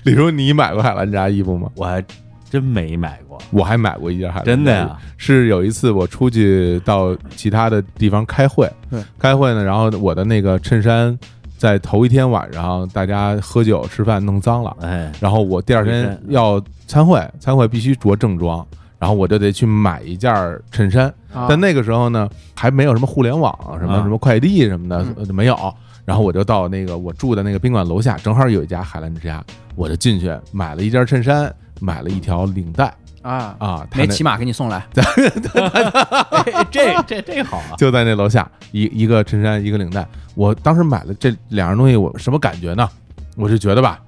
Speaker 2: 李叔，你买过海澜家衣服吗？
Speaker 3: 我还真没买过，
Speaker 2: 我还买过一件海澜家衣服，
Speaker 3: 真的呀
Speaker 2: 是有一次我出去到其他的地方开会
Speaker 4: 对，
Speaker 2: 开会呢，然后我的那个衬衫在头一天晚上大家喝酒吃饭弄脏了，
Speaker 3: 哎，
Speaker 2: 然后我第二
Speaker 4: 嗯
Speaker 2: 天要参会，参会必须着正装，然后我就得去买一件衬衫。
Speaker 4: 啊
Speaker 2: 但那个时候呢，还没有什么互联网，什么
Speaker 3: 啊
Speaker 2: 什么快递什么的、
Speaker 4: 嗯
Speaker 2: 呃没有。然后我就到那个我住的那个宾馆楼下，正好有一家海澜之家，我就进去买了一件衬衫，买了一条领带
Speaker 4: 啊，
Speaker 2: 啊，他
Speaker 4: 没
Speaker 2: 那
Speaker 4: 骑马给你送来，
Speaker 3: 哎 这这这好啊，
Speaker 2: 就在那楼下一一个衬衫一个领带。我当时买了这两样东西，我什么感觉呢？我就觉得吧，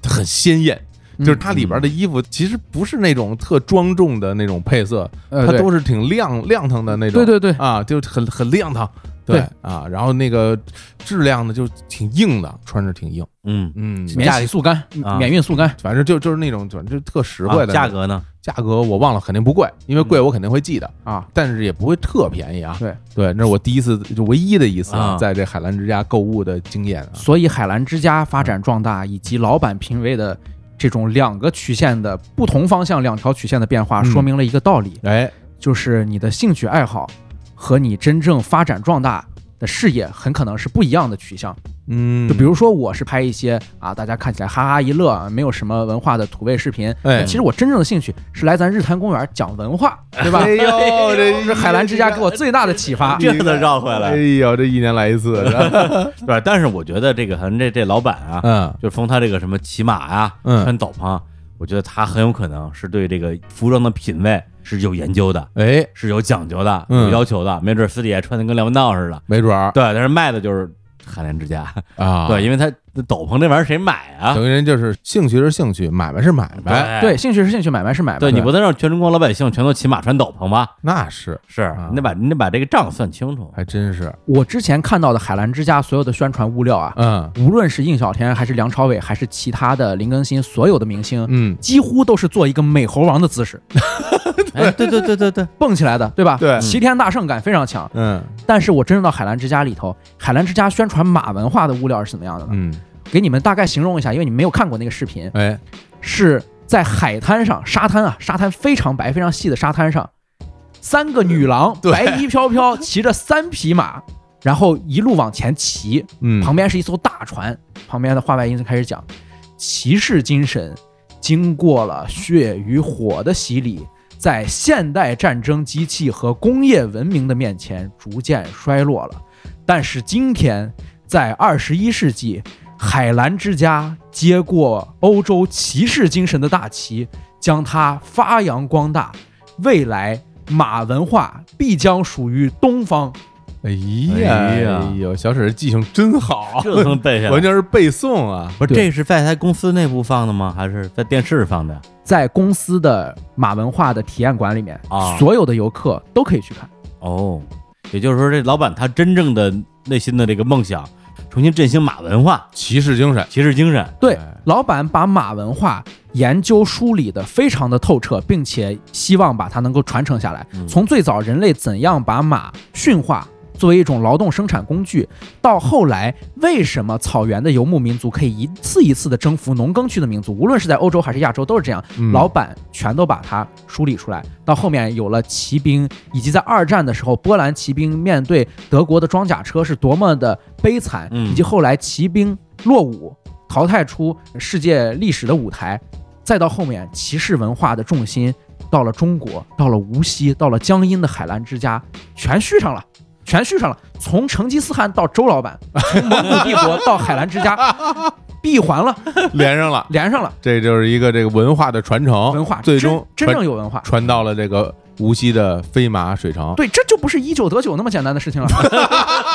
Speaker 2: 它很鲜艳。
Speaker 4: 嗯
Speaker 2: 就是它里边的衣服其实不是那种特庄重的那种配色，
Speaker 4: 呃
Speaker 2: 它
Speaker 4: 对
Speaker 2: 都是挺亮亮堂的那种。
Speaker 4: 对对对
Speaker 2: 啊，就是很很亮堂。
Speaker 4: 对
Speaker 2: 啊，然后那个质量呢，就挺硬的，穿着挺硬。
Speaker 3: 嗯，
Speaker 2: 嗯，
Speaker 4: 免洗速干
Speaker 3: 啊，
Speaker 4: 免运速干。
Speaker 2: 反正就就是那种，反正就特实惠
Speaker 3: 啊
Speaker 2: 的、
Speaker 3: 价格呢？
Speaker 2: 价格我忘了，肯定不贵，
Speaker 4: 嗯
Speaker 2: 因为贵我肯定会记得
Speaker 4: 啊，
Speaker 2: 但是也不会特便宜啊。
Speaker 4: 对
Speaker 2: 对，那是我第一次，就唯一的一次
Speaker 3: 啊
Speaker 2: 在这海澜之家购物的经验啊。
Speaker 4: 所以海澜之家发展壮大，以及老板品味的这种两个曲线的不同方向两条曲线的变化，
Speaker 2: 嗯
Speaker 4: 说明了一个道理，
Speaker 2: 哎，
Speaker 4: 就是你的兴趣爱好和你真正发展壮大的事业很可能是不一样的取向。
Speaker 2: 嗯，
Speaker 4: 就比如说，我是拍一些啊，大家看起来哈哈一乐啊，没有什么文化的土味视频。
Speaker 2: 哎
Speaker 4: 其实我真正的兴趣是来咱日坛公园讲 文化，对吧？
Speaker 2: 哎 呦，这
Speaker 4: 是海澜之家给我最大的启发。
Speaker 3: 这都绕回
Speaker 2: 哎
Speaker 3: 来，
Speaker 2: 呦，这一年来一次，是吧
Speaker 3: 对，但是我觉得这个好像这这老板啊，
Speaker 2: 嗯，
Speaker 3: 就是封他这个什么骑马呀、
Speaker 2: 嗯
Speaker 3: 穿斗篷啊，我觉得他很有可能是对这个服装的品味是有研究的，
Speaker 2: 哎，
Speaker 3: 是有讲究的，
Speaker 2: 嗯
Speaker 3: 有要求的，没准私底下穿的跟梁文道似的。
Speaker 2: 没准儿
Speaker 3: 对，但是卖的就是海澜之家，
Speaker 2: 啊，
Speaker 3: 对，，因为他那斗篷这玩意儿谁买啊？
Speaker 2: 等于人就是兴趣是兴趣，买卖是买卖，
Speaker 4: 对，兴趣是兴趣，买卖是买卖。
Speaker 3: 对，你不能让全中国老百姓全都骑马穿斗篷吧？
Speaker 2: 那是啊
Speaker 3: 是，你得把你得把这个账算清楚。
Speaker 2: 还真是，
Speaker 4: 我之前看到的海澜之家所有的宣传物料啊，
Speaker 2: 嗯
Speaker 4: 无论是印小天还是梁朝伟，还是其他的林更新，所有的明星，
Speaker 2: 嗯，
Speaker 4: 几乎都是做一个美猴王的姿势
Speaker 3: 哎，对对对对 对，
Speaker 4: 蹦起来的，对吧？
Speaker 2: 对
Speaker 4: 齐天大圣感非常强。
Speaker 2: 嗯
Speaker 4: 但是我真正到海澜之家里头，海澜之家宣传马文化的物料是怎么样的呢？
Speaker 2: 嗯，
Speaker 4: 给你们大概形容一下，因为你没有看过那个视频，
Speaker 2: 哎，
Speaker 4: 是在海滩上，沙滩啊，沙滩非常白、非常细的沙滩上，三个女郎
Speaker 2: 对
Speaker 4: 白衣飘飘，骑着三匹马，然后一路往前骑，
Speaker 2: 嗯，
Speaker 4: 旁边是一艘大船，旁边的话外音就开始讲骑士精神，经过了血与火的洗礼，在现代战争机器和工业文明的面前逐渐衰落了。但是今天，在二十一世纪，海澜之家接过欧洲骑士精神的大旗，将它发扬光大。未来马文化必将属于东方，
Speaker 2: 哎
Speaker 3: 哎
Speaker 2: 呀
Speaker 3: 呀，
Speaker 2: 哎呦，小婶记性真好，
Speaker 3: 这都能背下来
Speaker 2: 完全是背诵啊！
Speaker 3: 不是，
Speaker 4: 对
Speaker 3: 这是在他公司内部放的吗？还是在电视放的呀？
Speaker 4: 在公司的马文化的体验馆里面
Speaker 3: 啊，
Speaker 4: 所有的游客都可以去看。
Speaker 3: 哦，也就是说，这老板他真正的内心的这个梦想，重新振兴马文化、
Speaker 2: 骑士精神，
Speaker 3: 骑士精神。
Speaker 4: 对
Speaker 2: 哎，
Speaker 4: 老板把马文化研究梳理的非常的透彻，并且希望把它能够传承下来
Speaker 3: 嗯。
Speaker 4: 从最早人类怎样把马驯化作为一种劳动生产工具，到后来为什么草原的游牧民族可以一次一次的征服农耕区的民族，无论是在欧洲还是亚洲都是这样。
Speaker 2: 嗯
Speaker 4: 老板全都把它梳理出来。到后面有了骑兵，以及在二战的时候，波兰骑兵面对德国的装甲车是多么的悲惨，
Speaker 3: 嗯
Speaker 4: 以及后来骑兵落伍，淘汰出世界历史的舞台。再到后面，骑士文化的重心到了中国，到了无锡，到了江阴的海澜之家，全续上了。全续上了，从成吉思汗到周老板， 从蒙古帝国到海澜之家，闭环了，
Speaker 2: 连上了，
Speaker 4: 连上了。
Speaker 2: 这就是一个这个文化的传承，
Speaker 4: 文化
Speaker 2: 最终
Speaker 4: 真真正
Speaker 2: 传
Speaker 4: 有文化，
Speaker 2: 传到了这个无锡的飞马水 城。
Speaker 4: 对，这就不是一九得九那么简单的事情了。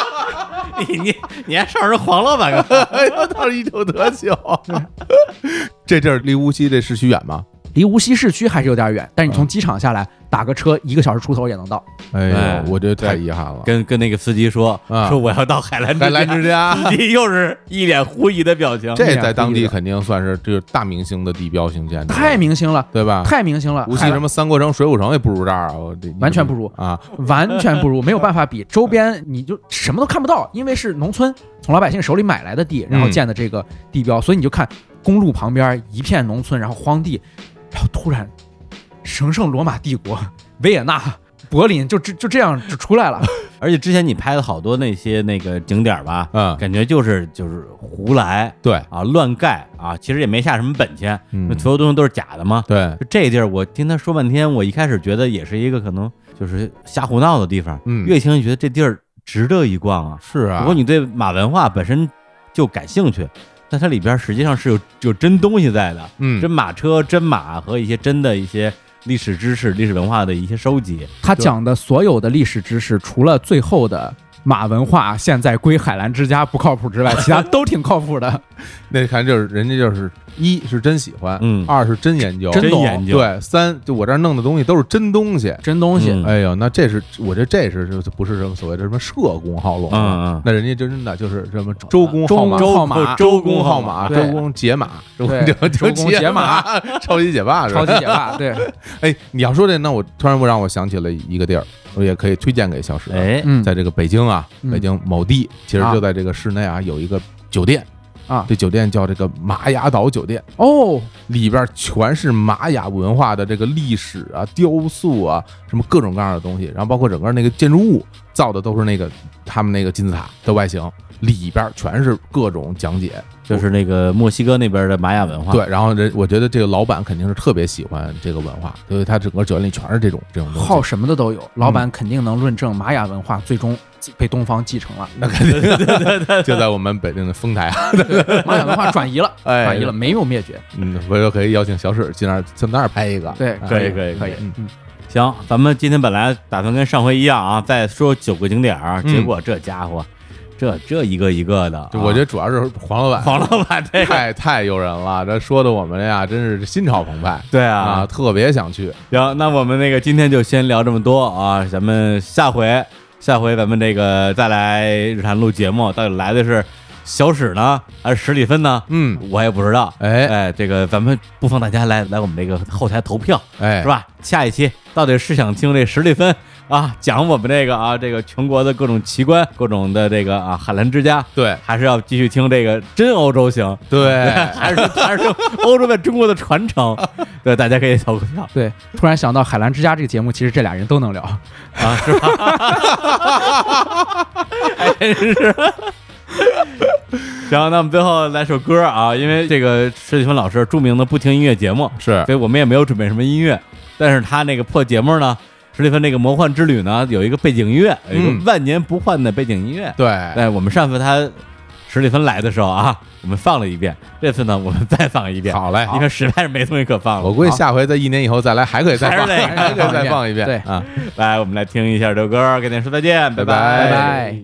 Speaker 3: 你你你还上人黄老板干嘛？
Speaker 2: 哎呦，倒是一九得九。 这地儿离无锡这市区远吗？
Speaker 4: 离无锡市区还是有点远，但是你从机场下来打个车，一个小时出头也能到。
Speaker 2: 哎
Speaker 3: 哎
Speaker 2: 呦，我觉得太遗憾了。
Speaker 3: 跟跟那个司机说、
Speaker 2: 啊
Speaker 3: 说我要到海澜
Speaker 2: 海澜之家，
Speaker 3: 司机又是一脸狐疑的表情。
Speaker 2: 这在当地肯定算是就是大明星的地标性建筑，
Speaker 4: 太明星了，
Speaker 2: 对吧？
Speaker 4: 太明星了，
Speaker 2: 啊无锡
Speaker 4: 海
Speaker 2: 什么三国城、水浒城也不如这儿啊，我这
Speaker 4: 完全不如
Speaker 2: 啊！
Speaker 4: 完全不如，没有办法比。 周边你就什么都看不到，因为是农村从老百姓手里买来的地，然后建的这个地标，所以你就看公路旁边一片农村，然后荒地，然后突然神圣罗马帝国、维也纳、柏林就这就这样就出来了。
Speaker 3: 而且之前你拍了好多那些那个景点儿吧，
Speaker 2: 嗯
Speaker 3: 感觉就是就是胡来
Speaker 2: 对
Speaker 3: 啊，乱盖啊，其实也没下什么本钱，
Speaker 2: 嗯
Speaker 3: 那所有东西都是假的嘛。
Speaker 2: 对，
Speaker 3: 就这地儿，我听他说半天，我一开始觉得也是一个可能就是瞎胡闹的地方，
Speaker 2: 嗯
Speaker 3: 越听越觉得这地儿值得一逛啊。
Speaker 2: 是啊。
Speaker 3: 如果你对马文化本身就感兴趣，但它里边实际上是有有真东西在的，
Speaker 2: 嗯
Speaker 3: 真马车、真马和一些真的一些历史知识、历史文化的一些收集。
Speaker 4: 他讲的所有的历史知识，除了最后的马文化现在归海澜之家不靠谱之外，其他都挺靠谱的。
Speaker 2: 那看就是人家就是一是真喜欢，
Speaker 3: 嗯
Speaker 2: 二是真研究，
Speaker 4: 真懂
Speaker 3: 研究，
Speaker 2: 对，三就我这儿弄的东西都是真东西。
Speaker 4: 真东西，
Speaker 3: 嗯
Speaker 2: 哎呦，那这是我觉得这是这不是什么所谓的什么社公好龙
Speaker 3: 嗯嗯
Speaker 2: 那人家就真的就是什么周公
Speaker 4: 周
Speaker 2: 好马、
Speaker 4: 嗯周
Speaker 2: 周呃
Speaker 4: 号码
Speaker 2: 周公好马、
Speaker 4: 对
Speaker 2: 周公解码、周公
Speaker 4: 对
Speaker 2: 周
Speaker 4: 周公解码、
Speaker 2: 超级解码是吧
Speaker 4: 超级解霸，对，
Speaker 2: 哎，你要说这，那我突然让我想起了一个地儿，我也可以推荐给小石。，
Speaker 3: 哎，
Speaker 4: 嗯，
Speaker 2: 在这个北京啊，
Speaker 4: 嗯
Speaker 2: 北京某地，其实就在这个市内啊，有一个酒店
Speaker 4: 啊
Speaker 2: 这酒店叫这个玛雅岛酒店，
Speaker 4: 哦，
Speaker 2: 里边全是玛雅文化的这个历史啊、雕塑啊，什么各种各样的东西，然后包括整个那个建筑物造的都是那个他们那个金字塔的外形，里边全是各种讲解，
Speaker 3: 就是那个墨西哥那边的玛雅
Speaker 4: 啊
Speaker 3: 文化。，
Speaker 2: 对，然后人我觉得这个老板肯定是特别喜欢这个文化，所以他整个酒店里全是这种这种东西。
Speaker 4: 好什么的都有，老板肯定能论证玛雅文化最终被东方继承了，
Speaker 2: 那肯定就在我们北京的丰台，啊
Speaker 4: 玛雅文化转移了，
Speaker 2: 哎
Speaker 4: 转移了，没有灭绝，
Speaker 2: 嗯，回头可以邀请小史去那儿从那儿拍一个，
Speaker 4: 对，
Speaker 2: 哎
Speaker 3: 可以
Speaker 4: 可
Speaker 3: 可以
Speaker 4: 可以
Speaker 3: 可以，
Speaker 4: 嗯，
Speaker 3: 行，咱们今天本来打算跟上回一样啊，再说九个景点儿，
Speaker 2: 嗯
Speaker 3: 结果这家伙，这这一个一个的啊，
Speaker 2: 就我觉得主要是黄 老板
Speaker 3: 黄哎老板这个，
Speaker 2: 太太诱人了，这说的我们呀真是心潮澎湃
Speaker 3: 对
Speaker 2: 啊，
Speaker 3: 啊，
Speaker 2: 特别想去。
Speaker 3: 行，那我们那个今天就先聊这么多啊，咱们下回下回咱们这个再来日坛录节目，到底来的是小史呢，还是史里芬呢？
Speaker 2: 嗯，
Speaker 3: 我也不知道。
Speaker 2: 哎
Speaker 3: 哎，这个咱们不妨大家来来我们这个后台投票，
Speaker 2: 哎，
Speaker 3: 是？吧？下一期到底是想听这史蒂芬啊讲我们这个啊这个全国的各种奇观，各种的这个啊海澜之家，
Speaker 2: 对
Speaker 3: 还是要继续听这个真欧洲行，
Speaker 2: 对
Speaker 3: 还是还是欧洲在中国的 传承，对，大家可以投个票
Speaker 4: 对，突然想到《海澜之家》这个节目，其实这俩人都能聊，
Speaker 3: 啊，是 吧？哎，真是。行，那我们最后来首歌啊，因为这个史蒂芬老师著名的不听音乐节目，
Speaker 2: 是
Speaker 3: 所以我们也没有准备什么音乐，但是他那个破节目呢，史蒂芬那个魔幻之旅呢，有一个背景音乐，有一
Speaker 2: 嗯
Speaker 3: 个万年不换的背景音乐。
Speaker 2: 对，
Speaker 3: 哎，我们上次他史蒂芬来的时候啊，我们放了一遍，这次呢我们再放一遍，
Speaker 2: 好嘞，
Speaker 3: 因为实在是没东西可放
Speaker 2: 我
Speaker 3: 了。
Speaker 2: 估计下回在一年以后再来，还可以再
Speaker 3: 还是
Speaker 2: 放，
Speaker 3: 那个
Speaker 2: 还可以 再放一遍，
Speaker 4: 对
Speaker 2: 啊，
Speaker 3: 来，我们来听一下这首歌，跟您说再见，拜
Speaker 2: 拜
Speaker 4: 拜拜